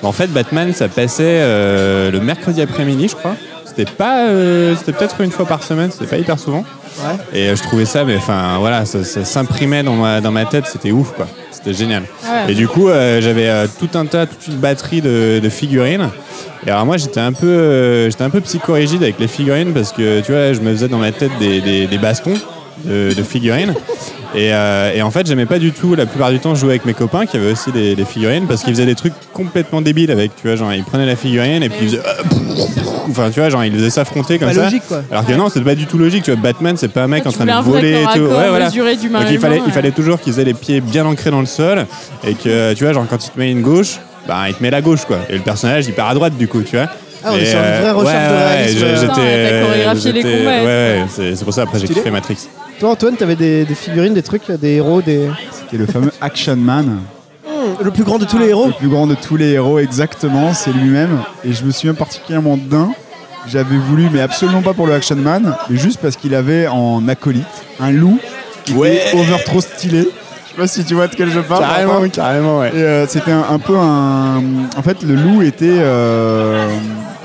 Speaker 3: En fait, Batman, ça passait euh, le mercredi après-midi, je crois. C'était pas, euh, c'était peut-être une fois par semaine, c'était pas hyper souvent.
Speaker 1: Ouais.
Speaker 3: Et euh, je trouvais ça, mais enfin voilà, ça, ça s'imprimait dans ma, dans ma tête, c'était ouf quoi. C'était génial.
Speaker 6: Ouais.
Speaker 3: Et du coup, euh, j'avais euh, tout un tas, toute une batterie de, de figurines. Et alors moi, j'étais un peu, euh, j'étais un peu psychorigide avec les figurines parce que tu vois, je me faisais dans ma tête des, des, des bastons de, de figurines. Et, euh, et en fait, j'aimais pas du tout la plupart du temps jouer avec mes copains qui avaient aussi des, des figurines parce qu'ils faisaient des trucs complètement débiles avec, tu vois, genre ils prenaient la figurine et puis ils faisaient, euh, enfin tu vois, genre ils faisaient s'affronter comme
Speaker 1: Pas
Speaker 3: ça.
Speaker 1: logique quoi.
Speaker 3: Alors que non, c'est pas du tout logique. Tu vois, Batman, c'est pas un mec
Speaker 6: Tu
Speaker 3: en train
Speaker 6: voulais un vrai
Speaker 3: de voler et
Speaker 6: corps à
Speaker 3: tout.
Speaker 6: corps,
Speaker 3: Ouais, voilà.
Speaker 6: mesuré d'humain
Speaker 3: Donc
Speaker 6: à
Speaker 3: il fallait,
Speaker 6: humain,
Speaker 3: il
Speaker 6: ouais.
Speaker 3: fallait toujours qu'ils aient les pieds bien ancrés dans le sol et que, tu vois, genre quand il te met une gauche, bah il te met la gauche quoi. Et le personnage, il part à droite du coup, tu vois.
Speaker 1: Ah, on est
Speaker 3: Et,
Speaker 1: sur une vraie recherche
Speaker 3: ouais,
Speaker 1: de
Speaker 3: ouais,
Speaker 1: réalisme.
Speaker 3: je-
Speaker 1: Putain,
Speaker 3: j'étais,
Speaker 6: ouais, t'as chorégraphié les
Speaker 3: j'étais-
Speaker 6: combats et
Speaker 3: Ouais, ouais, c'est, c'est pour ça après j'ai
Speaker 1: Stylé.
Speaker 3: kiffé Matrix.
Speaker 1: Toi Antoine, t'avais des, des figurines, des trucs, des héros, des.
Speaker 2: Qui est le fameux Action Man.
Speaker 1: Le plus grand de tous les héros
Speaker 2: Le plus grand de tous les héros, exactement, c'est lui-même. Et je me souviens particulièrement d'un que j'avais voulu, mais absolument pas pour le Action Man, mais juste parce qu'il avait en acolyte un loup qui était over trop stylé. Je sais pas si tu vois de quel je parle. Enfin,
Speaker 3: carrément, ouais.
Speaker 2: et, euh, c'était un, un peu un. En fait, le loup était euh,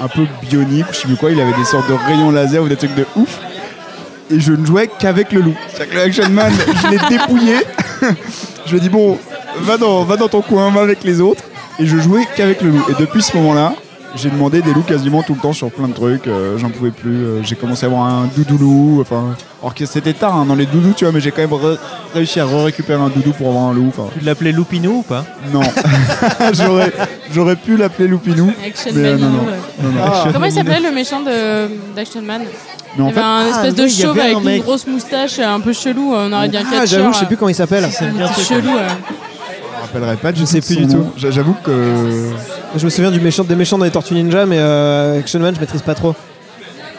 Speaker 2: un peu bionique, je sais plus quoi. Il avait des sortes de rayons laser ou des trucs de ouf. Et je ne jouais qu'avec le loup. C'est-à-dire que le Action Man, je l'ai dépouillé. *laughs* je lui ai dit, bon, va dans, va dans ton coin, va avec les autres. Et je jouais qu'avec le loup. Et depuis ce moment-là, j'ai demandé des loups quasiment tout le temps sur plein de trucs. euh, J'en pouvais plus. euh, j'ai commencé à avoir un doudou loup. Enfin, alors que c'était tard hein, dans les doudous, tu vois, mais j'ai quand même re- réussi à récupérer un doudou pour avoir un loup. Enfin,
Speaker 7: Tu l'appelais Loupinou ou pas
Speaker 2: non. *laughs* j'aurais, j'aurais pu l'appeler Loupinou.
Speaker 6: Action
Speaker 2: Mais, euh,
Speaker 6: Man.
Speaker 2: non, non.
Speaker 6: ouais. Ah.
Speaker 2: Non, non.
Speaker 6: Comment
Speaker 1: Bah,
Speaker 6: il Eh s'appelait le méchant de- d'Action Man
Speaker 2: Mais
Speaker 6: Il
Speaker 2: en
Speaker 6: avait
Speaker 2: fait,
Speaker 6: un
Speaker 1: ah,
Speaker 6: espèce de
Speaker 1: oui, il y
Speaker 6: chauve
Speaker 1: avait un
Speaker 6: avec une
Speaker 1: mec.
Speaker 6: grosse moustache euh, un peu chelou, euh, on aurait dit un
Speaker 1: Ah,
Speaker 6: catcheur.
Speaker 1: j'avoue, je sais plus
Speaker 6: euh,
Speaker 1: comment il s'appelle.
Speaker 6: petit chelou. euh.
Speaker 2: je me rappellerai pas. Je
Speaker 1: sais plus du tout.
Speaker 2: J'a- J'avoue que.
Speaker 1: Je me souviens du méchant, des méchants dans les Tortues Ninja, mais euh, Action Man, je maîtrise pas trop.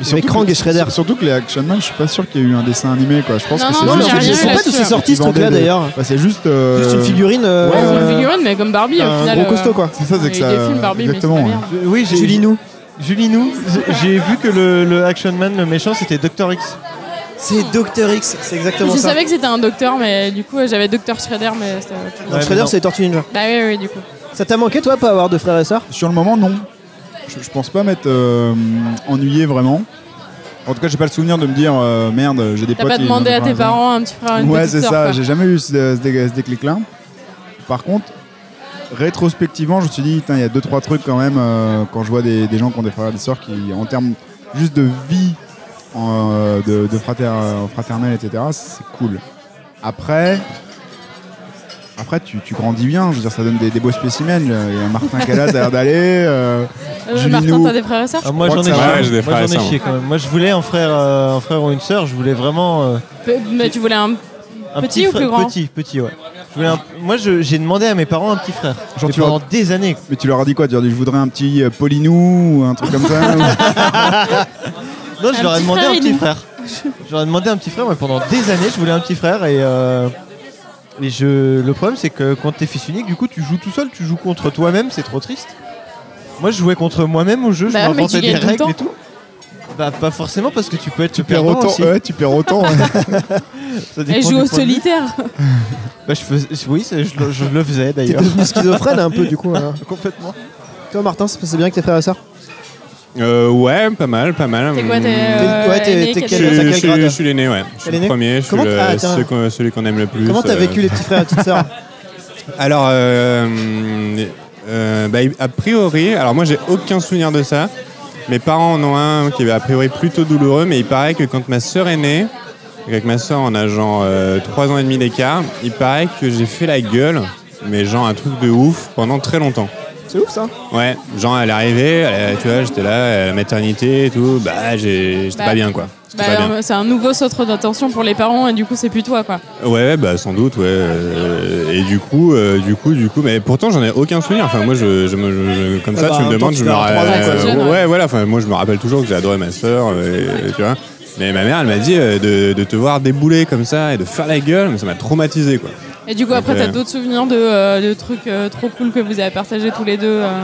Speaker 2: surtout
Speaker 1: Krang
Speaker 2: que-
Speaker 1: et Shredder.
Speaker 2: Surtout que les Action Man, je suis pas sûr qu'il y ait eu un dessin animé. Quoi. Je pense
Speaker 6: Non,
Speaker 2: que
Speaker 6: non,
Speaker 2: c'est
Speaker 6: non,
Speaker 1: Non, mais en
Speaker 2: juste.
Speaker 1: fait,
Speaker 6: rien
Speaker 1: ils sont
Speaker 6: là-dessus,
Speaker 1: pas tous
Speaker 6: hein.
Speaker 1: sortis ce
Speaker 2: Ils vendaient
Speaker 1: truc-là
Speaker 2: des-
Speaker 1: d'ailleurs.
Speaker 2: Bah, c'est juste. euh,
Speaker 1: Juste une figurine. euh,
Speaker 2: ouais,
Speaker 6: C'est
Speaker 2: ouais,
Speaker 6: une
Speaker 2: ouais.
Speaker 6: figurine, mais comme Barbie
Speaker 2: Un
Speaker 6: au final.
Speaker 2: gros
Speaker 6: euh,
Speaker 2: costaud, quoi. C'est ça, c'est
Speaker 6: il y a
Speaker 2: que
Speaker 6: eu
Speaker 2: ça.
Speaker 6: des films Barbie, mais
Speaker 2: exactement.
Speaker 6: c'est pas
Speaker 2: ouais.
Speaker 6: bien.
Speaker 7: Oui, j'ai.
Speaker 1: Julie Nou.
Speaker 7: Julie Nou, j'ai- j'ai vu que le, le Action Man, le méchant, c'était Dr. X.
Speaker 1: C'est Docteur X, c'est exactement
Speaker 6: Je
Speaker 1: ça.
Speaker 6: savais que c'était un docteur, mais du coup euh, j'avais Docteur Shredder, mais c'était.
Speaker 1: Non,
Speaker 7: Ouais, mais
Speaker 1: Shredder,
Speaker 7: non.
Speaker 1: c'est les Tortues Ninja.
Speaker 6: Bah oui, oui, du coup.
Speaker 1: Ça t'a manqué, toi, pas avoir de frères et sœurs
Speaker 2: Sur le moment, non. Je, je pense pas m'être euh, ennuyé vraiment. En tout cas, j'ai pas le souvenir de me dire euh, merde, j'ai des
Speaker 6: T'as
Speaker 2: potes
Speaker 6: pas
Speaker 2: qui-
Speaker 6: demandé à
Speaker 2: Enfin,
Speaker 6: tes parents un petit frère, une
Speaker 2: Ouais,
Speaker 6: petite
Speaker 2: c'est
Speaker 6: sœur,
Speaker 2: ça.
Speaker 6: quoi.
Speaker 2: J'ai jamais eu ce, ce dé- ce déclic-là. Par contre, rétrospectivement, je me suis dit, putain, il y a deux trois trucs quand même euh, quand je vois des, des gens qui ont des frères et des sœurs qui, en termes juste de vie, en, euh, de, de frater- euh, fraternelle, etc. C'est cool. Après. Après, tu, tu grandis bien, je veux dire, ça donne des, des beaux spécimens. Il y a Martin Calas a l'air d'aller. euh,
Speaker 6: Euh,
Speaker 2: Julie
Speaker 6: Martin,
Speaker 2: Nou.
Speaker 6: t'as des frères et sœurs
Speaker 7: Ah, moi,
Speaker 2: crois
Speaker 7: j'en
Speaker 2: que
Speaker 7: ai,
Speaker 2: ça
Speaker 3: va, ouais, j'ai
Speaker 7: chié.
Speaker 3: des
Speaker 7: Moi,
Speaker 3: frères et
Speaker 7: j'en ai
Speaker 3: sœurs,
Speaker 7: chié quand même. Moi, je voulais un frère, euh, un frère ou une sœur. Je voulais vraiment euh,
Speaker 6: Pe- Mais tu voulais un.
Speaker 7: un
Speaker 6: Petit ou
Speaker 7: frère-
Speaker 6: plus grand
Speaker 7: Petit, petit, ouais. Je voulais un- Moi, je- j'ai demandé à mes parents un petit frère.
Speaker 2: Genre,
Speaker 7: Mais
Speaker 2: tu vois-
Speaker 7: pendant des années.
Speaker 2: Mais tu leur as dit quoi Tu leur as dit, je voudrais un petit euh, Polinou ou un truc
Speaker 6: *laughs*
Speaker 2: comme ça ou-
Speaker 7: Non, je
Speaker 6: Un
Speaker 7: leur ai
Speaker 6: petit
Speaker 7: demandé
Speaker 6: frère
Speaker 7: un petit
Speaker 6: aîné.
Speaker 7: frère. Je leur ai demandé un petit frère, mais pendant des années, je voulais un petit frère. Et, euh, et je... le problème, c'est que quand t'es fils unique, du coup, tu joues tout seul, tu joues contre toi-même, c'est trop triste. Moi, je jouais contre moi-même au jeu,
Speaker 6: Bah,
Speaker 7: je
Speaker 6: mais
Speaker 7: m'inventais
Speaker 6: tu
Speaker 7: des
Speaker 6: gagnes tout le
Speaker 7: règles
Speaker 6: temps.
Speaker 7: et tout. Bah, pas forcément, parce que tu peux être
Speaker 2: Tu perds
Speaker 7: perdant
Speaker 2: autant. euh,
Speaker 7: aussi.
Speaker 2: ouais, tu perds autant. ouais.
Speaker 7: Ça dépend
Speaker 6: Elle joue
Speaker 7: du
Speaker 6: au
Speaker 7: point de vue.
Speaker 6: solitaire. *laughs*
Speaker 7: Bah, je faisais- Oui, c'est- je, le- je le
Speaker 1: T'es
Speaker 7: faisais
Speaker 1: *laughs*
Speaker 7: d'ailleurs.
Speaker 1: devenu schizophrène un peu, du coup. *laughs* hein.
Speaker 7: Complètement.
Speaker 1: Toi, Martin, c'est c'est bien que tes frères et sœurs
Speaker 3: Euh, ouais, pas mal, pas mal.
Speaker 6: T'es quoi, t'es.
Speaker 1: T'es-
Speaker 6: euh,
Speaker 1: ouais, t'es-
Speaker 6: aîné,
Speaker 1: t'es
Speaker 3: Je
Speaker 1: quel-
Speaker 6: cadet
Speaker 1: t'as
Speaker 3: suis- je suis
Speaker 1: grade
Speaker 3: je suis l'aîné, ouais. Je suis
Speaker 1: L'aîné
Speaker 3: le premier, je suis
Speaker 1: Comment-
Speaker 3: le-
Speaker 1: ah, tiens.
Speaker 3: ceux qu'on- celui qu'on aime le plus.
Speaker 1: Comment t'as
Speaker 3: euh,
Speaker 1: vécu les petits frères et petites sœurs
Speaker 3: Alors, euh, euh, bah, a priori, alors moi j'ai aucun souvenir de ça. Mes parents en ont un qui est a priori plutôt douloureux, mais il paraît que quand ma sœur est née, avec ma sœur on a genre 3 ans et demi d'écart, il paraît que j'ai fait la gueule, mais genre un truc de ouf pendant très longtemps.
Speaker 1: C'est ouf ça.
Speaker 3: Ouais, genre elle est arrivée, elle- tu vois, j'étais là, à la maternité et tout, bah j'ai- j'étais
Speaker 6: Bah,
Speaker 3: pas bien quoi. J'étais
Speaker 6: Bah,
Speaker 3: pas bien.
Speaker 6: alors, c'est un nouveau centre d'attention pour les parents et du coup c'est plus toi quoi.
Speaker 3: Ouais, bah sans doute, ouais. euh, et du coup, euh, du coup, du coup, mais pourtant j'en ai aucun souvenir. Enfin, moi, je, je me- je- je- comme ça,
Speaker 1: bah,
Speaker 3: tu me
Speaker 1: en même temps,
Speaker 3: demandes, je
Speaker 1: tu
Speaker 3: me
Speaker 1: dois avoir
Speaker 3: rappelle.
Speaker 6: trois ans, quoi.
Speaker 3: ouais, voilà. Enfin, moi, je me rappelle toujours que j'ai adoré ma sœur, euh, et- tu vois. Mais ma mère, elle m'a dit euh, de, de te voir débouler comme ça et de faire la gueule, mais ça m'a traumatisé, quoi.
Speaker 6: Et du coup après
Speaker 3: Ok.
Speaker 6: t'as d'autres souvenirs de, euh, de trucs euh, trop cool que vous avez partagé tous les deux. euh,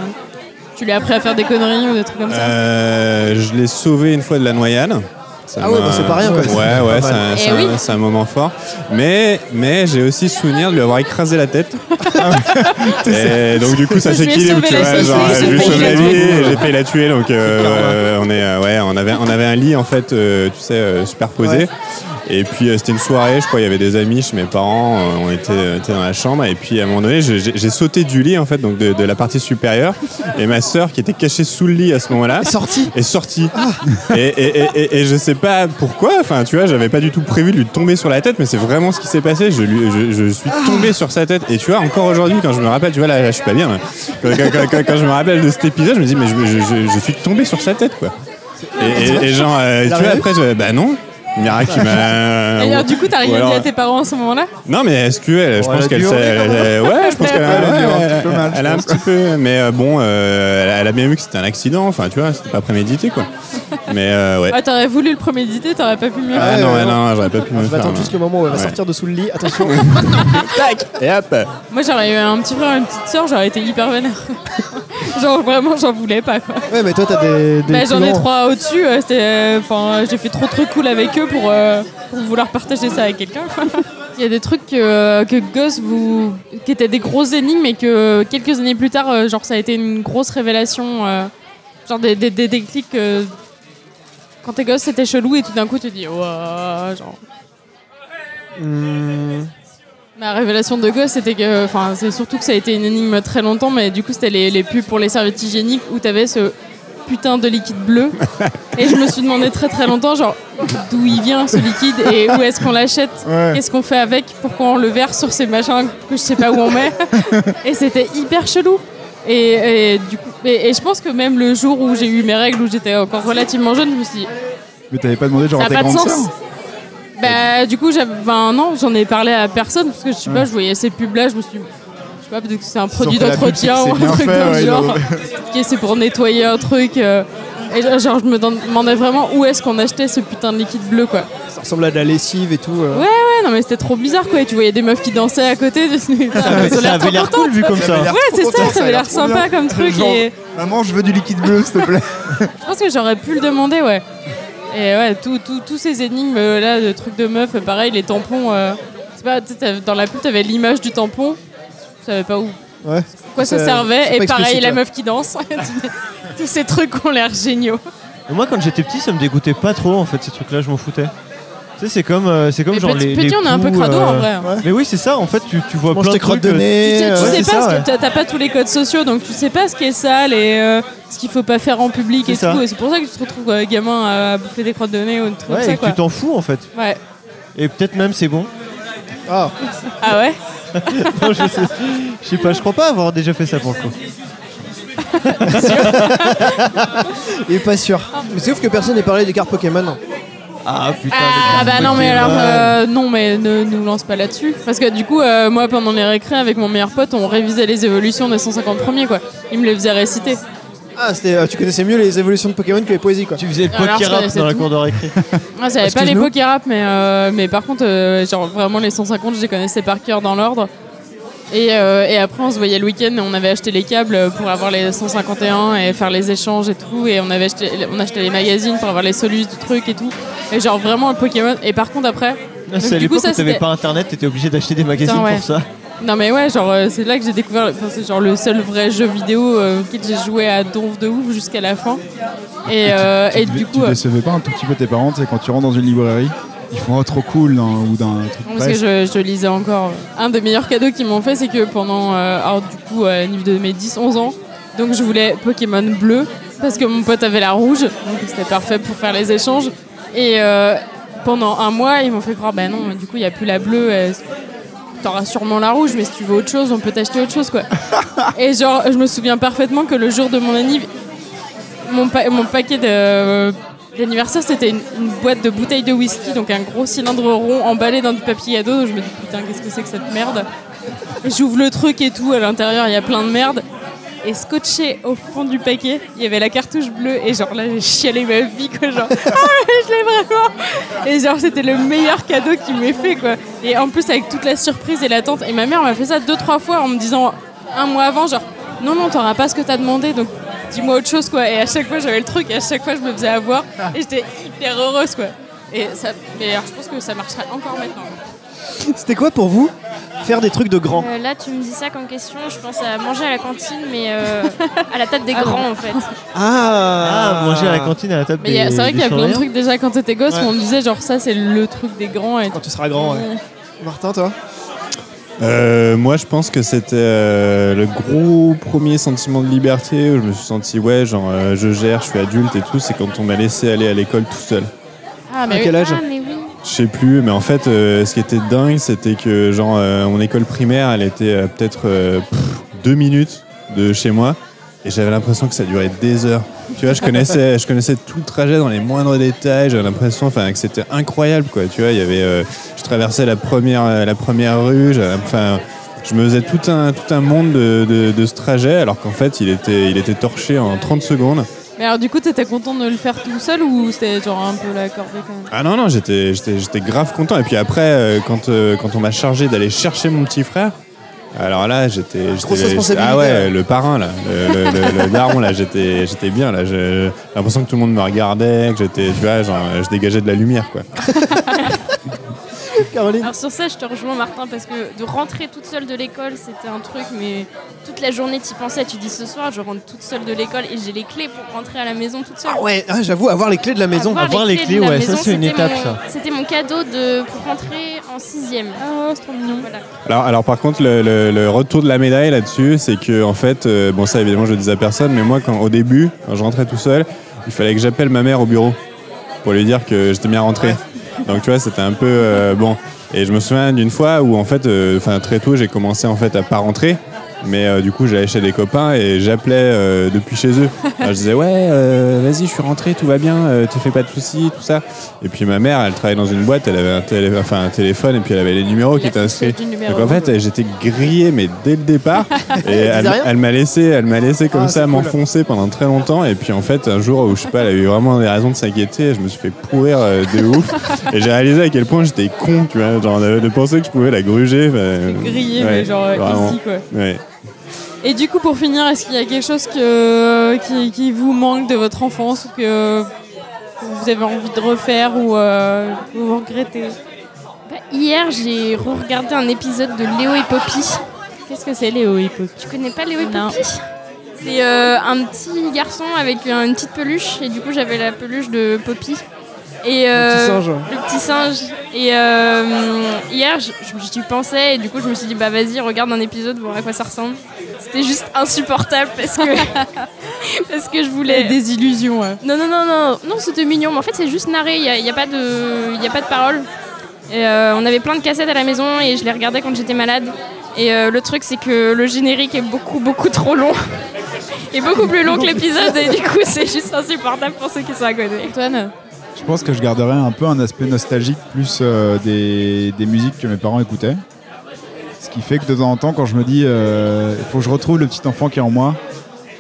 Speaker 6: tu l'as appris à faire des conneries ou des trucs comme ça.
Speaker 3: Euh, je l'ai sauvé une fois de la noyade. Ça
Speaker 1: Ah ouais,
Speaker 3: m'a-
Speaker 1: bah, c'est pas rien, quoi.
Speaker 3: Ouais,
Speaker 1: *laughs* C'est
Speaker 3: ouais, c'est un,
Speaker 8: Eh
Speaker 3: c'est un-
Speaker 8: oui.
Speaker 3: c'est un moment fort. Mais, mais j'ai aussi souvenir de lui avoir écrasé
Speaker 6: *laughs*
Speaker 3: la tête. et donc, du coup, ça
Speaker 6: Je lui ai
Speaker 3: s'équilibre,
Speaker 6: sauvé
Speaker 3: tu
Speaker 6: la
Speaker 3: vois.
Speaker 6: vie,
Speaker 3: Genre,
Speaker 6: je lui ai
Speaker 3: je lui ai
Speaker 6: sauvé
Speaker 3: sauvé la
Speaker 6: la
Speaker 3: vie
Speaker 6: vie.
Speaker 3: et j'ai failli la tuer. Donc, euh, euh, on, est, euh, ouais, on, avait, on avait un lit, en fait, euh, tu sais, euh, superposé.
Speaker 1: Ouais.
Speaker 3: Et puis euh, c'était une soirée, je crois, il y avait des amis chez mes parents, euh, on était, euh, était dans la chambre, et puis à un moment donné, je- j'ai j'ai sauté du lit, en fait, donc de, de la partie supérieure, et ma sœur, qui était cachée sous le lit à ce moment-là,
Speaker 1: Sorti.
Speaker 3: est sortie.
Speaker 6: Ah.
Speaker 3: Et, et, et, et- et je sais pas pourquoi, enfin, tu vois, j'avais pas du tout prévu de lui tomber sur la tête, mais c'est vraiment ce qui s'est passé, je, lui, je, je suis
Speaker 6: Ah.
Speaker 3: tombé sur sa tête, et tu vois, encore aujourd'hui, quand je me rappelle, tu vois, là, là, je suis pas bien, là. Quand, quand- quand- quand- quand je me rappelle de cet épisode, je me dis, mais je, je- je- je suis tombé sur sa tête, quoi. Et, et- et genre, euh, tu vois,
Speaker 1: rien
Speaker 3: après, je, bah non. Miracle, il m'a.
Speaker 6: D'ailleurs, euh, du coup, t'as
Speaker 3: Euh, Ou
Speaker 6: rien
Speaker 3: alors- euh,
Speaker 6: dit à tes parents à ce moment-là
Speaker 3: Non, mais si tu veux, elle- je
Speaker 7: Bon, elle
Speaker 3: pense
Speaker 7: a
Speaker 3: qu'elle
Speaker 7: dû
Speaker 3: s'est.
Speaker 7: hurler,
Speaker 3: elle- elle- Ouais, je pense qu'elle a,
Speaker 2: Elle a dû hurler
Speaker 3: ouais,
Speaker 2: un petit peu mal,
Speaker 3: elle a un petit peu. Mais euh, bon, euh, elle a- elle a bien vu que c'était un accident, enfin, tu vois, c'était pas prémédité, quoi. Mais euh, ouais.
Speaker 6: Ah, t'aurais voulu le préméditer, t'aurais pas pu mieux.
Speaker 3: Ah,
Speaker 1: ouais,
Speaker 3: non,
Speaker 1: ouais, Ah,
Speaker 3: non, j'aurais pas pu me
Speaker 1: Je vais
Speaker 3: faire.
Speaker 1: attendre
Speaker 3: non.
Speaker 1: juste le moment où elle va
Speaker 3: Ouais.
Speaker 1: sortir de sous le lit. Attention.
Speaker 3: Et hop
Speaker 6: Moi, j'aurais eu un petit frère, une petite soeur, j'aurais été hyper vénère. *laughs* Genre, vraiment, j'en voulais pas, quoi.
Speaker 1: ouais, mais toi t'as des. des
Speaker 6: Bah, j'en ai
Speaker 1: clients.
Speaker 6: trois au-dessus, euh, c'était, euh, enfin, euh, j'ai fait trop de trucs cool avec eux pour, euh, pour vouloir partager ça avec quelqu'un, quoi. Il y a des trucs que, euh, que gosse, vous. qui étaient des grosses énigmes et que euh, quelques années plus tard, euh, genre, ça a été une grosse révélation. euh, genre, des, des, des déclics. euh, quand t'es gosse, c'était chelou et tout d'un coup, tu dis, Ouah, genre.
Speaker 1: Hmm.
Speaker 6: Ma révélation de gosse, c'était que, enfin, c'est surtout que ça a été une énigme très longtemps, mais du coup, c'était les, les pubs pour les serviettes hygiéniques où t'avais ce putain de liquide bleu. et je me suis demandé très très longtemps, genre, d'où il vient ce liquide et où est-ce qu'on l'achète
Speaker 2: Ouais.
Speaker 6: Qu'est-ce qu'on fait avec Pourquoi on le verse sur ces machins que je sais pas où on met Et c'était hyper chelou. Et, et du coup, et, et je pense que même le jour où j'ai eu mes règles, où j'étais encore relativement jeune, je me suis dit,
Speaker 2: Mais t'avais pas demandé genre
Speaker 6: ça
Speaker 2: à
Speaker 6: n'a
Speaker 2: tes
Speaker 6: pas de
Speaker 2: grandes
Speaker 6: sens.
Speaker 2: sœurs
Speaker 6: Bah, du coup, j'avais 20 ans, j'en ai parlé à personne parce que je sais pas, je voyais ces pubs-là, je me suis dit, je sais pas, peut-être que c'est un produit
Speaker 2: ont fait la pub,
Speaker 6: d'entretien
Speaker 2: c'est
Speaker 6: ou
Speaker 2: que c'est
Speaker 6: Ah, un truc
Speaker 2: bien fait,
Speaker 6: dans le
Speaker 2: ouais, ils
Speaker 6: genre.
Speaker 2: ont-
Speaker 6: *laughs* Ok, c'est pour nettoyer un truc. euh, Et genre, genre, je me demandais vraiment où est-ce qu'on achetait ce putain de liquide bleu, quoi.
Speaker 1: Ça ressemble à de la lessive et tout. euh.
Speaker 6: Ouais. Ouais, non, mais c'était trop bizarre, quoi. Et tu voyais des meufs qui dansaient à côté. de- Putain, elles ont
Speaker 7: Ça avait
Speaker 6: trop
Speaker 7: l'air
Speaker 6: contentes.
Speaker 7: cool vu comme ça.
Speaker 6: Ouais,
Speaker 1: Oh,
Speaker 6: c'est
Speaker 2: trop
Speaker 6: ça,
Speaker 2: contentes,
Speaker 6: ça avait l'air
Speaker 2: trop bien.
Speaker 6: sympa comme truc.
Speaker 2: Genre,
Speaker 6: Et
Speaker 2: Maman, je veux du liquide bleu, s'il te plaît.
Speaker 6: je pense que j'aurais pu le demander, ouais. Et ouais, tout- tout- tous ces énigmes euh, là, de trucs de meuf, euh, pareil, les tampons. euh, c'est pas, tu sais, t'avais- dans la pub, t'avais l'image du tampon. Je savais pas où.
Speaker 1: Ouais.
Speaker 6: Quoi ça
Speaker 1: C'est- c'est
Speaker 6: servait.
Speaker 1: pas
Speaker 6: Et pareil,
Speaker 1: explicite,
Speaker 6: la
Speaker 1: ouais.
Speaker 6: meuf qui danse. *laughs* tous ces trucs ont l'air géniaux.
Speaker 7: Moi, quand j'étais petit, ça me dégoûtait pas trop en fait ces trucs-là, je m'en foutais. Tu sais, c'est comme, euh, c'est comme
Speaker 6: Mais
Speaker 7: genre
Speaker 6: petit,
Speaker 7: les.
Speaker 6: petit,
Speaker 7: les
Speaker 6: on est un peu
Speaker 7: coups,
Speaker 6: crado en
Speaker 7: euh,
Speaker 6: vrai. hein.
Speaker 7: Mais oui, c'est ça. En fait, tu, tu vois
Speaker 1: Mange
Speaker 7: plein de
Speaker 1: tes crottes
Speaker 7: trucs.
Speaker 1: de
Speaker 7: euh,
Speaker 1: nez.
Speaker 6: Tu sais, tu
Speaker 1: euh,
Speaker 6: sais
Speaker 7: c'est
Speaker 6: pas,
Speaker 7: ça,
Speaker 6: parce
Speaker 7: ouais.
Speaker 6: que t'as- t'as pas tous les codes sociaux, donc tu sais pas ce qui est sale et euh, ce qu'il faut pas faire en public
Speaker 7: C'est
Speaker 6: et
Speaker 7: ça.
Speaker 6: tout. Et c'est pour ça que tu te retrouves euh, gamin à- à bouffer des crottes de nez ou des trucs comme
Speaker 7: Ouais,
Speaker 6: ça,
Speaker 7: et que
Speaker 6: quoi.
Speaker 7: tu t'en fous en fait.
Speaker 6: Ouais.
Speaker 7: Et peut-être même c'est bon. *laughs*
Speaker 1: Ah.
Speaker 6: Ah ouais
Speaker 7: Non, je, sais, je sais pas, je crois pas avoir déjà fait ça pour le coup.
Speaker 1: Il est pas sûr. Mais c'est ouf que personne n'ait parlé des cartes Pokémon.
Speaker 7: Ah putain.
Speaker 6: Ah
Speaker 7: les
Speaker 6: bah
Speaker 7: cartes
Speaker 6: non, mais alors,
Speaker 7: Pokémon.
Speaker 6: euh, non, mais ne nous lance pas là-dessus. Parce que du coup, euh, moi, pendant les récrés, avec mon meilleur pote, on révisait les évolutions des 150 premiers, quoi. Il me les faisait réciter.
Speaker 1: Ah, c'était, euh, tu connaissais mieux les évolutions de Pokémon que les poésies, quoi.
Speaker 7: Tu faisais
Speaker 6: Alors, je
Speaker 7: poker rap
Speaker 6: connaissais
Speaker 7: dans la
Speaker 6: tout.
Speaker 7: cour de
Speaker 6: *laughs*
Speaker 7: récré.
Speaker 6: Ah, j'avais pas les
Speaker 1: Excuse-nous.
Speaker 6: Pokérap, mais, euh, mais par contre, euh, genre vraiment les 150, je les connaissais par cœur dans l'ordre. Et, euh, et après, on se voyait le week-end et on avait acheté les câbles pour avoir les 151 et faire les échanges et tout. Et on avait acheté, on achetait les magazines pour avoir les solus du truc et tout. Et genre vraiment le Pokémon. Et par contre, après,
Speaker 7: Non, C'est
Speaker 6: du
Speaker 7: à
Speaker 6: coup,
Speaker 7: l'époque
Speaker 6: ça,
Speaker 7: où t'avais
Speaker 6: c'était-
Speaker 7: pas internet, t'étais obligé d'acheter des magazines
Speaker 6: Putain, ouais.
Speaker 7: pour ça.
Speaker 6: non mais ouais, genre euh, c'est là que j'ai découvert, enfin, c'est genre le seul vrai jeu vidéo euh, auquel j'ai joué à donf de ouf jusqu'à la fin. Et, euh, et
Speaker 2: Tu devais-
Speaker 6: du coup,
Speaker 2: Tu
Speaker 6: euh,
Speaker 2: décevais pas un tout petit peu tes parents, tu sais, quand tu rentres dans une librairie, ils font oh, trop cool d'un- ou d'un truc
Speaker 6: Non, Parce que
Speaker 2: presse.
Speaker 6: je, je lisais encore. Un des meilleurs cadeaux qu'ils m'ont fait, c'est que pendant, euh, alors du coup, à la nuit de mes 10-11 ans, donc je voulais Pokémon bleu, parce que mon pote avait la rouge, donc c'était parfait pour faire les échanges. Et euh, pendant un mois, ils m'ont fait croire, bah non, du coup, il n'y a plus la bleue. euh, t'auras sûrement la rouge, mais si tu veux autre chose, on peut t'acheter autre chose, quoi. et genre, je me souviens parfaitement que le jour de mon anniv, mon, pa- mon paquet de- d'anniversaire, c'était une, une boîte de bouteilles de whisky, donc un gros cylindre rond emballé dans du papier à dos. Je me dis, putain, qu'est-ce que c'est que cette merde J'ouvre le truc et tout, à l'intérieur, il y a plein de merde. Et scotché au fond du paquet, il y avait la cartouche bleue. Et genre là, j'ai chialé ma vie, quoi. Genre, *laughs* ah, je l'ai vraiment et genre, c'était le meilleur cadeau qu'il m'ait fait, quoi. Et en plus, avec toute la surprise et l'attente. Et ma mère m'a fait ça deux, trois fois en me disant un mois avant, genre, non, non, t'auras pas ce que t'as demandé, donc dis-moi autre chose, quoi. Et à chaque fois, j'avais le truc, et à chaque fois, je me faisais avoir. Et j'étais hyper heureuse, quoi. Et ça, mais alors, je pense que ça marcherait encore maintenant.
Speaker 1: C'était quoi pour vous faire des trucs de grand
Speaker 8: Euh, là, tu me dis ça comme question, je pense à manger à la cantine, mais euh, à la table des grands en fait.
Speaker 1: Ah,
Speaker 7: Ah, manger à la cantine à la table
Speaker 6: Mais il y a-
Speaker 7: des-
Speaker 6: c'est vrai
Speaker 7: des
Speaker 6: qu'il y a plein de
Speaker 7: surveillants.
Speaker 6: trucs déjà quand t'étais gosse
Speaker 1: Ouais.
Speaker 6: où on me disait, genre, ça, c'est le truc des grands. Et
Speaker 1: Quand tu seras grand, ouais. Martin, toi
Speaker 3: Euh, moi, je pense que c'était euh, le gros premier sentiment de liberté où je me suis senti, ouais, genre, euh, je gère, je suis adulte et tout. C'est quand on m'a laissé aller à l'école tout seul.
Speaker 8: Ah,
Speaker 6: Euh,
Speaker 1: À quel âge
Speaker 8: mais oui.
Speaker 3: Je sais plus, mais en fait, euh, ce qui était dingue, c'était que, genre, euh, mon école primaire, elle était euh, peut-être euh, pff, deux minutes de chez moi. Et j'avais l'impression que ça durait des heures. Tu vois, je connaissais, je connaissais tout le trajet dans les moindres détails. J'avais l'impression, enfin, que c'était incroyable, quoi. Tu vois, il y avait, euh, je traversais la première, euh, la première rue. j'avais- Enfin, je me faisais tout un, tout un monde de, de- de ce trajet, alors qu'en fait, il était, il était torché en 30 secondes.
Speaker 6: Mais alors, du coup, t'étais content de le faire tout seul ou c'était genre un peu la corvée quand même
Speaker 3: Ah non, non, j'étais, j'étais, j'étais grave content. Et puis après, euh, quand, euh, quand on m'a chargé d'aller chercher mon petit frère, alors là, j'étais. j'étais
Speaker 1: Grosse responsabilité,
Speaker 3: ah ouais,
Speaker 1: ouais.
Speaker 3: le parrain, là. Le, le- le- le daron, là, j'étais, j'étais bien, là. Je- J'ai l'impression que tout le monde me regardait, que j'étais, tu vois, genre, je dégageais de la lumière, quoi.
Speaker 1: Caroline
Speaker 8: Alors sur ça, je te rejoins Martin parce que de rentrer toute seule de l'école, c'était un truc, mais toute la journée tu pensais, tu dis ce soir, je rentre toute seule de l'école et j'ai les clés pour rentrer à la maison toute seule.
Speaker 1: Ah ouais, ah, j'avoue, avoir les clés de la maison. bah,
Speaker 7: avoir les clés,
Speaker 8: de la
Speaker 7: ouais, ça, c'est une
Speaker 8: c'était
Speaker 7: étape,
Speaker 8: mon-
Speaker 7: ça.
Speaker 8: C'était mon cadeau de pour rentrer en sixième.
Speaker 6: Ah, c'est trop mignon.
Speaker 8: Voilà.
Speaker 3: Alors, alors par contre, le, le- le retour de la médaille là-dessus, c'est que en fait, euh, bon ça évidemment je le dis à personne, mais moi quand au début, quand je rentrais tout seul, il fallait que j'appelle ma mère au bureau pour lui dire que j'étais bien rentré. Donc tu vois, c'était un peu euh, bon. Et je me souviens d'une fois où en fait, euh, enfin très tôt, j'ai commencé en fait à pas rentrer. Mais euh, du coup, j'allais chez des copains et j'appelais euh, depuis chez eux. Alors, je disais ouais, euh, vas-y, je suis rentré, tout va bien, euh, te fais pas de soucis, tout ça. Et puis ma mère, elle travaillait dans une boîte, elle avait un, télé- enfin, un téléphone et puis elle avait les numéros qui étaient inscrits.
Speaker 6: du numéro.
Speaker 3: Donc en fait, j'étais grillé, mais dès
Speaker 6: *laughs*
Speaker 3: le départ. et elle,
Speaker 1: rien
Speaker 3: elle m'a laissé, elle m'a laissé comme
Speaker 1: Ah, c'est
Speaker 3: ça
Speaker 1: cool.
Speaker 3: m'enfoncer pendant très longtemps. Et puis en fait, un jour où je sais pas, elle a eu vraiment des raisons de s'inquiéter. Je me suis fait pourrir euh,
Speaker 6: *laughs*
Speaker 3: de ouf. et j'ai réalisé à quel point j'étais con, tu vois, genre de, de penser que je pouvais la gruger. enfin,
Speaker 6: grillé,
Speaker 3: ouais,
Speaker 6: mais genre euh,
Speaker 3: vraiment.
Speaker 6: ici, quoi.
Speaker 3: Ouais.
Speaker 6: Et du coup, pour finir, est-ce qu'il y a quelque chose que, euh, qui, qui vous manque de votre enfance ou que vous avez envie de refaire ou euh, que vous regrettez
Speaker 8: Bah, hier, j'ai re-regardé un épisode de Léo et Poppy.
Speaker 6: Qu'est-ce que c'est, Léo et Poppy
Speaker 8: Tu connais pas Léo et
Speaker 6: Non.
Speaker 8: Poppy C'est euh, un petit garçon avec un- une petite peluche et du coup j'avais la peluche de Poppy. Et
Speaker 1: Petit
Speaker 8: euh,
Speaker 1: singe.
Speaker 8: le petit singe. Et euh, hier, je- je- j'y pensais et du coup, je me suis dit, bah vas-y, regarde un épisode, voir à quoi ça ressemble. C'était juste insupportable parce que, *laughs* parce que je voulais.
Speaker 6: Des illusions, ouais.
Speaker 8: Non, non, non, non, non, c'était mignon, mais en fait, c'est juste narré, il n'y a, il y a, pas de- il y a pas de parole. Et, euh, on avait plein de cassettes à la maison et je les regardais quand j'étais malade. Et euh, le truc, c'est que le générique est beaucoup, beaucoup trop long. *laughs* Et beaucoup plus long que l'épisode, et du coup, c'est juste insupportable pour ceux qui sont à côté.
Speaker 6: Antoine
Speaker 2: Je pense que je garderai un peu un aspect nostalgique plus euh, des, des musiques que mes parents écoutaient. Ce qui fait que de temps en temps, quand je me dis, euh, il faut que je retrouve le petit enfant qui est en moi,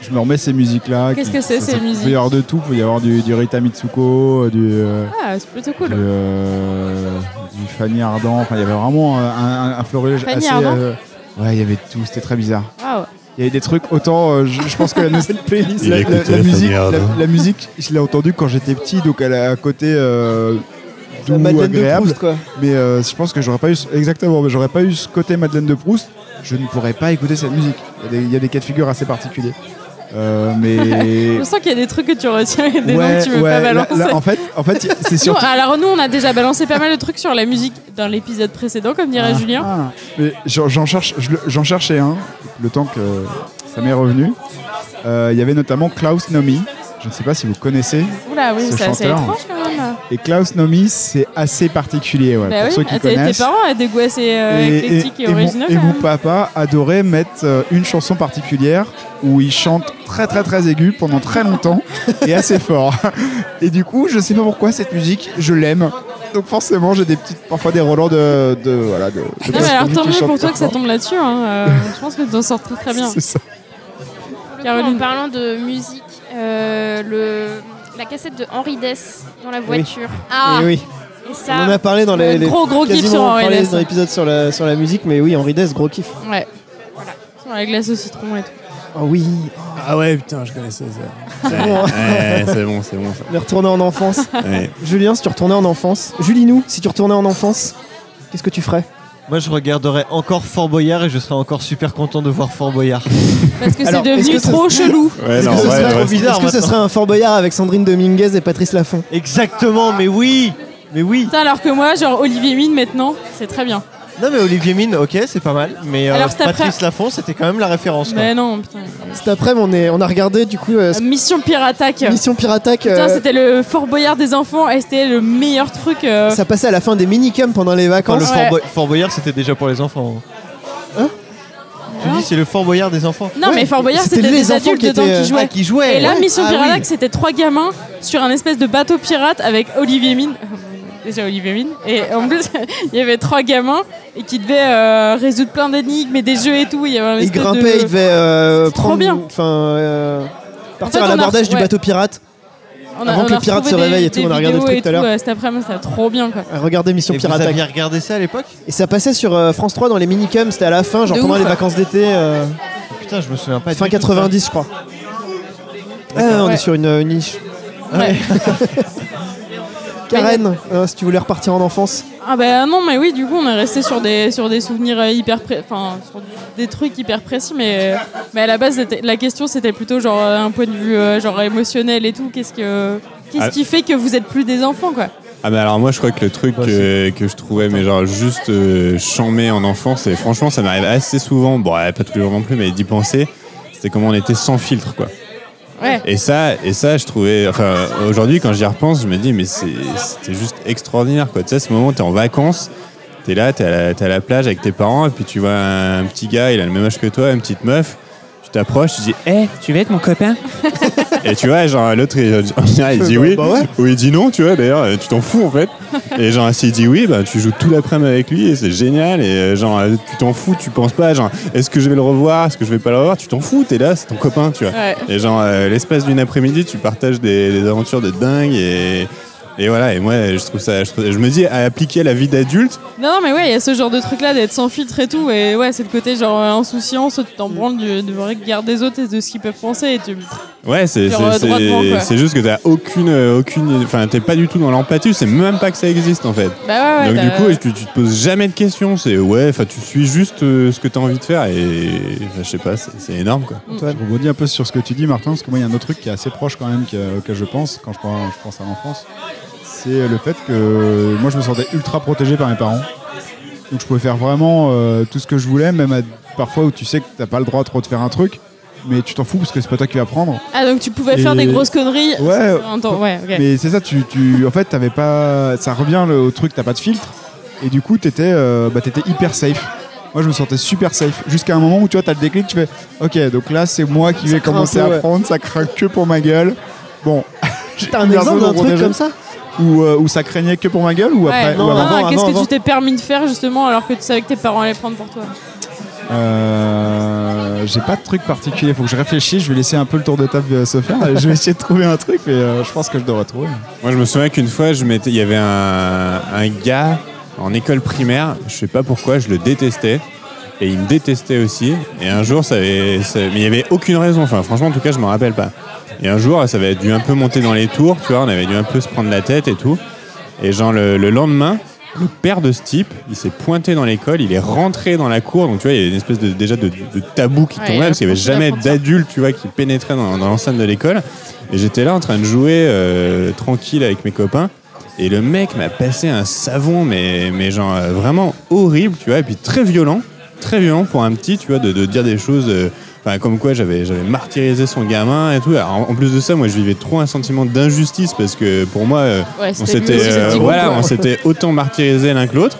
Speaker 2: je me remets ces musiques-là.
Speaker 6: Qu'est-ce
Speaker 2: qui-
Speaker 6: que c'est,
Speaker 2: ça-
Speaker 6: ces
Speaker 2: ça- Il
Speaker 6: musiques
Speaker 2: peut y avoir de tout. Il peut y avoir du, du Rita Mitsuko, euh, du, euh,
Speaker 6: Ah, c'est plutôt
Speaker 2: du,
Speaker 6: cool.
Speaker 2: euh, du Fanny Ardant. Enfin, il y avait vraiment euh, un, un- un florilège
Speaker 6: Fanny
Speaker 2: assez.
Speaker 6: Ardant
Speaker 2: euh, ouais, il y avait tout. C'était très bizarre.
Speaker 6: Waouh.
Speaker 2: Il y avait des trucs autant. euh, je, je pense
Speaker 3: *laughs*
Speaker 2: que la nouvelle playlist,
Speaker 3: Il
Speaker 2: la, la-
Speaker 3: écoutait
Speaker 2: la musique,
Speaker 3: Fanny
Speaker 2: la,
Speaker 3: Ardant.
Speaker 2: la musique, je l'ai entendue quand j'étais petit, donc elle a un côté euh, doux,
Speaker 1: bah, Madeleine de
Speaker 2: agréable.
Speaker 1: Proust, quoi.
Speaker 2: mais euh, je pense que j'aurais pas eu ce- exactement, mais j'aurais pas eu ce côté Madeleine de Proust. Je ne pourrais pas écouter cette musique. Il y a des- Il y, a des cas de figure assez particuliers. Euh, mais
Speaker 6: Je sens qu'il y a des trucs que tu retiens et *laughs* des noms
Speaker 2: ouais,
Speaker 6: que tu veux
Speaker 2: ouais,
Speaker 6: pas
Speaker 2: là-
Speaker 6: balancer.
Speaker 2: là, en fait, en fait,
Speaker 6: *laughs*
Speaker 2: c'est
Speaker 6: Nous,
Speaker 2: surtout.
Speaker 6: alors nous on a déjà balancé pas mal de trucs sur la musique dans l'épisode précédent comme dirait Julien.
Speaker 2: Ah, mais j'en j'en cherche, je le- j'en cherchais un, le temps que ça m'est revenu. Euh, Il y avait notamment Klaus Nomi. Je ne sais pas si vous connaissez.
Speaker 6: Oula oui
Speaker 2: Ce
Speaker 7: Ah.
Speaker 6: c'est assez
Speaker 2: chanteur.
Speaker 6: étrange quand même. Programme.
Speaker 2: Et Klaus Nomi, c'est assez particulier, ouais,
Speaker 6: Bah
Speaker 2: pour
Speaker 6: oui,
Speaker 2: ceux qui
Speaker 6: ah, t'es- tes
Speaker 2: connaissent.
Speaker 6: parents étaient goûts assez euh, éclectiques et,
Speaker 2: mon-
Speaker 6: originaux.
Speaker 2: et
Speaker 6: quand
Speaker 2: mon
Speaker 6: même.
Speaker 2: papa adorait mettre euh, une chanson particulière où il chante très très très aigu pendant
Speaker 6: *laughs*
Speaker 2: très longtemps et assez fort. Et du coup, je sais pas pourquoi cette musique, je l'aime. Donc forcément, j'ai des petites, parfois des relents de, de voilà de. de
Speaker 6: Non, mais alors
Speaker 2: qui
Speaker 6: tant mieux
Speaker 2: chantent
Speaker 6: pour toi
Speaker 2: très
Speaker 6: que ça
Speaker 2: fort.
Speaker 6: tombe là-dessus. hein, euh, je pense que t'en sors très très bien.
Speaker 2: C'est ça.
Speaker 8: Pour le coup,
Speaker 6: Caroline.
Speaker 8: en parlant de musique, euh, le, la cassette de Henri Dess dans la voiture.
Speaker 6: Ah,
Speaker 1: Et Eh oui,
Speaker 8: Et
Speaker 1: on en
Speaker 8: ça,
Speaker 1: a parlé dans les,
Speaker 6: Un
Speaker 1: les-
Speaker 6: gros, gros kiff
Speaker 1: quasiment
Speaker 6: sur
Speaker 1: on en parlait
Speaker 6: Henri
Speaker 1: dans l'épisode sur la, sur la musique, mais oui, Henri Dess, gros kiff.
Speaker 6: ouais. Sur la glace au citron et tout.
Speaker 1: Ah oui,
Speaker 10: Ah ouais, putain, je connaissais ça.
Speaker 1: hein. *laughs*
Speaker 3: Ouais, c'est bon, c'est bon.
Speaker 1: le retourner en enfance.
Speaker 3: ça. Ouais.
Speaker 1: Julien, si tu retournais en enfance, Julie, nous, si tu retournais en enfance, qu'est-ce que tu ferais
Speaker 7: Moi, je regarderais encore Fort Boyard et je serais encore super content de voir Fort Boyard.
Speaker 6: Parce que c'est
Speaker 1: Alors, est-ce
Speaker 6: devenu
Speaker 1: que ça-
Speaker 6: trop chelou.
Speaker 3: Ouais,
Speaker 1: Est-ce
Speaker 3: Ah non,
Speaker 1: que, ce
Speaker 3: ouais,
Speaker 1: serait,
Speaker 3: ouais.
Speaker 7: trop bizarre
Speaker 1: est-ce que ce
Speaker 7: maintenant.
Speaker 1: serait un Fort Boyard avec Sandrine Dominguez et Patrice Laffont
Speaker 7: Exactement, mais oui Mais oui
Speaker 6: Putain, alors que moi, genre Olivier Mine maintenant, c'est très bien.
Speaker 7: Non, mais Olivier Mine, ok, c'est pas mal. Mais euh,
Speaker 6: Alors, cet après-
Speaker 7: Patrice Lafont, c'était quand même la référence. quoi.
Speaker 6: Mais non, putain.
Speaker 1: Cet après-midi, on, est- on a regardé du coup euh,
Speaker 6: Mission Piratac.
Speaker 1: Mission Piratac.
Speaker 6: Ah, Putain,
Speaker 1: euh,
Speaker 6: c'était le Fort Boyard des enfants et c'était le meilleur truc. euh,
Speaker 1: ça passait à la fin des minicums pendant les
Speaker 7: Enfin,
Speaker 1: vacances.
Speaker 7: le
Speaker 6: Ouais.
Speaker 7: Fort, Boy- Fort Boyard, c'était déjà pour les enfants.
Speaker 1: Hein
Speaker 7: Tu dis, c'est le Fort Boyard des enfants.
Speaker 6: Non,
Speaker 1: Ouais,
Speaker 6: mais Fort Boyard,
Speaker 1: c'était
Speaker 6: c'était
Speaker 1: les
Speaker 6: des
Speaker 1: enfants
Speaker 6: adultes
Speaker 1: qui
Speaker 6: dedans
Speaker 1: étaient, euh,
Speaker 6: qui jouaient.
Speaker 7: Ah, qui jouait
Speaker 6: Et là,
Speaker 1: ouais.
Speaker 6: Mission
Speaker 1: Ah oui.
Speaker 6: Piratac, c'était trois gamins sur un espèce de bateau pirate avec Olivier Mine. *laughs* Déjà Olivier Mine. Et en plus, *laughs* il y avait trois gamins et qui devaient euh, résoudre plein d'énigmes et des jeux et tout. Il y avait un
Speaker 1: il
Speaker 6: espèce
Speaker 1: grimpait, il
Speaker 6: de...
Speaker 1: devait euh,
Speaker 6: C'était trop
Speaker 1: prendre,
Speaker 6: bien.
Speaker 1: enfin, euh, partir
Speaker 6: fait,
Speaker 1: à
Speaker 6: on a-
Speaker 1: l'abordage du
Speaker 6: ouais.
Speaker 1: bateau pirate.
Speaker 6: on a-
Speaker 1: avant
Speaker 6: on
Speaker 1: que
Speaker 6: a
Speaker 1: le pirate se
Speaker 6: retrouvé des-
Speaker 1: réveille et tout,
Speaker 6: des
Speaker 1: on a regardé le
Speaker 6: vidéos
Speaker 1: truc
Speaker 6: et
Speaker 1: tout à l'heure.
Speaker 6: euh, Cet après-midi, c'était trop bien quoi.
Speaker 1: Ah, Regardez Mission
Speaker 7: Et vous
Speaker 1: Piratac.
Speaker 7: aviez regardé ça à l'époque
Speaker 1: Et ça passait sur euh, France 3 dans les minicums, c'était à la fin, genre
Speaker 6: De
Speaker 1: pendant
Speaker 6: ouf.
Speaker 1: les vacances d'été, euh,
Speaker 7: Putain, je me souviens pas.
Speaker 1: fin
Speaker 7: du tout de
Speaker 1: 90 je crois. Ah, on est
Speaker 6: Ouais.
Speaker 1: sur une euh, niche.
Speaker 6: Ouais. *laughs*
Speaker 1: Karen, euh, si tu voulais repartir en enfance,
Speaker 6: Ah bah non, mais oui, du coup, on est resté sur des, sur des souvenirs euh, hyper pré- enfin, sur des trucs hyper précis, mais, mais à la base, c'était- la question, c'était plutôt genre euh, un point de vue euh, genre émotionnel et tout. Qu'est-ce que, qu'est-ce
Speaker 3: Ah.
Speaker 6: qui fait que vous êtes plus des enfants, quoi
Speaker 3: Ah mais alors moi je crois que le truc que, que je trouvais mais genre juste euh, chambé en enfance et franchement ça m'arrive assez souvent, bon ouais, pas tous les jours non plus mais d'y penser, c'était comment on était sans filtre quoi.
Speaker 6: Ouais.
Speaker 3: Et ça, et ça je trouvais, enfin aujourd'hui quand j'y repense je me dis mais c'est- c'était juste extraordinaire quoi. Tu sais ce moment t'es en vacances, t'es là, t'es à, la- t'es à la plage avec tes parents et puis tu vois un petit gars, il a le même âge que toi, une petite meuf. Tu t'approches, tu dis Eh, tu veux être mon copain Et tu vois, genre, l'autre, il, en général, il dit oui.
Speaker 1: bah ouais.
Speaker 3: Ou il dit non, tu vois, d'ailleurs, euh, tu t'en fous en fait. Et genre, s'il dit oui, bah, tu joues tout l'après-midi avec lui et c'est génial. Et euh, genre, euh, tu t'en fous, tu penses pas, genre, est-ce que je vais le revoir, est-ce que je vais pas le revoir, tu t'en fous, t'es là, c'est ton copain, tu vois.
Speaker 6: Ouais.
Speaker 3: Et genre, euh, l'espace d'une après-midi, tu partages des, des aventures de dingue et. Et voilà, et moi je trouve ça, je, trouve- je me dis à appliquer à la vie d'adulte,
Speaker 6: Non, non, mais ouais, il y a ce genre de truc là d'être sans filtre et tout. Et ouais, c'est le côté genre euh, insouciance, tu t'en branles du- du regard des autres et de ce qu'ils peuvent penser. Et tu...
Speaker 3: ouais, c'est
Speaker 6: Genre,
Speaker 3: c'est-
Speaker 6: euh, droit devant,
Speaker 3: c'est-
Speaker 6: quoi.
Speaker 3: c'est juste que t'as aucune, euh, aucune, enfin t'es pas du tout dans l'empathie, c'est même pas que ça existe en fait.
Speaker 6: Bah ouais, ouais.
Speaker 3: Donc du
Speaker 6: t'as-
Speaker 3: coup, tu, tu te poses jamais de questions. C'est ouais, enfin tu suis juste euh, ce que tu as envie de faire et enfin, je sais pas, c'est c'est énorme quoi.
Speaker 2: Je rebondis un peu sur ce que tu dis, Martin, parce que moi, il y a un autre truc qui est assez proche quand même que, auquel je pense quand je pense, je pense à l'enfance. C'est le fait que moi, je me sentais ultra protégé par mes parents. Donc, je pouvais faire vraiment euh, tout ce que je voulais, même à- parfois où tu sais que t'as pas le droit trop de faire un truc, mais tu t'en fous parce que c'est pas toi qui vas prendre.
Speaker 6: Ah, donc tu pouvais faire
Speaker 2: Et-
Speaker 6: des grosses conneries.
Speaker 2: Ouais.
Speaker 6: en temps- ouais, ok.
Speaker 2: Mais c'est ça, tu, tu, en fait, t'avais pas, ça revient le, au truc, t'as pas de filtre, et du coup, t'étais, euh, bah, t'étais hyper safe. Moi, je me sentais super safe. Jusqu'à un moment où tu vois, t'as le déclic, tu fais, ok, donc là, c'est moi qui
Speaker 1: Ça
Speaker 2: vais
Speaker 1: craint
Speaker 2: commencer
Speaker 1: un peu,
Speaker 2: à
Speaker 1: ouais.
Speaker 2: prendre, ça craint que pour ma gueule. Bon.
Speaker 1: *laughs* t'as un exemple d'un truc comme ça
Speaker 2: où, euh, où ça craignait que pour ma gueule ou après
Speaker 6: Ouais.
Speaker 2: ou
Speaker 1: non,
Speaker 2: avant
Speaker 6: Ah,
Speaker 1: avant,
Speaker 6: qu'est-ce que
Speaker 1: avant.
Speaker 6: tu t'es permis de faire justement alors que tu savais que tes parents allaient prendre pour toi
Speaker 2: Euh, J'ai pas de truc particulier, faut que je réfléchisse. Je vais laisser un peu le tour de table euh, se faire. Je vais essayer de trouver un truc, mais euh, je pense que je devrais trouver.
Speaker 3: Moi, je me souviens qu'une fois, je m'étais- il y avait un, un gars en école primaire. Je sais pas pourquoi, je le détestais. Et il me détestait aussi. Et un jour, ça avait, ça- mais il y avait aucune raison. Enfin, franchement, en tout cas, je m'en rappelle pas. Et un jour, ça avait dû un peu monter dans les tours, tu vois. On avait dû un peu se prendre la tête et tout. Et genre, le, le lendemain, le père de ce type, il s'est pointé dans l'école, il est rentré dans la cour. Donc, tu vois, il y a une espèce de, déjà de, de tabou qui
Speaker 6: Ouais, il
Speaker 3: tombait
Speaker 6: a
Speaker 3: parce qu'il n'y avait
Speaker 6: franchi la
Speaker 3: jamais
Speaker 6: frontière.
Speaker 3: d'adultes, tu vois, qui pénétraient dans, dans l'enceinte de l'école. Et j'étais là en train de jouer euh, tranquille avec mes copains. Et le mec m'a passé un savon, mais, mais genre euh, vraiment horrible, tu vois, et puis très violent, très violent pour un petit, tu vois, de, de dire des choses. euh, enfin, Enfin, comme quoi j'avais j'avais martyrisé son gamin et tout. Alors, en en plus de ça, moi je vivais trop un sentiment d'injustice parce que pour moi, euh,
Speaker 11: Ouais, c'était
Speaker 3: on s'était
Speaker 11: nous, c'était
Speaker 3: euh,
Speaker 11: le petit
Speaker 3: voilà,
Speaker 11: groupe,
Speaker 3: on
Speaker 11: quoi.
Speaker 3: s'était autant martyrisé l'un que l'autre.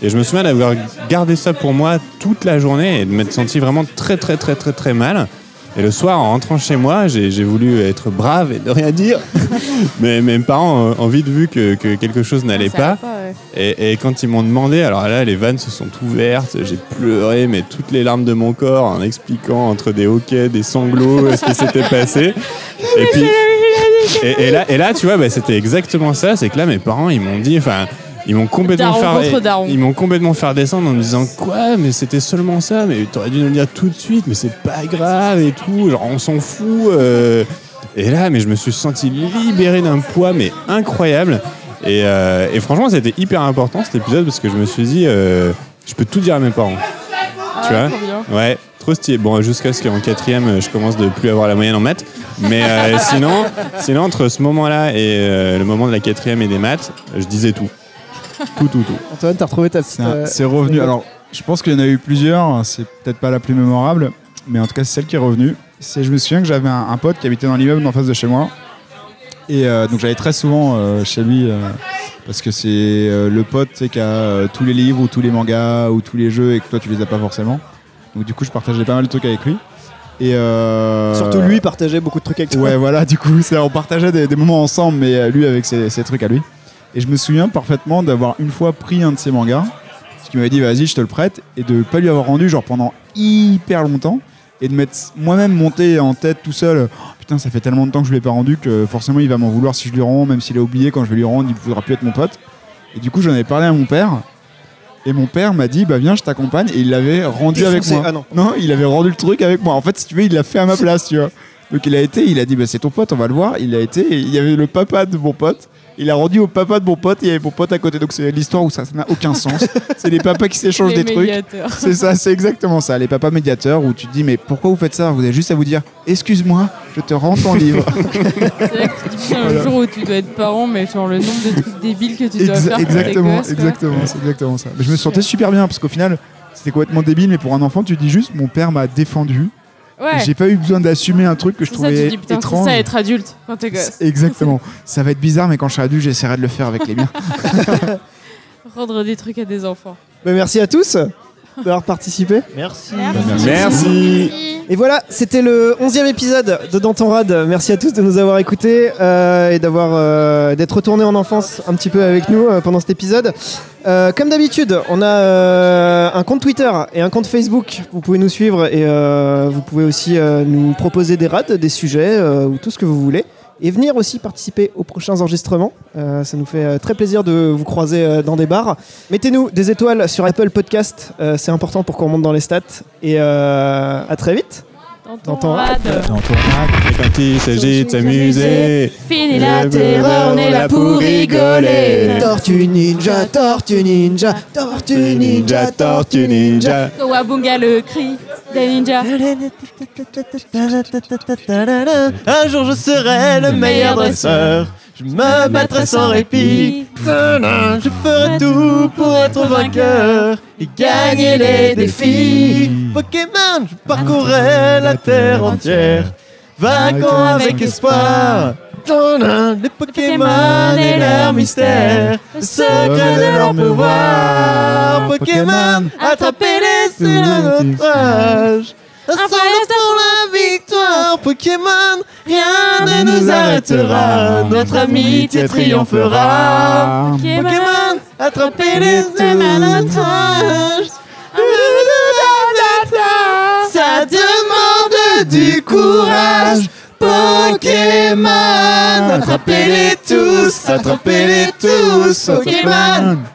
Speaker 3: Et je me souviens d'avoir gardé ça pour moi toute la journée et de m'être senti vraiment très très très très très mal. Et le soir, en rentrant chez moi, j'ai j'ai voulu être brave et ne rien dire. *laughs* Mais mes parents ont ont vite vu que, que quelque chose n'allait
Speaker 11: Ah, Ça va
Speaker 3: pas. Et, et quand ils m'ont demandé, alors là, les vannes se sont ouvertes, j'ai pleuré, mais toutes les larmes de mon corps en expliquant entre des hoquets, des sanglots, ce qui s'était
Speaker 11: *laughs*
Speaker 3: passé. Et puis, et, et là, et là, tu vois, bah, c'était exactement ça. C'est que là, mes parents, ils m'ont dit, enfin, ils m'ont complètement
Speaker 11: Daron
Speaker 3: fait,
Speaker 11: contre daron.
Speaker 3: ils m'ont complètement fait descendre en me disant quoi, mais c'était seulement ça, mais t'aurais dû nous le dire tout de suite, mais c'est pas grave et tout, genre on s'en fout. euh. Et là, mais je me suis senti libéré d'un poids, mais incroyable. Et, euh, et franchement, c'était hyper important cet épisode parce que je me suis dit, euh, je peux tout dire à mes parents.
Speaker 11: Ah,
Speaker 3: tu vois Ouais, trop stylé. Bon, jusqu'à ce qu'en quatrième, euh, je commence de plus avoir la moyenne en maths. Mais *laughs* euh, sinon, sinon, entre ce moment-là et euh, le moment de la quatrième et des maths, je disais tout. Tout, tout, tout.
Speaker 1: Antoine, t'as retrouvé ta petite.
Speaker 2: C'est un-
Speaker 1: euh,
Speaker 2: C'est revenu. Alors, je pense qu'il y en a eu plusieurs. hein, C'est peut-être pas la plus mémorable, mais en tout cas, c'est celle qui est revenue. C'est, je me souviens que j'avais un, un pote qui habitait dans l'immeuble en face de chez moi. Et euh, donc, j'allais très souvent euh, chez lui euh, parce que c'est euh, le pote tu sais, qui a euh, tous les livres ou tous les mangas ou tous les jeux et que toi, tu les as pas forcément. Donc, du coup, je partageais pas mal de trucs avec lui. Et euh,
Speaker 1: Surtout lui partageait beaucoup de trucs *laughs* avec toi.
Speaker 2: Ouais, voilà, du coup, c'est- on partageait des, des moments ensemble, mais euh, lui avec ses, ses trucs à lui. Et je me souviens parfaitement d'avoir une fois pris un de ses mangas, parce qu'il m'avait dit vas-y, je te le prête, et de pas lui avoir rendu, genre pendant hyper longtemps, et de m'être moi-même monté en tête tout seul. Oh, putain, ça fait tellement de temps que je l'ai pas rendu que forcément il va m'en vouloir si je lui rends, même s'il a oublié, quand je vais lui rendre, il voudra plus être mon pote. Et du coup, j'en ai parlé à mon père. Et mon père m'a dit, bah viens, je t'accompagne. Et il l'avait rendu avec
Speaker 1: Défoncé.
Speaker 2: moi.
Speaker 1: Ah non.
Speaker 2: il avait rendu le truc avec moi. En fait, si tu veux, il l'a fait
Speaker 1: *laughs*
Speaker 2: à ma place, tu vois. Donc il a été, il a dit, bah c'est ton pote, on va le voir. Il a été, et il y avait le papa de mon pote. Il a rendu au papa de mon pote, et il y avait mon pote à côté. Donc c'est l'histoire où ça ça n'a
Speaker 1: *laughs*
Speaker 2: aucun sens. c'est les papas qui s'échangent
Speaker 6: Les
Speaker 2: des trucs.
Speaker 6: médiateurs.
Speaker 2: C'est ça, c'est exactement ça. Les papas médiateurs où tu te dis, mais pourquoi vous faites ça Vous avez juste à vous dire, excuse-moi, je te rends ton livre.
Speaker 6: C'est là que tu te dis putain, le jour où tu dois être parent, mais genre le nombre de trucs débiles que tu dois
Speaker 2: Exa-
Speaker 6: faire. pour tes
Speaker 2: exactement,
Speaker 6: gosses, quoi.
Speaker 2: exactement, c'est exactement ça. Mais je me sentais super bien parce qu'au final, c'était complètement débile, mais pour un enfant, tu dis juste mon père m'a défendu.
Speaker 6: Ouais.
Speaker 2: J'ai pas eu besoin d'assumer un truc que je
Speaker 6: C'est ça, tu
Speaker 2: trouvais
Speaker 6: te dis putain, c'est
Speaker 2: étrange.
Speaker 6: ça être adulte quand t'es gosse.
Speaker 2: Exactement. ça va être bizarre, mais quand je serai adulte, j'essaierai de le faire avec les
Speaker 7: *laughs*
Speaker 2: miens.
Speaker 6: Rendre des trucs à des enfants.
Speaker 1: Bah, merci à tous d'avoir participé.
Speaker 7: Merci.
Speaker 3: Merci.
Speaker 1: Et voilà, c'était le 11e épisode de Dans ton Rad. Merci à tous de nous avoir écoutés euh, et d'avoir euh, d'être retournés en enfance un petit peu avec nous euh, pendant cet épisode. Euh, comme d'habitude, on a euh, un compte Twitter et un compte Facebook. Vous pouvez nous suivre et euh, vous pouvez aussi euh, nous proposer des rades, des sujets euh, ou tout ce que vous voulez. Et venir aussi participer aux prochains enregistrements. Euh, ça nous fait euh, très plaisir de vous croiser euh, dans des bars. Mettez-nous des étoiles sur Apple Podcast. Euh, c'est important pour qu'on monte dans les stats. Et euh, à très vite.
Speaker 6: Dans ton
Speaker 1: Dans ton
Speaker 6: rad.
Speaker 3: Et quand il s'agit de s'amuser,
Speaker 6: Finis la
Speaker 3: Le
Speaker 6: terreur, on est là Eh ben pour rigoler.
Speaker 1: Tortue ninja, tortue ninja, tortue
Speaker 3: ninja, tortue ninja.
Speaker 6: Kawabunga le cri des ninjas.
Speaker 7: Un jour je serai le meilleur dresseur. Je me battrai sans répit. Tadam, Je ferai tout pour être vainqueur et gagner les défis. Pokémon, je parcourrai la terre entière. Vaincant avec espoir. Tadam, Les Pokémon et leur mystère. Le secret de leur pouvoir. Pokémon, attrapez-les, c'est le notre âge. Ensemble pour la victoire, Pokémon, rien ne nous arrêtera. Notre amitié triomphera. Pokémon, attrapez-les, c'est le notre âge. Ça demande du courage. Pokémon, attrapez-les tous, attrapez-les tous, Pokémon.